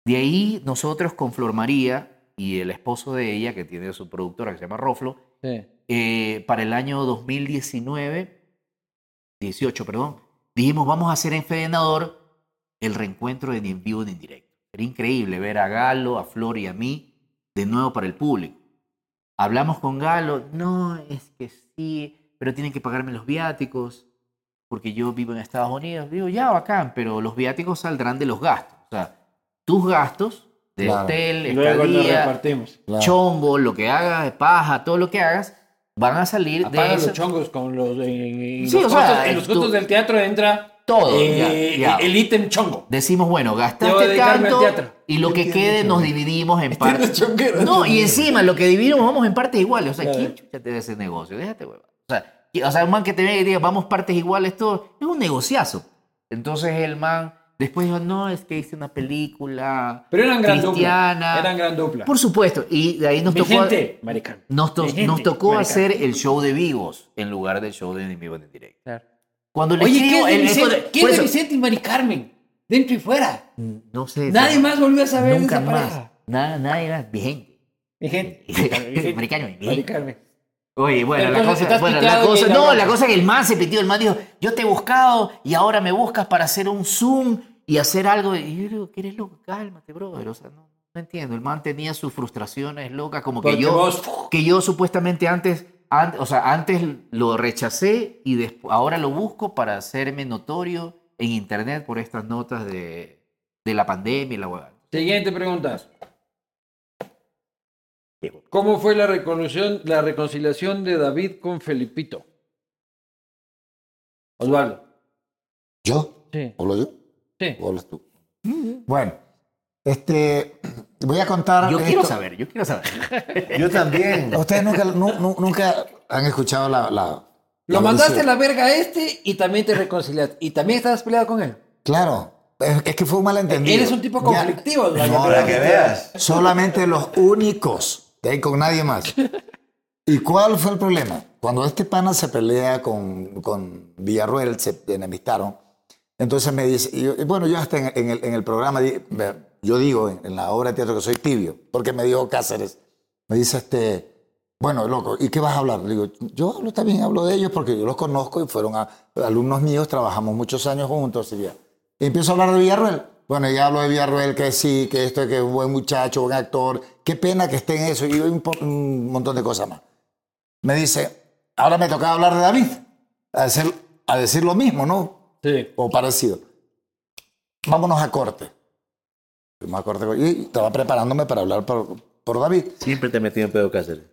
S3: De ahí nosotros con Flor María y el esposo de ella, que tiene su productora que se llama Roflo,
S1: Sí.
S3: eh, para el año 2019, 18, perdón, dijimos, vamos a hacer en Fede Nador el reencuentro de en vivo, ni en directo. Era increíble ver a Galo, a Flor y a mí de nuevo para el público. Hablamos con Galo, no, es que sí, pero tienen que pagarme los viáticos, porque yo vivo en Estados Unidos. Digo, ya, bacán, pero los viáticos saldrán de los gastos. O sea, tus gastos de
S4: Claro.
S1: Y
S3: hotel,
S1: luego nos
S3: estadía,
S1: repartimos.
S4: Claro.
S3: chombo, lo que hagas, paja, todo lo que hagas, van a salir de
S1: Apagan
S3: eso.
S1: los chongos con los. En, en
S3: Sí,
S1: los
S3: o sea,
S1: costos, en los
S3: tú-
S1: costos del teatro entra.
S3: Todo,
S1: eh,
S3: ya, ya.
S1: El ítem chongo.
S3: Decimos, bueno,
S1: Debo
S3: gastaste
S1: dedicarme al
S3: tanto
S1: teatro.
S3: y lo que quede nos dividimos en
S1: Este
S3: partes.
S4: chonguero,
S3: No, y encima lo que dividimos vamos en partes iguales. O sea,
S1: Claro.
S3: ¿quién chucha te da ese negocio? Déjate, huevón. O sea, qui- o sea, un man que te ve y diga, vamos partes iguales, todo. Es un negociazo. Entonces el man después dijo, no, es que hice una película
S1: Pero eran gran
S3: cristiana.
S1: dupla. Eran gran dupla.
S3: Por supuesto. Y de ahí nos
S1: Mi
S3: tocó.
S1: gente, maricón.
S3: Nos, to-
S1: Mi gente,
S3: nos tocó
S1: maricón.
S3: hacer el show de vivos en lugar del show de en vivo en directo.
S1: Claro.
S3: Cuando le
S1: Oye, ¿qué es
S3: escribo,
S1: de
S3: el- el-
S1: Vicente? ¿Quién
S3: por
S1: es de
S3: eso-
S1: Vicente y Mari Carmen? Dentro y fuera.
S3: No sé.
S1: Nadie
S3: sí.
S1: más volvió a saber de
S3: Nunca
S1: esa
S3: más.
S1: pareja.
S3: Nada, nadie más. Vigente.
S1: Mi gente.
S3: Mari Carmen,
S1: Mari
S3: vigente.
S1: Carmen.
S3: Oye, bueno, la
S1: Entonces,
S3: cosa,
S1: estás
S3: bueno, la
S1: piteado y
S3: cosa,
S1: la
S3: no,
S1: broma.
S3: la cosa que el man se pitió, el man dijo, yo te he buscado y ahora me buscas para hacer un Zoom y hacer algo. Y yo digo, ¿qué eres loco? Cálmate, brother. O sea, no, no entiendo. El man tenía sus frustraciones locas, como que
S1: Porque
S3: yo,
S1: vos-
S3: que yo supuestamente antes, an- o sea, antes lo rechacé y despu- ahora lo busco para hacerme notorio en internet por estas notas de, de la pandemia y la huevada.
S1: Siguiente pregunta. ¿Cómo fue la, reconciliación- la reconciliación de David con Felipito? Osvaldo.
S4: ¿Yo?
S1: Sí.
S4: ¿Hablo yo?
S1: Sí.
S4: ¿O hablas tú? Bueno, este, voy a
S2: Ah,
S4: contar.
S3: Yo quiero
S4: esto.
S3: saber, yo quiero saber.
S2: Yo también.
S4: Ustedes nunca, nu- nu- nunca han escuchado la. la-
S1: Lo
S4: la
S1: mandaste a
S4: versión.
S1: la verga a este y también te reconciliaste. Y también estabas peleado con él.
S4: Claro, es, es que fue un malentendido.
S1: Eres un tipo
S4: Ya-
S1: conflictivo, Osvaldo.
S4: No,
S2: Para que veas.
S4: Solamente los únicos, de ahí con nadie más. ¿Y cuál fue el problema? Cuando este pana se pelea con, con Villarruel, se enemistaron, entonces me dice, y yo- y bueno, yo hasta en, en el, en el programa, di- me- yo digo en, en la obra de teatro que soy tibio, porque me dijo Cáceres, me dice este, bueno, loco, ¿y qué vas a hablar? Le digo, yo hablo también, hablo de ellos porque yo los conozco y fueron a- alumnos míos, trabajamos muchos años juntos. Y, ya. Y empiezo a hablar de Villarruel. Bueno, ya hablo de Villarruel, que sí, que esto, que es un buen muchacho, buen actor. Qué pena que esté en eso y un, po- un montón de cosas más. Me dice, ahora me toca hablar de David, a decir, a decir lo mismo, ¿no?
S1: Sí.
S4: o parecido. Vámonos a corte. Fuimos a corte con- y estaba preparándome para hablar por, por David.
S2: Siempre te he metido en pedo Cáceres.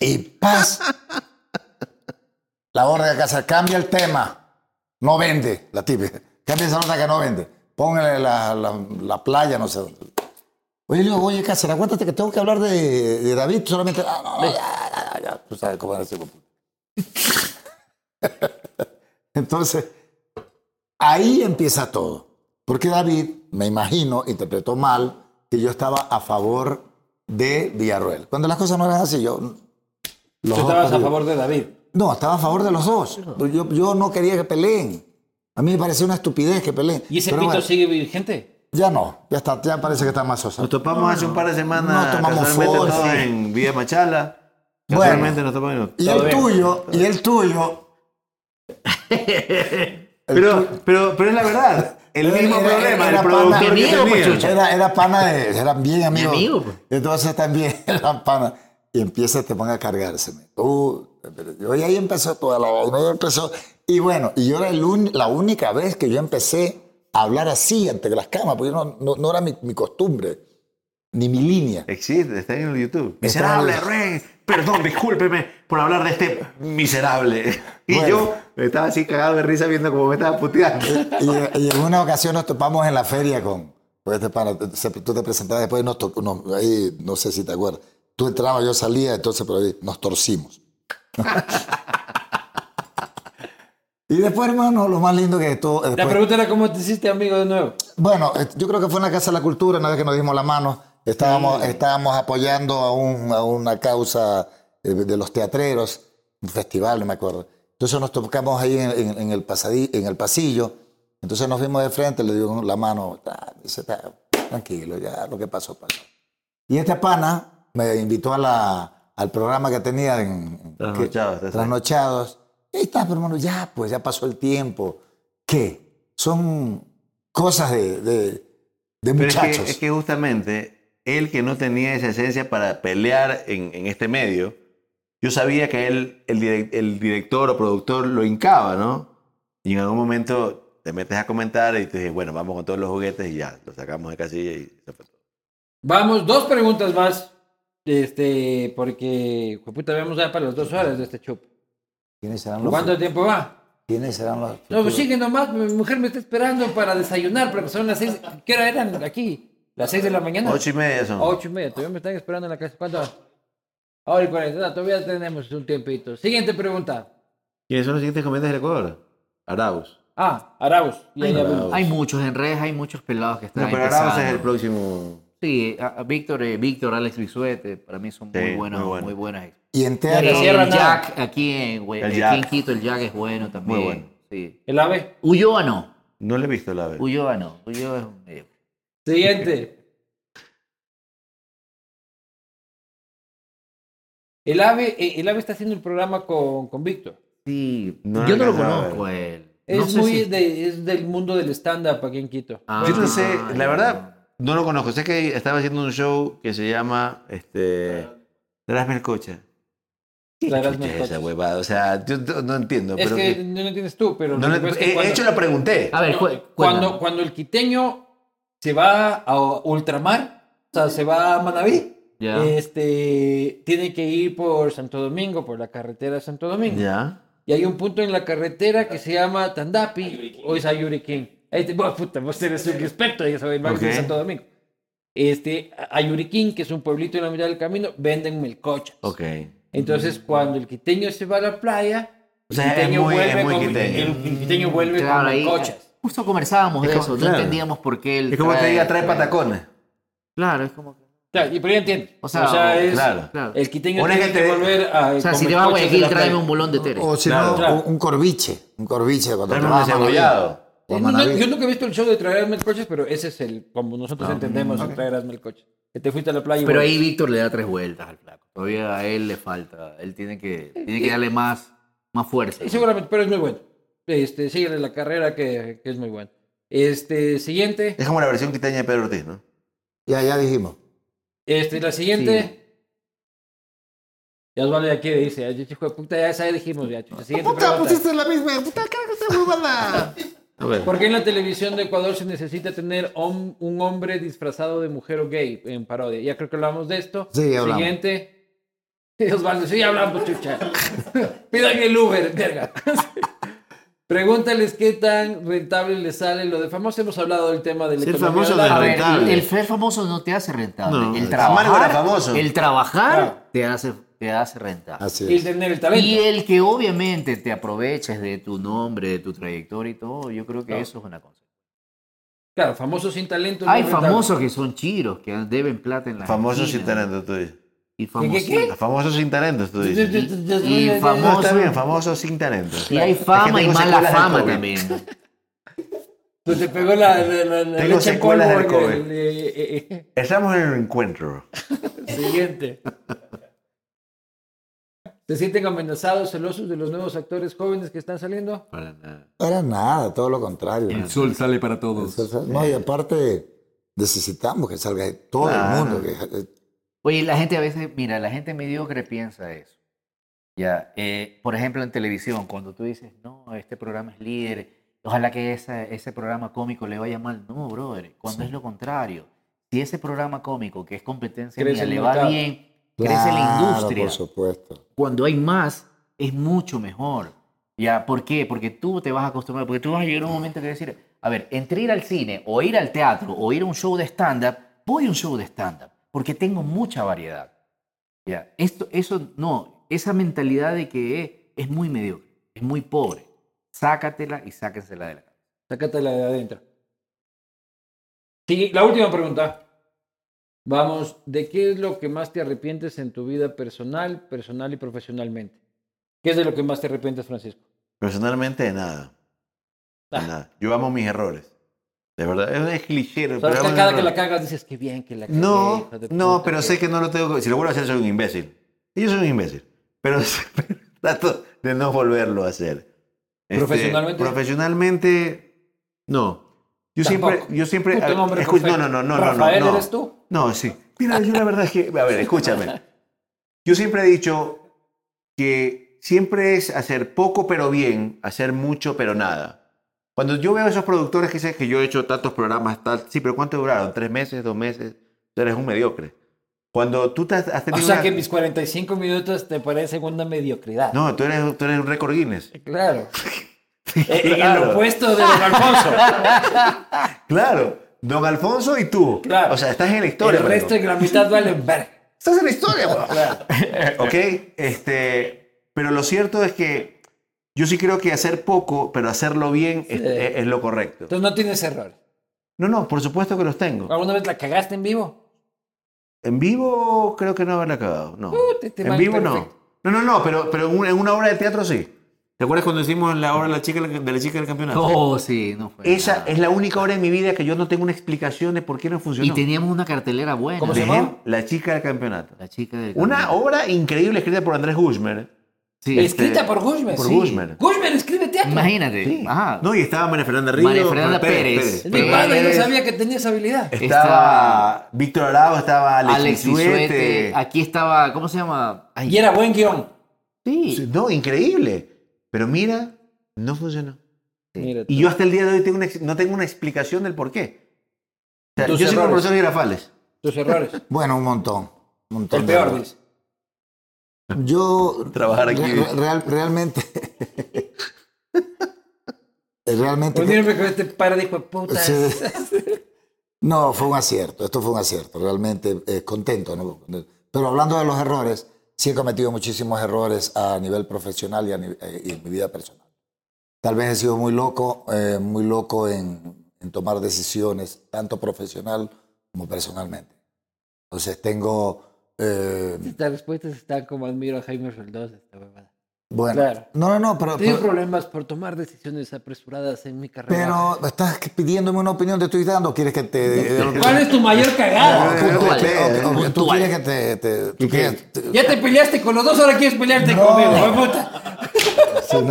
S4: Y paz. La orden de casa cambia el tema. No vende, la típica. Cambia esa nota que no vende. Póngale la, la- la playa, no sé dónde. Oye, le digo, oye, Cáceres, acuérdate que tengo que hablar de, de David solamente. Ah, no, ya, ya, ya, ya. Tú sabes cómo era ese hijo de puta. Entonces, ahí empieza todo. Porque David, me imagino, interpretó mal que yo estaba a favor de Villarroel. Cuando las cosas no eran así, yo. los
S1: Tú
S4: dos
S1: estabas a
S4: partidos-
S1: favor de David.
S4: no, estaba a favor de los dos. Yo, yo no quería que peleen. A mí me pareció una estupidez que peleen.
S1: ¿Y ese
S4: Pero
S1: pito
S4: bueno,
S1: sigue vigente?
S4: Ya no, ya está, ya parece que está más sosa.
S2: Nos topamos hace un par de semanas.
S4: No tomamos
S2: casualmente
S4: fotos,
S2: todos
S4: sí.
S2: en Villa Machala.
S4: Bueno.
S2: Casualmente nos topamos.
S4: Y
S1: Todo
S4: el
S1: bien.
S4: tuyo, y el tuyo.
S2: Pero, pero, pero es la verdad. El
S4: Era-
S2: mismo
S4: era-
S2: problema.
S4: era
S2: el productor
S4: pana.
S2: que
S3: Amigo,
S2: tenía.
S3: pues, chucha.
S4: Era, era pana de. Eran bien amigos.
S3: amigo, pues.
S4: Entonces también eran pana. Y empieza, te ponga a cargarse. Tú, yo, y ahí empezó toda la vaina. ahí empezó. Y bueno, y yo era el un- la única vez que yo empecé a hablar así ante las cámaras, porque no, no, no era mi- mi costumbre, ni mi línea.
S2: Existe, está en el YouTube.
S4: Está en el-
S2: Miserable, Rey. Perdón, discúlpeme por hablar de este miserable. Y
S4: Bueno.
S2: yo estaba así cagado de risa viendo cómo me estaba puteando.
S4: y, y en una ocasión nos topamos en la feria con. Pues este pana, se- tú te presentabas después, nos tocó- no, ahí, no sé si te acuerdas. Tú entrabas, yo salía, entonces por ahí nos torcimos. Y después, hermano, lo más lindo que todo.
S1: La
S4: después-
S1: pregunta era cómo te hiciste amigo de nuevo.
S4: Bueno, eh, yo creo que fue en la Casa de la Cultura, una vez que nos dimos la mano, estábamos, estábamos apoyando a, un- a una causa eh, de, los teatreros, un festival, no me acuerdo. Entonces nos tocamos ahí en, en- en el, pasadi- en el pasillo, entonces nos vimos de frente, le dio la mano, ta, me dice, ta, tranquilo, ya lo que pasó, pasó. Y este pana me invitó a la- al programa que tenía en
S2: Trasnochados,
S4: que-
S2: te
S4: Trasnochados. Y ahí está, pero hermano, ya, pues ya pasó el tiempo. ¿Qué? Son cosas de, de, de
S2: Pero es que-
S4: muchachos.
S2: Es que, justamente él que no tenía esa esencia para pelear en, en este medio, yo sabía que él, el, direc- el director o productor lo hincaba, ¿no? Y en algún momento te metes a comentar y te dices, bueno, vamos con todos los juguetes y ya, lo sacamos de casilla y se fue todo.
S1: Vamos, dos preguntas más. Este, porque, puta, vamos ya para las dos horas de este chup.
S4: ¿Quiénes serán los,
S1: ¿Cuánto tiempo va?
S4: ¿quiénes serán los
S1: No, pues
S4: futuros?
S1: sigue nomás, mi mujer me está esperando para desayunar, porque son las seis. ¿Qué hora eran aquí? ¿Las seis de la mañana?
S2: Ocho y media son.
S1: Ocho y media, todavía me están esperando en la casa. ¿Cuánto? Ahora y cuarenta, no, todavía tenemos un tiempito. Siguiente pregunta.
S2: ¿Quiénes son los siguientes comediantes del Ecuador? Arauz.
S1: Ah, Arauz. Ya,
S3: Hay,
S1: ya
S2: Arauz.
S1: vimos.
S3: hay muchos en redes, hay muchos pelados que están
S2: No, pero Arauz
S3: empezando.
S2: es el próximo.
S3: Sí, a- a Víctor, eh, Víctor, Alex Bisuete, para mí son muy
S2: Sí,
S3: buenos,
S2: muy
S3: muy,
S2: bueno.
S3: buenas. Eh,
S4: Y en
S1: Pero
S3: El,
S4: teatro,
S1: cierra nada.
S3: Jack, aquí en, Hue-
S2: El
S3: aquí
S2: Jack.
S3: en Quito, el Jack es bueno también.
S2: Muy bueno.
S3: Sí.
S1: El ave.
S3: Ulloa no,
S2: No le he visto la vez.
S3: Ulloa no, Ulloa es un eh, medio.
S1: Siguiente. El ave, eh, el ave está haciendo el programa con, con Víctor.
S3: Sí,
S2: No
S3: yo no lo
S2: alcanzaba a
S3: conozco a él.
S1: Es
S3: No sé
S1: muy
S3: si-
S1: de- es del mundo del stand-up aquí en Quito.
S3: Ah,
S2: Yo no sé, la
S3: ya.
S2: verdad, no lo conozco. Sé que estaba haciendo un show que se llama este, Trasme el coche.
S1: Claro,
S2: Chucha,
S1: no
S2: esa
S1: toques.
S2: huevada. O sea, yo no, no entiendo.
S1: Es
S2: pero
S1: que
S2: que-
S1: no lo entiendes tú, pero...
S2: no
S1: lo
S2: le-
S1: que pasa es que
S2: he
S1: cuando- Ah,
S2: hecho la pregunté.
S3: A ver,
S1: No,
S3: cu-
S1: cuando,
S3: cuéntame.
S1: cuando el quiteño se va a ultramar, o sea, se va a Manaví,
S3: Ya.
S1: este, tiene que ir por Santo Domingo, por la carretera de Santo Domingo.
S2: Ya.
S1: Y hay un punto en la carretera que se llama Tandapi, hoy es Ayuriquín. Este, vos, puta, vos eres un experto, ya sabes, vas de
S2: Ok.
S1: Santo Domingo. Este, Ayuriquín, que es un pueblito en la mitad del camino, venden melcochas.
S2: Ok.
S1: Entonces, cuando el quiteño se va a la playa,
S2: O
S1: el
S2: sea, es
S1: quiteño
S2: muy- es
S1: vuelve
S2: muy
S1: con-
S2: quiteño.
S1: el- el quiteño vuelve
S3: Eh, Claro,
S1: con
S3: ahí, ah. eh,
S1: melcochas.
S3: Justo conversábamos
S2: Es
S3: de
S2: como-
S3: eso,
S2: claro.
S3: no entendíamos por qué él.
S2: Es como te diga, trae
S3: trae-
S2: patacones.
S3: Claro, es como que.
S1: Claro, y pero ya entiende. O
S3: O
S1: sea,
S3: sea,
S1: es,
S2: claro.
S3: Claro.
S1: el quiteño
S2: Un
S1: tiene
S2: eje
S1: que
S2: te-
S1: volver a...
S3: O sea, si te vas a Guayaquil, tráeme un bolón de Tere.
S4: o si
S2: Claro,
S4: no,
S1: claro.
S4: un- un corviche, un corviche cuando
S2: Tráeme
S4: te vas
S2: un
S4: a Manaví.
S2: cebollado.
S4: O a Manaví.
S1: Eh, yo nunca he visto el show de traerme el coche, pero ese es el, como nosotros entendemos, el traerme el coche. Que te fuiste a la playa. y
S3: Ah. Pero
S1: volviste.
S3: ahí Víctor le da tres vueltas al flaco. Todavía a él le falta. Él tiene que, tiene que darle más, más fuerza.
S1: Y seguramente, pero es muy bueno. Este, síguele la carrera que, que es muy bueno. Este, siguiente.
S2: Es como la versión quiteña de Pedro Ortiz, ¿no?
S4: Ya, ya dijimos.
S1: Este, la siguiente. Ya Osvaldo ya quiere, dice. "Ay, Hijo de puta, ya esa ya dijimos. Ya, chucha. Siguiente
S4: Puta,
S1: pregunta.
S4: pusiste la misma. Puta, carajo, esa huevada.
S2: A ver.
S1: ¿Por qué en la televisión de Ecuador se necesita tener hom- un hombre disfrazado de mujer o gay en parodia? Ya creo que hablamos de esto.
S4: Sí, ya hablamos.
S1: Siguiente. Osvaldo, sí, ya hablamos, chucha. Pidan el Uber, verga. Pregúntales qué tan rentable les sale lo de famoso. Hemos hablado del tema del
S2: Sí, el
S1: economía
S2: famoso
S1: online.
S3: A ver, el,
S2: rentable.
S3: el ser famoso no te hace rentable.
S2: No,
S3: el
S2: el
S3: trabajar,
S2: amargo era famoso.
S3: El trabajar
S1: Claro.
S3: te, hace, te hace rentable.
S4: Así
S1: Y
S4: es.
S1: tener el
S3: Y
S1: talento.
S3: el que obviamente te aproveches de tu nombre, de tu trayectoria y todo, yo creo que
S1: Claro.
S3: eso es una cosa.
S1: Claro, famoso sin talento. no
S3: Hay
S1: es rentable.
S3: famosos que son chiros, que deben plata en la
S2: Famosos sin
S3: Argentina.
S2: talento, tú dices.
S3: Y famosos-
S1: ¿Qué?
S2: Famosos sin talento, tú dices.
S3: Y
S2: No, está
S3: famoso.
S2: bien, famosos sin talento.
S3: Y hay
S2: Es
S3: fama
S2: que
S3: y
S2: tengo
S3: mala
S2: secuelas del
S3: fama
S2: COVID.
S3: también.
S1: Pues te pegó la, la, la- la leche
S2: Tengo
S1: en
S2: secuelas del
S1: polvo en el-
S2: COVID.
S1: eh, eh,
S2: Estamos en un encuentro.
S1: eh. Siguiente. ¿Se sienten amenazados, celosos de los nuevos actores jóvenes que están saliendo?
S2: Para nada.
S4: Era nada, todo lo contrario.
S5: sol sale para todos.
S4: Entonces, No,
S2: eh.
S4: y aparte necesitamos que salga todo
S2: Claro.
S4: el mundo. que- eh,
S3: Oye, la gente a veces, mira, la gente mediocre piensa eso. Ya, eh, por ejemplo, en televisión, cuando tú dices, no, este programa es líder, ojalá que esa- ese programa cómico le vaya mal. No, brother, cuando es lo contrario. Si ese programa cómico, que es competencia
S1: Crece
S3: mía,
S1: el
S3: le
S1: mercado.
S3: va bien, crece la
S4: Claro,
S3: industria.
S4: Por supuesto.
S3: Cuando hay más, es mucho mejor. Ya, ¿por qué? Porque tú te vas a acostumbrar, porque tú vas a llegar a un momento que decir, a ver, entre ir al cine o ir al teatro o ir a un show de stand-up, voy a un show de stand-up, porque tengo mucha variedad. Ya, esto, eso no, esa mentalidad de que es muy mediocre, es muy pobre. Sácatela y sáquensela de la cabeza.
S1: Sácatela de adentro. Sí, la última pregunta. Vamos, ¿de qué es lo que más te arrepientes en tu vida personal, personal y profesionalmente? ¿Qué es de lo que más te arrepientes, Francisco?
S2: Personalmente, de nada. De
S1: Ah.
S2: nada. Yo amo mis errores. De verdad, es, es cliché.
S1: O
S2: Pero
S1: sea,
S2: amo mis
S1: cada que
S2: errores.
S1: la cagas dices que bien que la cagué,
S2: No,
S1: hijo de
S2: no,
S1: puta,
S2: pero sé que no lo tengo que... Si lo vuelvo a hacer, soy un imbécil. Y yo soy un imbécil. Pero, pero trato de no volverlo a hacer. Este,
S1: ¿Profesionalmente?
S2: Profesionalmente, no. Yo
S1: Tampoco.
S2: siempre... Yo siempre
S1: Puto
S2: a-
S1: nombre
S2: escu- no,
S1: perfecto.
S2: no, no, no, no,
S1: Rafael,
S2: no.
S1: ¿eres tú?
S2: No, sí. Mira, yo la verdad es que... A ver, escúchame. Yo siempre he dicho que siempre es hacer poco pero bien, hacer mucho pero nada. Cuando yo veo a esos productores que dicen que yo he hecho tantos programas, tal, sí, pero ¿cuánto duraron? ¿Tres meses? ¿Dos meses? Tú eres un mediocre. Cuando tú te has has
S1: O
S2: tenido...
S1: sea
S2: una-
S1: que mis 45 minutos te parecen una mediocridad.
S2: No, tú eres, tú eres un récord Guinness.
S1: Claro. En el
S2: claro,
S1: opuesto de Don Alfonso.
S2: claro. Don Alfonso y tú.
S1: Claro.
S2: O sea, estás en la historia.
S1: el resto
S2: marico.
S1: y la mitad valen verga.
S2: Estás en la historia, weón. ok, este, pero lo cierto es que yo sí creo que hacer poco, pero hacerlo bien es,
S1: Sí.
S2: es- es lo correcto.
S1: Entonces no tienes error.
S2: No, no, por supuesto que los tengo.
S1: ¿Alguna vez la cagaste en vivo?
S2: En vivo creo que no haberla cagado, no.
S1: Puta, este
S2: en
S1: man
S2: vivo
S1: perfecto.
S2: no. No, no, no, pero, pero en una- en una obra de teatro sí. ¿Te acuerdas cuando hicimos la obra de la chica, de la chica del campeonato?
S3: Oh, sí, no fue.
S2: Esa
S3: nada.
S2: es la única obra en mi vida que yo no tengo una explicación de por qué no
S3: Y
S2: funcionó.
S3: teníamos una cartelera buena.
S1: ¿Cómo se
S2: Dejé
S1: llamaba?
S2: La chica del campeonato.
S3: La chica del
S2: Una
S3: camino.
S2: obra increíble escrita por Andrés Guzmán.
S3: Sí.
S2: Este-
S1: Escrita por Guzmán.
S2: por
S1: sí.
S2: Guzmán.
S1: Guzmán, escribe teatro.
S3: Imagínate.
S2: Sí.
S3: Ajá.
S2: No, y estaba María Fernanda Ríos.
S3: María Fernanda Pérez.
S1: Es mi
S3: Pero
S1: padre, yo no
S2: Pérez.
S1: sabía que tenía esa habilidad.
S2: Estaba Víctor Arao, estaba Alex,
S3: Alex
S2: Unzuete.
S3: Unzuete. Aquí estaba, ¿cómo se llama? Ay,
S1: Y era buen guión.
S3: sí.
S2: Sí, No, increíble. Pero mira, no funcionó.
S1: Mira tú.
S2: Y yo hasta el día de hoy tengo una ex- no tengo una explicación del por qué. O sea,
S1: Tus
S2: yo soy como el
S1: errores.
S2: profesor Girafales.
S1: Tus errores.
S4: Bueno, un montón. Un montón
S1: El
S4: de
S1: peor,
S4: errores.
S1: dice.
S4: Yo
S2: Trabajar aquí.
S4: re- real- realmente realmente
S1: Unirme con este par de hijo de puta.
S4: Sí. No, fue un acierto, esto fue un acierto, realmente eh, contento. ¿no? Pero hablando de los errores, sí he cometido muchísimos errores a nivel profesional y, a ni- eh, y en mi vida personal. Tal vez he sido muy loco, eh, muy loco en, en tomar decisiones, tanto profesional como personalmente. Entonces tengo... eh,
S1: Estas respuestas están como admiro a Jaime Roldós, esta huevada.
S4: bueno,
S1: Claro.
S4: no, no, no, pero...
S1: Tengo
S4: pero-
S1: problemas por tomar decisiones apresuradas en mi carrera.
S4: pero estás pidiéndome una opinión, te estoy dando, quieres que te...
S1: ¿Cuál es tu mayor cagada?
S4: Puntual,
S2: Puntual,
S4: ok, ok, Tú
S3: puntual.
S4: quieres que te... te- tú quieres- te-
S1: Ya te peleaste con los dos, ahora quieres pelearte
S4: No.
S1: conmigo, hijo de puta.
S4: Sí, no,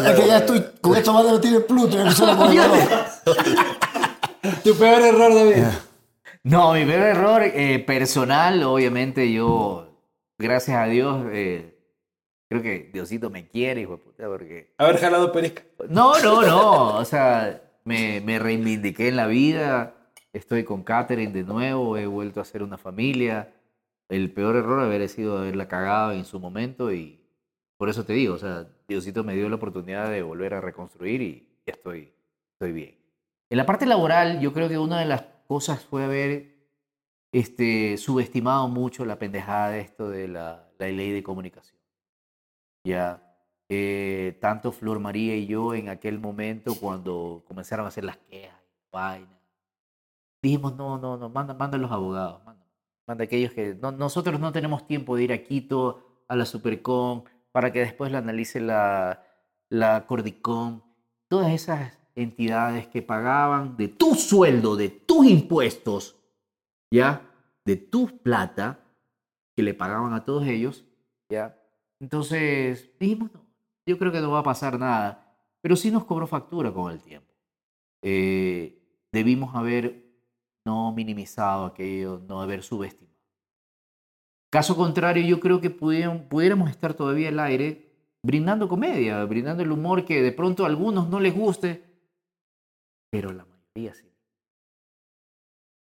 S4: que- Es que ya estoy. Con esto va a debatir el Pluto. yo solo con el dolor.
S1: Tu peor error, David.
S3: No, mi peor error eh, personal, obviamente yo, gracias a Dios, eh, creo que Diosito me quiere, hijo de puta, porque...
S1: Haber jalado perica.
S3: No, no, no, o sea, me, me reivindiqué en la vida, estoy con Catherine de nuevo, he vuelto a ser una familia. El peor error haber sido haberla cagado en su momento y por eso te digo, o sea, Diosito me dio la oportunidad de volver a reconstruir y ya estoy, estoy bien. En la parte laboral, yo creo que una de las cosas fue haber este, subestimado mucho la pendejada de esto de la, la ley de comunicación. Ya, eh, tanto Flor María y yo en aquel momento cuando comenzaron a hacer las quejas, vainas, dijimos, no, no, no, manda, manda a los abogados, manda, manda a aquellos que... no- nosotros no tenemos tiempo de ir a Quito, a la Supercon, para que después la analice la, la Cordicom, todas esas entidades que pagaban de tu sueldo, de tus impuestos, ¿ya? De tu plata, que le pagaban a todos ellos, ¿ya? Entonces, dijimos, no, yo creo que no va a pasar nada, pero sí nos cobró factura con el tiempo. Eh, debimos haber no minimizado aquello, no haber subestimado. Caso contrario, yo creo que pudieron- pudiéramos estar todavía al aire brindando comedia, brindando el humor que de pronto a algunos no les guste, pero la mayoría sí.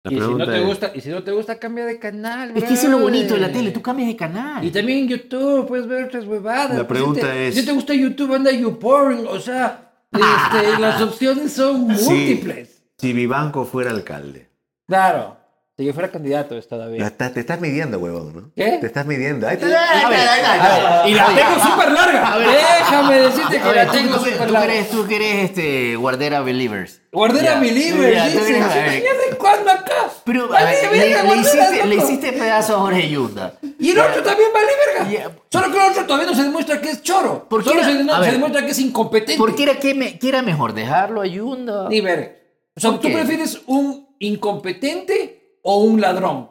S2: La
S1: Y si no
S2: pregunta
S1: te
S2: es-
S1: gusta, y si no te gusta, cambia de canal,
S3: Es que eso es lo bonito de la
S1: brother.
S3: tele, tú cambias de canal.
S1: Y también en YouTube puedes ver otras huevadas. Pues,
S2: La pregunta
S1: si te-
S2: es-
S1: Si te gusta YouTube, anda YouPorn. O sea, este, las opciones son
S2: Sí.
S1: múltiples.
S2: Si Vivanco fuera alcalde.
S1: Claro. Si yo fuera candidato, esta David.
S2: No, está- te estás midiendo, huevón, ¿no?
S1: ¿Qué?
S2: Te estás midiendo. Ahí está.
S4: A ver,
S1: Y la tengo súper larga. Déjame decirte que la
S3: ah, ¿Tú,
S1: tengo súper larga.
S3: crees, tú crees este, Guardera Believers.
S1: Guardé
S3: Ya.
S1: la
S3: Ya,
S1: Believer,
S3: tú
S1: dice.
S3: crees, a ver.
S1: ¿Y de cuándo acá?
S3: eh. Pero a
S1: Vale,
S3: ver,
S1: verga,
S3: le, le
S1: Guardera,
S3: hiciste, le
S1: loco. Este-
S3: hiciste pedazo a Jorge Yunda.
S1: Y el otro también vale verga.
S3: Ya.
S1: Solo que el otro todavía no se demuestra que es choro.
S3: ¿Por qué
S1: Solo
S3: era-
S1: se, no-
S3: a
S1: se
S3: ver.
S1: demuestra que es incompetente.
S3: ¿Por qué era, que me- que era mejor dejarlo a Yunda?
S1: Ni verga. O sea,
S3: ¿Por
S1: ¿tú
S3: qué?
S1: prefieres un incompetente o un ladrón?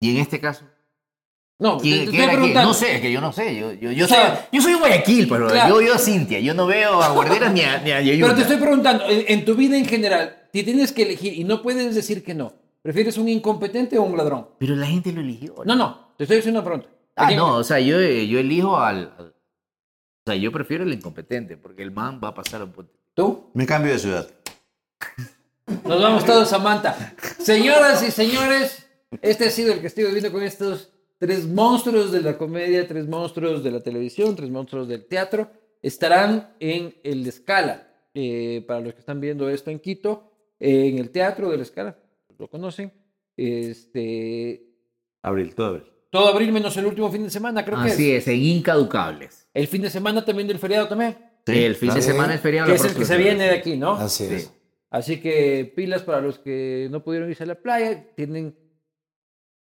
S3: Y en este caso.
S1: No,
S3: ¿Quién-
S1: te, te estoy
S3: quién era quién?
S1: preguntando.
S3: No sé, es que yo no sé. Yo, yo, yo,
S1: O sea,
S3: soy, yo soy Guayaquil, pero
S1: claro.
S3: yo, yo Cintia. Yo no veo a Guarderas ni a, ni a Yayunda.
S1: Pero te estoy preguntando, en, en tu vida en general, si tienes que elegir y no puedes decir que no, ¿prefieres un incompetente o un ladrón?
S3: Pero la gente lo eligió.
S1: No, no, te estoy haciendo una pregunta. ¿A
S3: pues. Ah,
S1: quién-
S3: no, o sea, yo, yo elijo al, al- O sea, yo prefiero el incompetente, porque el man va a pasar a un punto.
S1: ¿Tú?
S2: Me cambio de ciudad.
S1: Nos vamos todos a Manta. Señoras y señores, este ha sido el que estoy viviendo con estos tres monstruos de la comedia, tres monstruos de la televisión, tres monstruos del teatro. Estarán en el Escala. Eh, para los que están viendo esto en Quito, eh, en el Teatro del Escala, lo conocen. Este,
S2: Abril, todo abril.
S1: todo abril menos el último fin de semana, creo que es.
S3: Así es, en Incaducables.
S1: El fin de semana también del feriado también,
S3: el fin de
S4: claro.
S3: semana es feriado.
S1: que
S3: la
S1: es el que
S3: próxima
S1: se
S3: semana.
S1: viene de aquí, ¿no?
S4: Así
S3: Sí.
S4: es.
S1: Así que pilas para los que no pudieron irse a la playa, tienen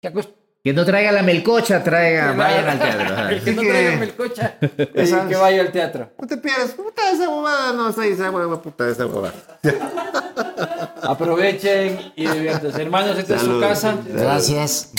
S1: que acost-
S3: Que no traiga la melcocha, traiga, Ah, vayan al teatro. ajá.
S1: el que no
S2: Así que-
S1: traiga melcocha, eh,
S2: Esas-
S1: que vaya al teatro.
S2: No te pierdas. Puta esa bobada. No, está ahí esa huevada. Puta esa bobada.
S1: Aprovechen y diviértanse. Hermanos, esta es su
S2: Salud.
S1: casa.
S4: Gracias.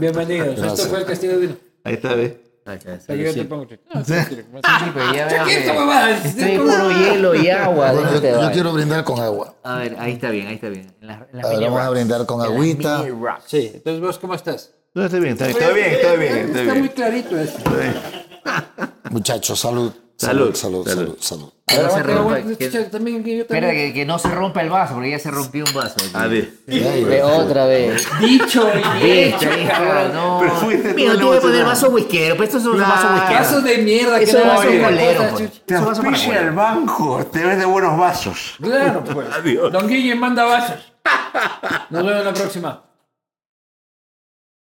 S1: Bienvenidos. Esto
S4: Gracias.
S1: fue el castigo divino.
S2: Ahí está, ve.
S3: Ay, ay,
S1: Te llevo, te
S3: sí,
S1: pongo- No, sí,
S3: pero ya veo
S1: ¿Qué es
S3: que
S1: esta mamada?
S3: Estoy puro hielo y agua.
S4: Bueno, yo,
S3: déjate,
S4: yo
S3: vaya.
S4: quiero brindar con agua.
S3: A ver, ahí está bien, ahí está bien. En las- en las
S4: A ver,
S3: mini
S4: vamos a
S3: rocks.
S4: brindar con
S3: En las
S4: agüita.
S3: mini rocks.
S1: Sí, entonces vos, ¿cómo estás?
S2: No, está bien, está bien. Todo bien, todo bien. Está
S1: Está muy
S2: bien.
S1: clarito eso.
S4: Muchachos, salud.
S2: Salud,
S4: Salud,
S2: salud.
S4: salud, salud.
S3: Que no se
S1: Aguanta,
S3: rompa,
S1: aguanta,
S3: que-
S1: escucha, también, que yo
S3: Espera
S1: también.
S3: que, que no se rompa el vaso, porque ya se rompió un vaso.
S2: A ver.
S3: De otra vez.
S1: Dicho y hecho,
S3: Viste, hija,
S1: cabrón.
S3: no.
S2: Pero fuiste
S3: Mira,
S2: tú
S3: tuve que poner
S2: emocionado.
S3: vaso whiskero, pero estos son
S2: Claro.
S3: vasos whiskeros.
S1: Casos de mierda. que
S3: Eso
S1: no
S3: va a ser
S1: valen
S3: bolero,
S1: cosas,
S3: pues.
S1: chucha.
S2: Te
S3: Eso va a ser para
S2: auspicia
S3: afuera.
S2: el banco. Te ves de buenos vasos.
S1: Claro, pues.
S2: Adiós.
S1: Don Guille manda vasos. Nos vemos la próxima.